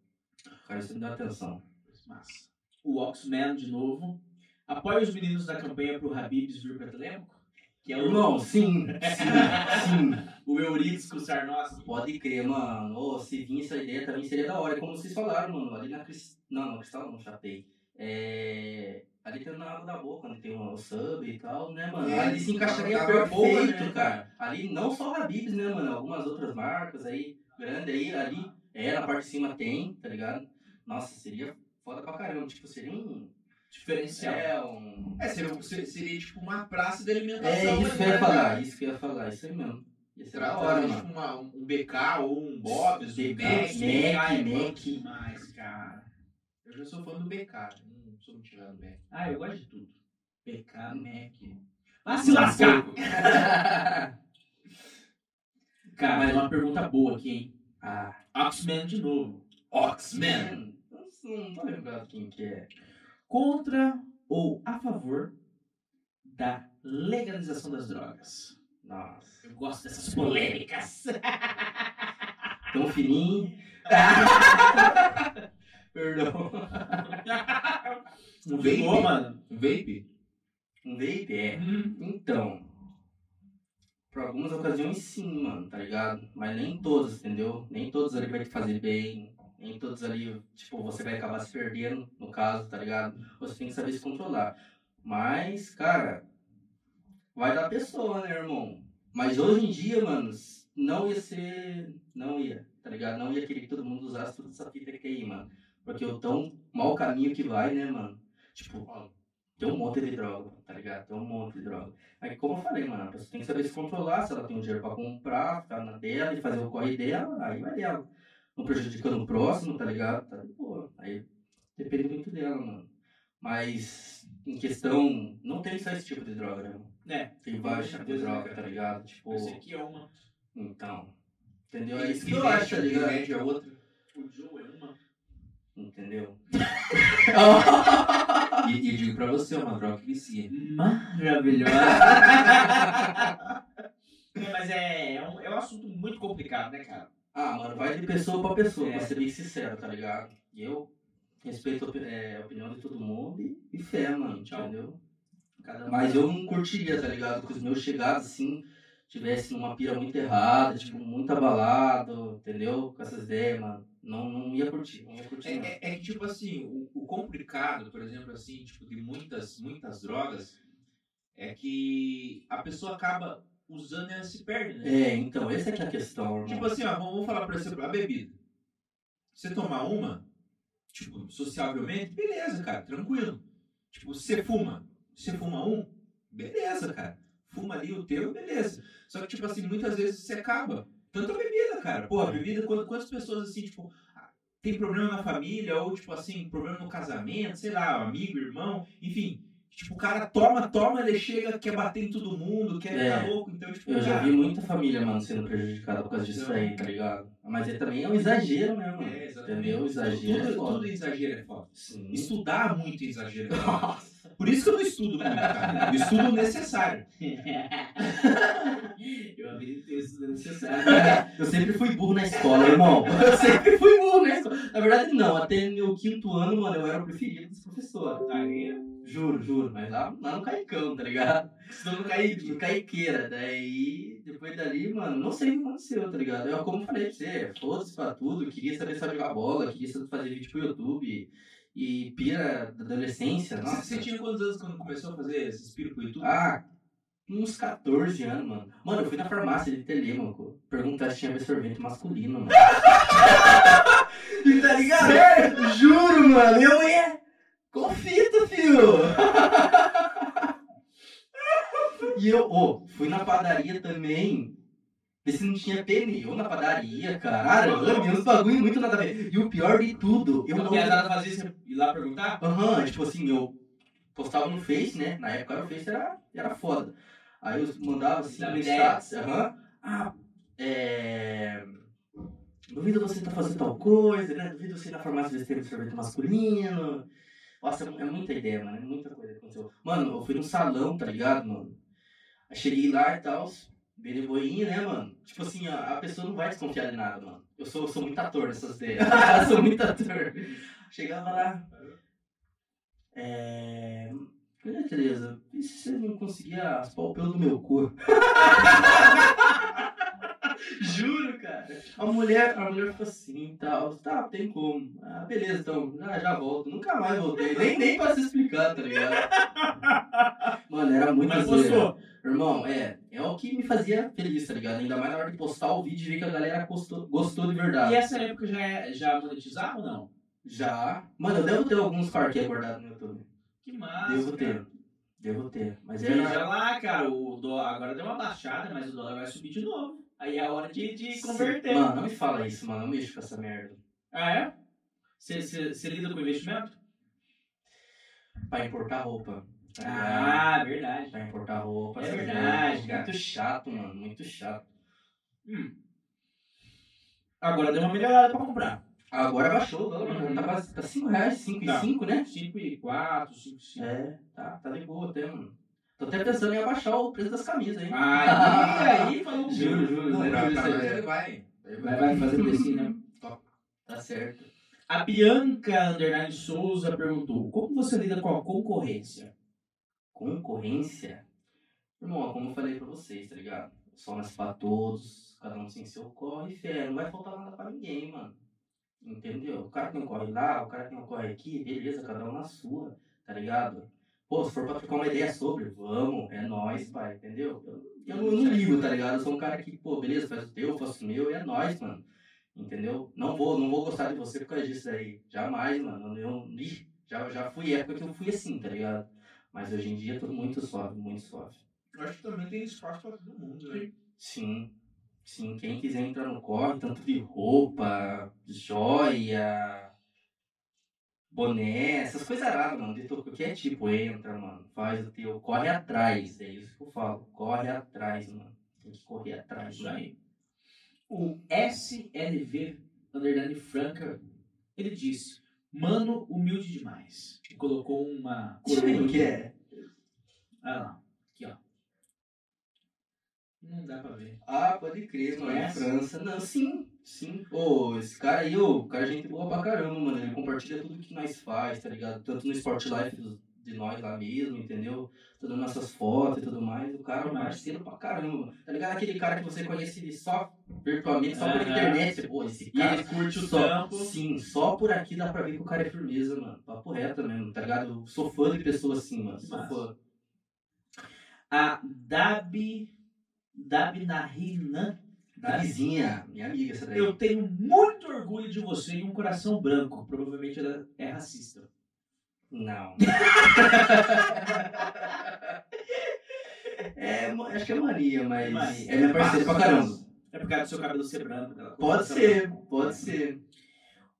O cara sempre dá atenção.
Massa. O Oxman de novo. Apoia os meninos da campanha pro Habibs vir pra Telemaco, que é o,
Irmão, sim, sim, sim.
o Euridice com o Sarnosa.
Pode crer, mano. Ô, se vir essa ideia também seria da hora. É como vocês falaram, mano. Ali na Cris... Não, não, Cristal não, chapei. É... Ali tem na água da boca, né? Tem o sub e tal, né, mano?
É,
ali se encaixaria
tava boa,
perfeito,
né?
cara. Ali não só a Habibs, né, mano? Algumas outras marcas aí, grande aí, ali. É, na parte de cima tem, tá ligado? Nossa, seria foda pra caramba. Tipo, seria um...
Diferencial.
É, um...
É, seria, seria- seria tipo uma praça de alimentação.
É isso
né,
que eu ia
né?
falar, isso que eu ia falar, isso aí mesmo. Ia ser da
Será
hora, mano.
tipo uma, um um BK ou um Bob's, um
BK,
Mac.
né?
Ai, é bom
Mac.
demais, cara.
Eu já sou fã do BK, não sou um muito tirado do BK.
Ah, eu gosto de tudo. PK, Mac. Vá se
Se
lascar!
ah,
Cara, mas é uma pergunta boa aqui, hein? Ah, Oxman de novo.
Oxman!
Eu não tô lembrado quem que é.
Contra ou a favor da legalização das drogas?
Nossa.
Eu gosto dessas polêmicas.
Tão um fininho. Perdão.
Não
Vape?
ficou, mano? Uhum.
Vape?
Um vape é. Então. Pra algumas ocasiões sim, mano, tá ligado? Mas nem todas, entendeu? Nem todos ali vai te fazer bem. Nem todos ali, tipo, você vai acabar se perdendo, no caso, tá ligado? Você tem que saber se controlar. Mas, cara, vai da pessoa, né, irmão? Mas hoje em dia, mano, não ia ser. Não ia, tá ligado? Não ia querer que todo mundo usasse toda essa fita que tem aí, mano. Porque o tão mau caminho que vai, né, mano? Tipo, ó, tem um monte de droga, tá ligado? Tem um monte de droga. Aí, como eu falei, mano, a pessoa tem que saber se controlar, se ela tem o dinheiro pra comprar, ficar na dela e fazer o corre dela, aí vai dela. Não prejudicando o próximo, tá ligado? Tá de boa. Aí depende muito dela, mano. Mas, em questão, não tem só esse tipo de droga, né? mano?
É.
Tem vários tipos de droga, tá ligado? Tipo,
Esse aqui é uma.
então. Entendeu?
É
É isso que eu
mede,
acho, tá
que
ligado?
mede é outra.
O Joe é uma.
Entendeu?
E, e digo pra você, é uma droga que vicia.
Maravilhosa. [laughs] Não, mas é, é, um, é um assunto muito complicado, né, cara?
Ah, mano, vai de pessoa pra pessoa,
É.
pra ser bem sincero, tá ligado? E eu respeito a opi- é, a opinião de todo mundo e, e fé, mano,
Tchau.
entendeu?
Cada um-
Mas eu não curtiria, tá ligado? Que os meus chegados, assim, tivessem numa pira muito errada, tipo, muito abalado, entendeu? Com essas ideias, mano. Não, não ia curtir, não ia curtir,
É,
não.
é- é que, tipo assim, o, o complicado, por exemplo, assim, tipo, de muitas, muitas drogas, é que a pessoa acaba usando e ela se perde, né?
É, então, essa é que é a questão,
Tipo
irmão.
assim, ó, vamos vamos falar, por exemplo, a bebida. Você tomar uma, tipo, sociavelmente, beleza, cara, tranquilo. Tipo, você fuma, você fuma um, beleza, cara. Fuma ali o teu, beleza. Só que, tipo assim, muitas vezes você acaba. Tanto a bebida, cara. Pô, a bebida, quant- quantas pessoas, assim, tipo, ah, tem problema na família, ou, tipo assim, problema no casamento, sei lá, amigo, irmão, enfim. Tipo, o cara toma, toma, ele chega, quer bater em todo mundo, quer
É.
ficar louco, então, tipo,
Eu já
cara,
vi muita família, mano, sendo prejudicada por causa disso aí, tá ligado? Mas é também é um exagero, né, mano?
É, exatamente.
Entendeu? Exagero é
Tudo,
foda. Hum.
tudo exagero é foda.
Sim. [laughs]
Estudar muito é exagero. é foda. Por isso que eu não estudo muito, cara. Eu estudo o necessário.
eu abri o texto necessário.
Eu sempre fui burro na escola, irmão. Eu sempre fui burro na escola. Na verdade, não. Até meu quinto ano, mano, eu era o preferido dos professores.
Tá aí?
Juro, juro. Mas lá, lá no Caicão, tá ligado?
Senão não
Cai-
caí.
No Caiqueira. Daí, depois dali, mano, não sei o que aconteceu, tá ligado? Eu, como eu falei pra você, é, foda-se pra tudo. eu Queria saber só jogar bola, queria saber fazer vídeo pro YouTube. E pira da adolescência,
Você
nossa.
tinha quantos anos quando começou a fazer esse espírito pro YouTube?
Ah, uns 14 anos, mano. Mano, eu fui na farmácia de Telemaco perguntar se tinha sorvete masculino, mano. [laughs] e tá ligado? Juro, mano. Eu ia. Confita, filho. [laughs] e eu, ô, fui na padaria também. Ver se não tinha pneu na padaria, cara. Arame, uns bagulho muito nada a ver. E o pior de tudo, eu
Eu não
não.
piadada fazer isso, ir lá perguntar?
Aham, tipo assim, eu postava no Face, né? Na época o Face era, era foda. Aí eu mandava assim,
Dava
no
ideias.
status, aham. Ah, é. Duvido você tá fazendo tal coisa, né? Duvido você ir na farmácia ver se tem sorvete masculino. Nossa, é muita ideia, mano. É muita coisa que aconteceu. Mano, eu fui num salão, tá ligado, mano? Aí Cheguei lá e tal, beijei boinha, né, mano? Tipo assim, a, a pessoa não vai desconfiar de nada, mano. Eu sou, eu sou muito ator nessas ideias. [laughs] eu sou muito ator. Chegava lá. É. Olha, Tereza, e se você não conseguir aspar o pelo do meu cu? Juro, cara. [laughs] A mulher, a mulher ficou assim e tal. Tá, tem como. Ah, beleza, então. Ah, já volto. Nunca mais voltei. Nem, nem pra se explicar,
[laughs]
tá ligado? Mano, era muito
Mas
zoeira.
gostou.
Irmão, é. É o que me fazia feliz, tá ligado? Ainda mais na hora de postar o vídeo e ver que a galera gostou, gostou de verdade.
E essa época já, é- já monetizava ou não?
Já. Mano, eu devo ter alguns parques guardados no YouTube.
Que massa. cara.
Devo ter. Devo ter. Mas é era.
Veja lá, cara, o dólar agora deu uma baixada, mas o dólar vai subir de novo. Aí é a hora de, de converter.
Mano, não me fala isso, mano. Eu mexo com essa merda.
Ah, é? Você- Você você lida com investimento?
Pra importar roupa. tá ligado?
Ah, verdade.
Pra importar roupa.
É
essas
verdade,
coisas.
cara.
Muito chato, mano. Muito chato.
Hum. Agora deu uma melhorada pra comprar.
Agora baixou, o dólar,
Uhum.
mano. Tá quase. Tá 5 reais, 5
Tá.
e 5, né?
5 e 4, 5 e 5.
É, tá. Tá de boa até, mano. Tô até pensando em abaixar o preço das camisas, hein?
Aí, aí falou
[laughs] Juro, juro.
Não,
zero
pra-
a
pra
zero.
nós ele vai. Ele
Vai,
vai.
vai fazer precinho, né?
Tá certo.
A Bianca Underline Souza perguntou: Como você lida com a concorrência?
Concorrência? Irmão, como eu falei pra vocês, tá ligado? Só nasce pra todos, cada um sem seu corre, fé. Não vai faltar nada pra ninguém, mano. Entendeu? O cara tem um corre lá, o cara tem um corre aqui, beleza, cada um na sua, tá ligado? Pô, se for pra trocar uma ideia sobre, vamos, é nóis, pai, entendeu? Eu, eu não, eu não ligo, tá ligado? Eu sou um cara que, pô, beleza, faz o teu, faço o meu, é nóis, mano. Entendeu? Não vou, não vou gostar de você por causa disso aí. Jamais, mano. Eu, ih, já, já fui época que eu fui assim, tá ligado? Mas hoje em dia eu tô muito suave, muito suave.
Eu acho que também tem espaço pra todo mundo, né?
Sim, sim. Quem quiser entrar no corre, tanto de roupa, joia, boné, essas coisas aradas, mano. De to- qualquer tipo, entra, mano. Faz o teu. Corre atrás, é isso que eu falo. Corre atrás, mano. Tem que correr
É
atrás.
isso
[laughs] mano.
aí. O SLV Underline Franca ele disse: Mano, humilde demais. E colocou uma.
Deixa eu ver o que é.
Olha lá, aqui ó. Não dá pra ver.
Ah, pode crer, mano. É
Conhece?
França. Não, sim, sim. Ô, esse cara aí, ô, o cara é gente boa pra caramba, mano. Ele compartilha tudo que nós faz, tá ligado? Tanto no Sport Life do- de nós lá mesmo, entendeu? Todas nossas fotos e tudo mais. O cara é um parceiro pra caramba, tá ligado? Aquele cara que você conhece ele só virtualmente, só pela
Aham. é
internet. Você, Pô, esse
E
cara
ele curte o
só-
campo.
Sim, só por aqui dá pra ver que o cara é firmeza, mano. Papo reto mesmo, tá ligado? Eu sou fã de pessoas assim, mano. Sou
Massa.
fã.
A Dabi. Dabi Narinan.
Da vizinha, minha amiga, essa daí.
Eu tenho muito orgulho de você e um coração branco. Provavelmente ela é racista.
Não. [laughs] é, mo- acho que é Maria, mas.
Maria.
É minha parceira pra caramba.
É por causa do seu cabelo ser branco. dela.
Pode ser, pode ser.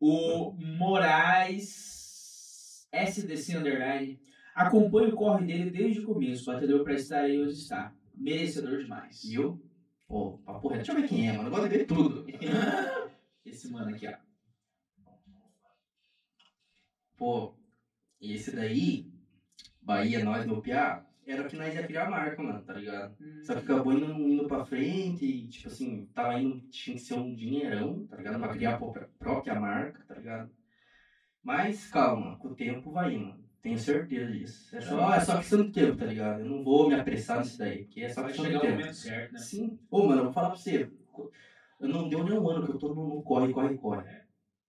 O Moraes SDC Underline. Acompanho o corre dele desde o começo. Batedor pra estar aí onde está. Merecedor demais.
E eu? Pô, papo reto. Deixa eu ver quem é, mano. Eu gosto de ver tudo.
Esse mano aqui, ó.
Pô, e esse daí, Bahia, nós, meu piá, era o que nós ia criar a marca, mano, tá ligado? Só que acabou indo, indo pra frente e, tipo assim, tava indo, tinha que ser um dinheirão, tá ligado? Pra criar a própria, própria marca, tá ligado? Mas calma, com o tempo vai indo. Tenho certeza disso. É só, é só questão de tempo, tá ligado? Eu não vou me apressar nisso daí, porque é só
Vai
questão de
chegar o
tempo.
momento certo, né?
Sim. Ô, mano, eu vou falar pra você. Eu não deu nem um ano que eu tô no, no corre, corre, corre.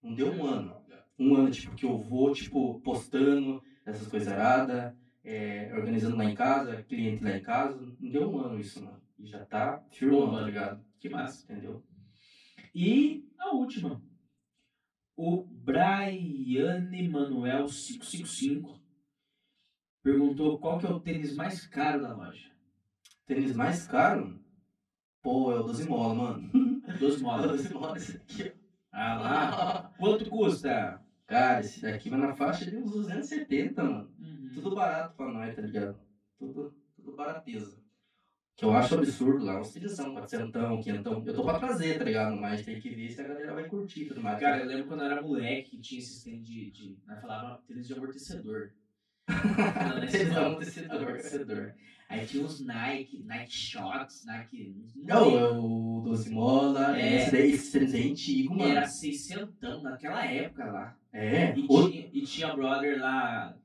Não deu um ano. Um ano, tipo, que eu vou, tipo, postando essas coisas aradas. é, organizando lá em casa, cliente lá em casa. Não deu um ano isso, mano. E já tá firmando, tá ligado?
Que massa.
Entendeu?
E a última. O Brian Manuel 555 perguntou qual que é o tênis mais caro da loja.
Tênis mais caro? Pô, é o 12 mola, mano. [laughs]
Dos
É o
molas.
12 mola esse aqui.
Ah lá.
ó.
Quanto custa?
Cara, esse daqui vai na faixa de uns 270, mano. Tudo barato pra nós, tá ligado? Tudo, tudo barateza. Que eu acho absurdo lá, uns trilhão, quatrocentão, quinhentão. Eu tô pra trazer, tá ligado? Mas tem que ver se a galera vai curtir e tudo mais.
Cara, eu lembro quando eu era moleque que tinha esse tênis de. de nós falava tênis de amortecedor. Não,
[laughs]
não é esse
Tênis de
não.
amortecedor.
amortecedor. Aí tinha uns Nike, Nike Shox, Nike.
não, é o Doce Mola,
É.
esse daí, esse tênis é antigo, mano.
Era seiscentão naquela época lá.
É,
E,
o-
tinha, e tinha brother lá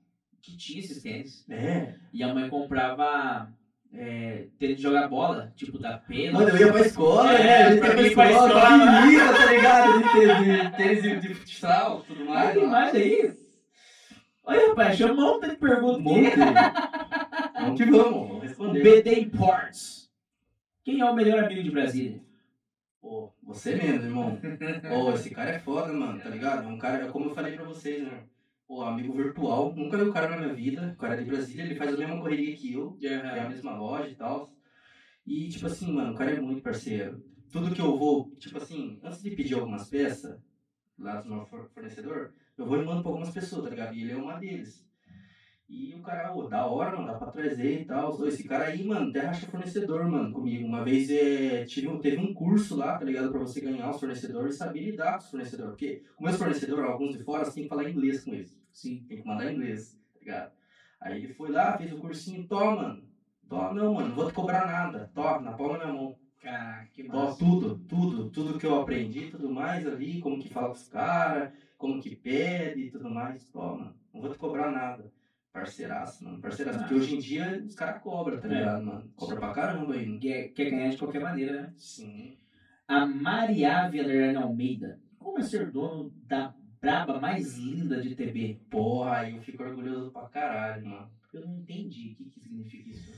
que tinha esses tênis.
é.
E a mãe comprava é, tênis de jogar bola, tipo da pena.
Mano, eu ia pra escola,
É, pra
né? A gente ia pra
mim, pra
escola,
escola.
pra menina, tá ligado? De tênis- de tênis de, de futsal, tudo
Ah,
mais.
tem
lá.
mais aí? Olha, rapaz, achei um monte de perguntas.
Um monte. Vamos que vamos, vamos responder.
BD Imports. Quem é o melhor amigo de Brasília?
Pô, você mesmo, irmão. Pô, esse cara é foda, mano, tá ligado? É um cara, como eu falei pra vocês, né? Pô, amigo virtual, nunca vi o cara na minha vida. O cara é de Brasília, ele faz a mesma correria que eu, é a mesma loja e tal. E, tipo assim, mano, o cara é muito parceiro. Tudo que eu vou, tipo assim, antes de pedir algumas peças lá do meu for- fornecedor, eu vou e mando pra algumas pessoas, tá ligado? E ele é uma deles. E o cara, ô, da hora, mano, dá pra trazer e tal. Ô, Esse cara aí, mano, até racha fornecedor, mano, comigo. Uma vez é, tive, um- teve um curso lá, tá ligado? Pra você ganhar os fornecedores e saber lidar com os fornecedores. Porque com meus fornecedores, alguns de fora, você tem que falar inglês com eles
Sim.
tem que mandar em inglês, tá ligado? Aí ele foi lá, fez o cursinho, toma, mano. Toma, não, mano, não vou te cobrar nada. Toma, na palma da minha mão.
Caraca, que
Toma
massa.
tudo, tudo, tudo que eu aprendi, tudo mais ali, como que fala com os caras, como que pede e tudo mais. Toma, não vou te cobrar nada. Parceiraço, mano, parceiraço. Porque hoje em dia os caras cobram, tá
É.
ligado, mano? Cobra pra caramba aí. né?
Quer, quer ganhar de qualquer maneira, né?
Sim.
A Mariave Adriana Almeida. Como é ser dono da braba mais linda de TB?
Porra, aí eu fico orgulhoso pra caralho, mano. [laughs]
Eu não entendi o que, que significa isso.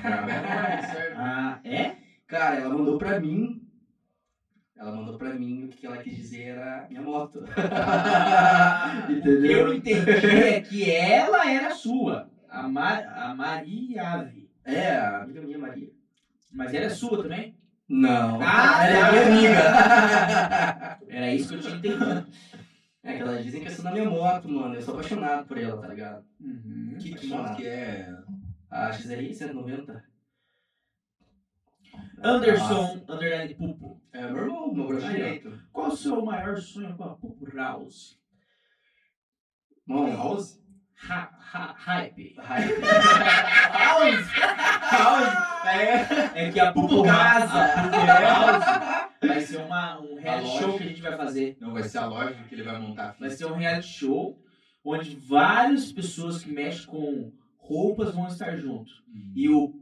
certo?
Ah, é?
Cara, ela mandou pra mim. Ela mandou pra mim o que ela quis dizer era minha moto. Entendeu?
Eu entendi é que ela era sua. A, Mar, a Mariave.
É, a amiga minha Maria.
Mas ela é sua também?
Não.
Ah,
ela é
tá.
minha amiga.
Era isso que eu tinha entendido.
é que elas dizem que eu sou da minha moto, mano. Eu sou apaixonado por ela, tá ligado?
Uhum.
[laughs] Que, que moto que é?
A XRI 190.
Anderson, underline Pupo.
É meu irmão, meu braço
Aí, ó.
direito.
Qual o seu maior sonho com a Pupo House?
Mano,
House?
Ha, ha, hype.
[laughs]
House? House? É.
É que a Pupo
Pupo
Casa
Casa.
a Pupo House vai ser uma, um
é
reality
loja.
show que a gente vai fazer.
Não, vai ser a loja que ele vai montar.
Vai ser um reality show onde várias pessoas que mexem com roupas vão estar junto. E o,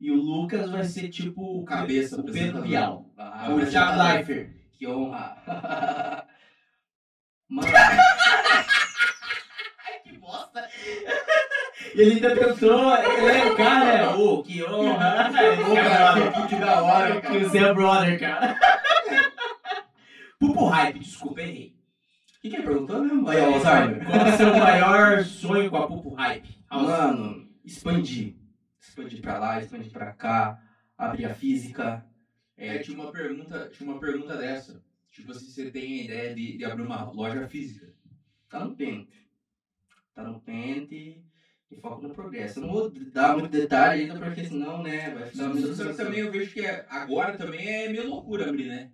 e o Lucas vai ser tipo o,
o cabeça,
o Pedro
apresentador.
Bial. tá
Ah,
Ou o Thiago Leifert.
Que [laughs] honra. Mano,
Que
[laughs]
bosta!
Ele ainda tentou, ele é o cara, ô, que honra.
Ô, cara, que da hora, cara.
Você é brother, cara. [laughs] Pupo Hype, desculpa, errei.
o que que ele perguntou mesmo? Aí, ó, Alzheimer.
Qual é o seu maior sonho com a Pupo Hype? Ah,
Mano, expandir. Expandir pra lá, expandir pra cá, abrir a física.
É, tinha uma pergunta, tinha uma pergunta dessa. Tipo, se você tem a ideia de, de abrir uma loja física.
Tá no pente. Tá no pente e foco no progresso. Eu não vou dar muito detalhe ainda, porque senão, né, vai
é
ficar muito
Só que também eu vejo que é- agora também é meio loucura abrir, né?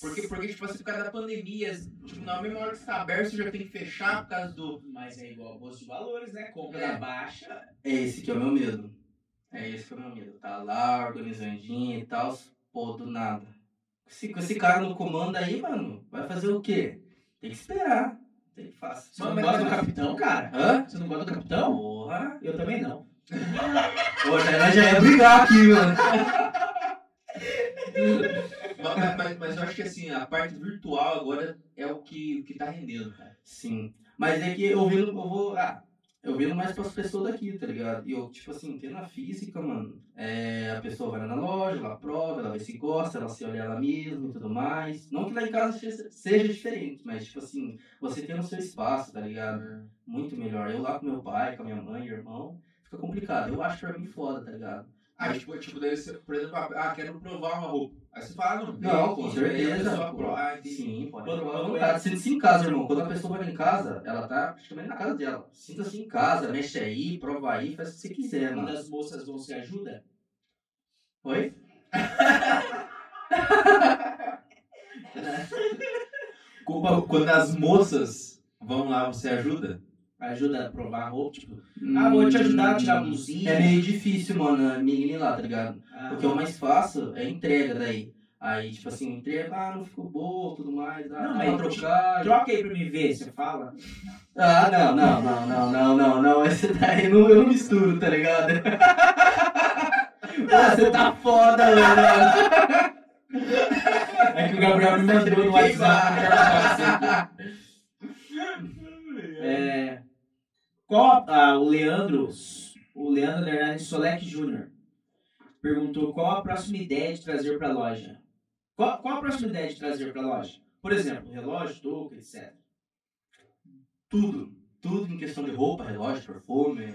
Porque, porque tipo assim, por causa da pandemia, tipo, na mesma hora que está aberto, você já tem que fechar por causa do.
Mas é igual a bolsa de valores, né? Compra
É.
na baixa.
É esse que é o meu medo. É esse que é o meu medo. Tá lá, organizandinho e tal, pô, do nada. Se com esse cara no comando aí, mano, vai fazer o quê? Tem que esperar. Tem é que fazer.
Você não gosta do
mas-
capitão, cara?
Hã?
Você não gosta do capitão?
Porra!
Eu também não.
Pô, já, já ia brigar aqui, mano.
Mas, mas, mas eu acho que assim, a parte virtual agora é o que, o que tá rendendo, cara.
Sim. Mas é que eu ouvindo, eu vou. Ah, eu vendo mais pras pessoas daqui, tá ligado? E eu, tipo assim, tendo a física, mano, é, a pessoa vai lá na loja, ela prova, ela vê se gosta, ela se olha ela mesma e tudo mais. Não que lá em casa se- seja diferente, mas, tipo assim, você tem o seu espaço, tá ligado? Muito melhor. Eu lá com meu pai, com a minha mãe, irmão, fica complicado. Eu acho pra mim foda, tá ligado?
Ah, tipo, tipo, deve ser, por exemplo, ah, quero provar uma roupa. Aí você fala, ah, não,
Não,
tem,
com
tem, aí a
certeza.
pessoa
pô.
prova, Ah, entendi.
Sim, pode
Quando-
provar à
quando
vontade. Sinta-se em casa, irmão. Quando a pessoa vai lá em casa, ela tá praticamente na casa dela. Sinta-se em casa, mexe aí, prova aí, faz o que você quiser,
Quando
mano.
as moças vão se ajuda,
Oi?
Culpa- Quando as moças vão lá, você ajuda?
ajuda a provar a roupa, tipo, ah, vou te ajudar a tirar a blusinha.
Hum, É meio difícil, mano, a menina lá, tá ligado?
Ah,
O que eu mais faço é entrega daí. Aí, tipo assim, entrega, ah, não ficou boa, tudo mais, ah,
Não,
não,
mas
pra trocar.
Troca aí pra me ver, você fala.
Ah, não, não, não, não, não, não, não, esse [laughs] daí eu não, eu não misturo, tá ligado? [laughs] Ah, você tá foda, mano.
É que o Gabriel me mandou no WhatsApp. É, qual a- ah, o Leandro, o Leandro Hernandes Solek Jr. perguntou qual a próxima ideia de trazer para a loja? Qual, qual a próxima ideia de trazer para a loja? Por exemplo, relógio, touca, etc.
Tudo, tudo em questão de roupa, relógio, perfume,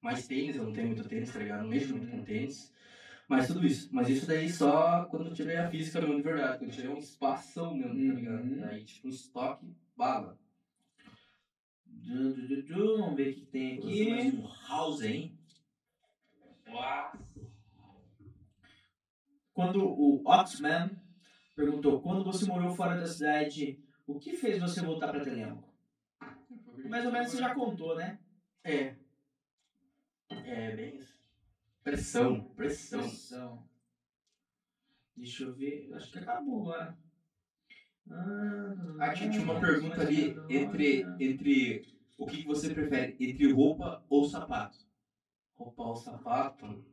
mais tênis, eu não tenho muito tênis, tá ligado? Não mexo muito com tênis. Mas tudo isso. Mas isso daí só quando eu tiver a física mesmo de verdade. Quando eu tiver um espação mesmo, tá
Uhum.
ligado? Daí, tipo, um estoque, bala.
Du, du, du, du, vamos ver o que tem aqui.
um house, hein?
Quando o Oxman perguntou, quando você morou fora da cidade, o que fez você voltar para Telemaco? Mais ou menos você já contou, né?
É. É, bem isso. Pressão, pressão.
São. Então, Deixa eu ver. eu Acho que acabou agora. Ah, é
Ah, tinha tinha uma pergunta ali entre, entre o que que você prefere, entre roupa ou sapato?
Roupa ou sapato?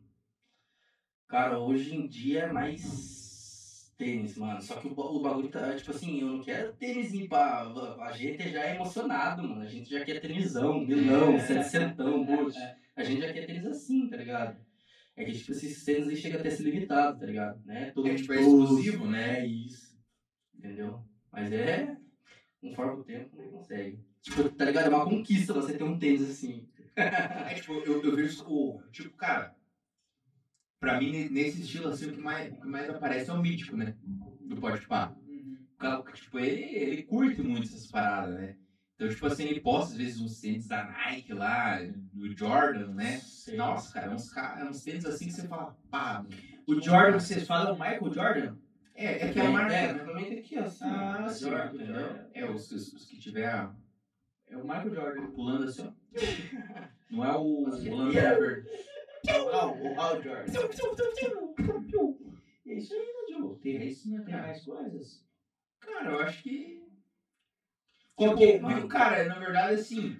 Cara, hoje em dia é mais tênis, mano. Só que o, ba- o bagulho tá, tipo assim, eu não quero tênis pra, pra- A gente já é emocionado, mano. A gente já quer tênisão, milão,
É.
[laughs]
setecentão, moço. A gente já quer tênis assim, tá ligado? É que, tipo, esses tênis aí chega até ser limitado, tá ligado? Né? Todo
É, tipo, é
todo-
exclusivo, né?
É isso. Entendeu? Mas é... Conforme o tempo, não consegue. Tipo, tá ligado? É uma conquista você ter um tênis assim.
É tipo, eu, eu vejo o. Tipo, cara. Pra mim, ne- nesse estilo, assim, o que mais, o que mais aparece é o mítico, né? Do pode pá.
Uhum.
O cara, tipo, ele, ele curte muito essas paradas, né? Então, tipo assim, ele posta às vezes uns tênis da Nike lá, do Jordan, né?
Sei.
Nossa, cara, é uns, ca- é uns tênis assim que você fala, pá, mano.
O Jordan, vocês falam é o Michael Jordan?
É, é que é a marca,
É,
né?
também tem aqui, ó. Assim,
Ah, sim,
Jordan,
Jordan.
entendeu?
É, os, os, os que tiver
É o Michael Jordan.
pulando assim, [laughs] ó. Não é o pulando.
Al, Ah, o Al Jordan. É isso aí, né, Joe? Tem, isso, né? tem mais coisas?
Cara, eu acho que.
Qual
Tipo,
que é,
viu,
mano?
cara, na verdade, assim.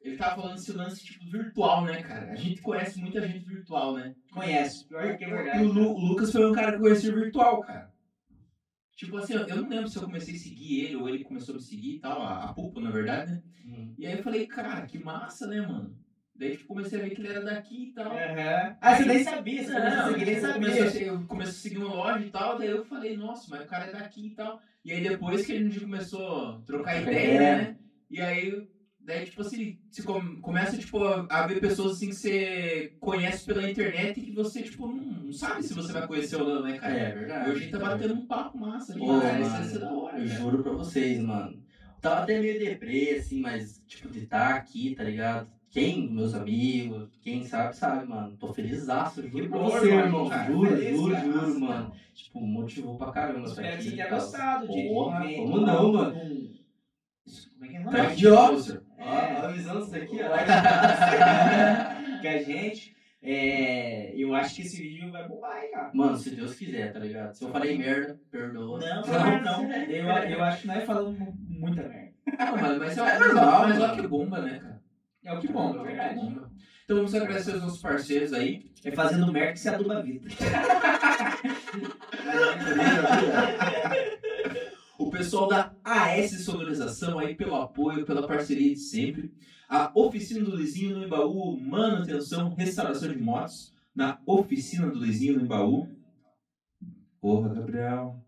Ele tava falando esse lance, tipo, virtual, né, cara? A gente conhece muita gente virtual, né?
Conhece. Pior que é
E
verdade.
o, Lu- o Lucas foi um cara que eu conheci virtual, cara. Tipo assim, eu eu não lembro se eu comecei a seguir ele ou ele começou a me seguir e tal, a, a Pupa, na verdade, né?
Hum.
E aí eu falei, cara, que massa, né, mano? Daí tipo, comecei a ver que ele era daqui e tal.
Aham. Ah, você nem sabia, você
Não,
nem
eu
sabia.
comecei a, eu comecei a seguir uma loja e tal, daí eu falei, nossa, mas o cara é daqui e tal. E aí depois que a gente começou a trocar ideia,
É.
né? E aí, daí, tipo assim, você com- começa tipo, a a ver pessoas assim que você conhece pela internet e que você, tipo, não, não sabe se você vai conhecer ou não, né, cara?
É verdade.
E hoje a gente tá batendo um papo massa aqui,
Ô,
cara. Isso
mano,
isso é da hora,
Eu
cara.
juro pra vocês, mano. Tava até meio deprê, assim, mas, tipo, de estar aqui, tá ligado? Quem? Meus amigos, quem sabe, sabe, mano. Tô felizaço, juro pra
Que bom,
você,
mano,
irmão.
cara.
Juro,
Feliz,
juro,
cara.
juro, mano. Tipo, motivou pra caramba. isso
Espero que você
aqui tá e
tenha
tal.
gostado de
Porra,
de-
como não, mano?
com- Isso, Como é que é
Tá
nome?
aqui, ó. Ó,
É.
avisando
[laughs]
isso aqui,
que a gente. é, eu acho que esse vídeo vai bombar, hein, cara.
Mano, se Deus quiser, tá ligado? Se eu falei merda, perdoa.
Não, não, não. Eu, eu acho que nós falamos mu- muita merda.
Ah, mano, mas é,
É
é
normal,
normal, mas olha
mano.
que bomba, né, cara?
É o que bomba, é
Olha
verdade.
bomba. Então vamos agradecer aos nossos parceiros aí.
É fazendo merda que se aduba a vida.
O pessoal da AS Sonorização aí pelo apoio, pela parceria de sempre. A Oficina do Lizinho no Embaú, manutenção, restauração de motos na Oficina do Lizinho no Embaú. Porra, Gabriel.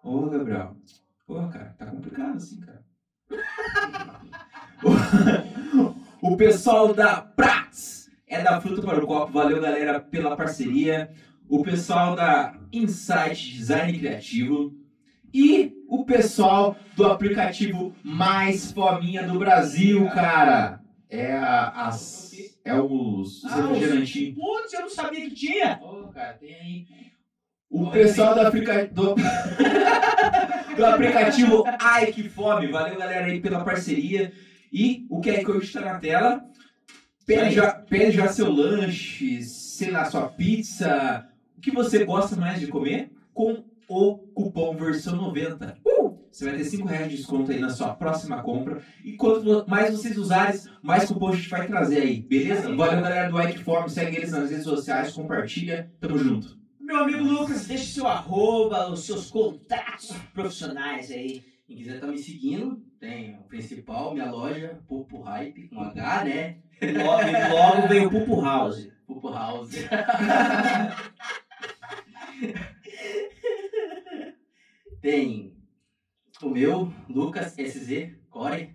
Porra, Gabriel. Porra, cara, tá complicado assim, cara. [laughs] o pessoal da Prats é da Fruta para o Copo. Valeu, galera, pela parceria. O pessoal da Insight Design Criativo. E o pessoal do aplicativo mais fominha do Brasil, cara. É a. As, é os.
Ah, os-
refrigerantinhos.
Putz, eu não sabia que tinha.
Ô, cara, tem aí.
O pessoal do, aplica- do- [laughs] do aplicativo Ai Que Fome, valeu galera aí pela parceria. E o QR Code está na tela. Pede já, pede já seu lanche, sei lá, sua pizza, o que você gosta mais de comer com o cupom versão 90. Você vai ter 5 reais de desconto aí na sua próxima compra. E quanto mais vocês usarem, mais cupom a gente vai trazer aí, beleza? Valeu galera do Ai Que Fome, segue eles nas redes sociais, compartilha, tamo junto.
Meu amigo Lucas, deixa seu arroba, os seus contatos profissionais aí.
Quem quiser tá me seguindo, tem o principal, minha loja, Popo Hype, com H, né?
Logo, logo vem o Pupo House.
Popo House. tem o meu, Lucas SZ, Core.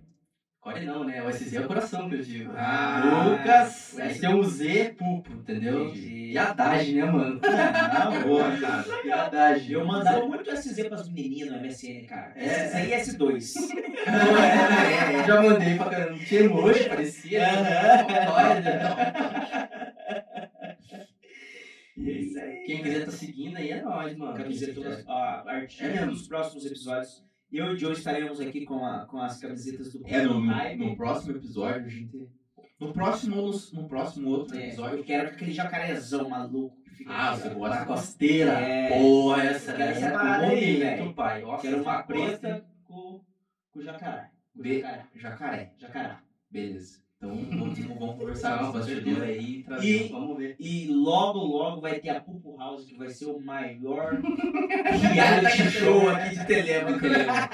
Core não, né? O SZ é o coração que eu digo.
Ah,
Lucas,
o SZ.
esse é um Z, Pupo, entendeu?
Entendi.
Viadagem, né, mano?
Não, boa, cara.
Viadagem.
Tá Eu mandava muito SZ pras meninas no MSN, cara.
É.
SZ e
[laughs]
S2.
[laughs] É, é, já mandei pra caramba. Tinha emoji, parecia. né? então.
E é isso aí.
Quem quiser tá seguindo aí é nóis, mano.
Camisetas, ó, artigo
É mesmo?
dos próximos episódios. Eu e o Joe estaremos aqui com, a- com as camisetas do
É, no, no,
Hype.
no próximo episódio, a gente. No próximo ou no, no próximo outro
É,
episódio.
eu quero aquele jacarezão maluco que fica.
Ah,
aqui,
você
ó.
gosta?
Na costeira.
É.
Pô, essa
Quero essa
essa
parada
é
aí,
bonito,
velho.
pai. Nossa,
Quero uma
essa costa.
preta com, com jacaré. Com
Be-
jacaré.
Jacaré.
Jacaré.
Beleza. Então vamos, vamos conversar com o bastidor aí e trazer.
E-
Vamos ver.
E logo, logo vai ter a Pupo House, que vai ser o maior
reality show aqui de Telema, Telema.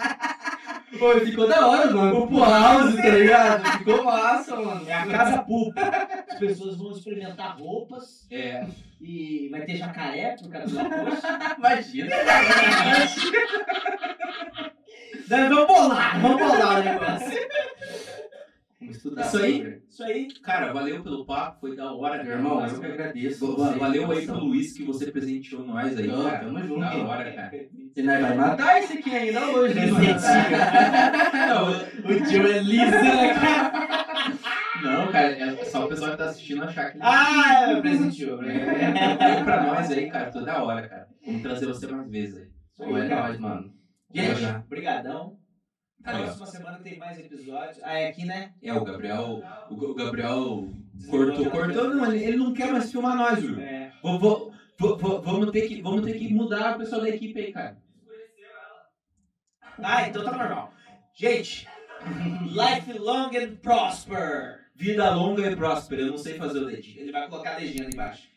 Pô, ficou da hora, mano. O House, tá ligado? [laughs] Ficou massa, mano.
É a casa pública. As pessoas vão experimentar roupas
É,
e vai ter jacaré por causa do arroz. [laughs]
Imagina.
Daí Vamos bolar, Ah, vamos né, bolar o negócio.
Vamos estudar.
Isso aí?
sobre.
Isso aí.
cara, valeu pelo papo, foi da hora,
Meu
meu
irmão, eu que agradeço. você,
Valeu aí
nossa.
pro Luiz que você presenteou nós aí.
Não,
cara.
tamo junto,
Da
hein?
hora,
[laughs]
cara.
Você não é vai matar esse aqui ainda hoje, né?
Não,
O tio é liso, né, cara?
não, cara, é só o pessoal que tá assistindo achar que.
Ah, eu presenteou.
É, é, é pra nós aí, cara, toda hora, cara. Vamos trazer você mais vezes aí.
Isso
Pô, é
aí, cara.
nóis, mano.
Gente,
Obrigadão.
Tá legal.
Próxima semana tem mais episódios. Ah, é aqui, né?
É, o Gabriel. O Ga- o Gabriel cortou, cortou. Não, ele, ele não quer mais filmar nós, viu?
É.
Vou- vou- vou- vou- vamos, ter que, vamos ter que mudar o pessoal da equipe aí, cara.
Ah, então tá normal. Gente, life long and prosper.
Vida longa e próspera, eu não sei fazer o dedinho.
Ele vai colocar a legenda embaixo.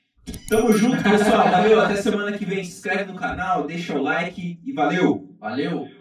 Tamo junto, pessoal. Valeu, até semana que vem. Se inscreve no canal, deixa o like e valeu!
Valeu.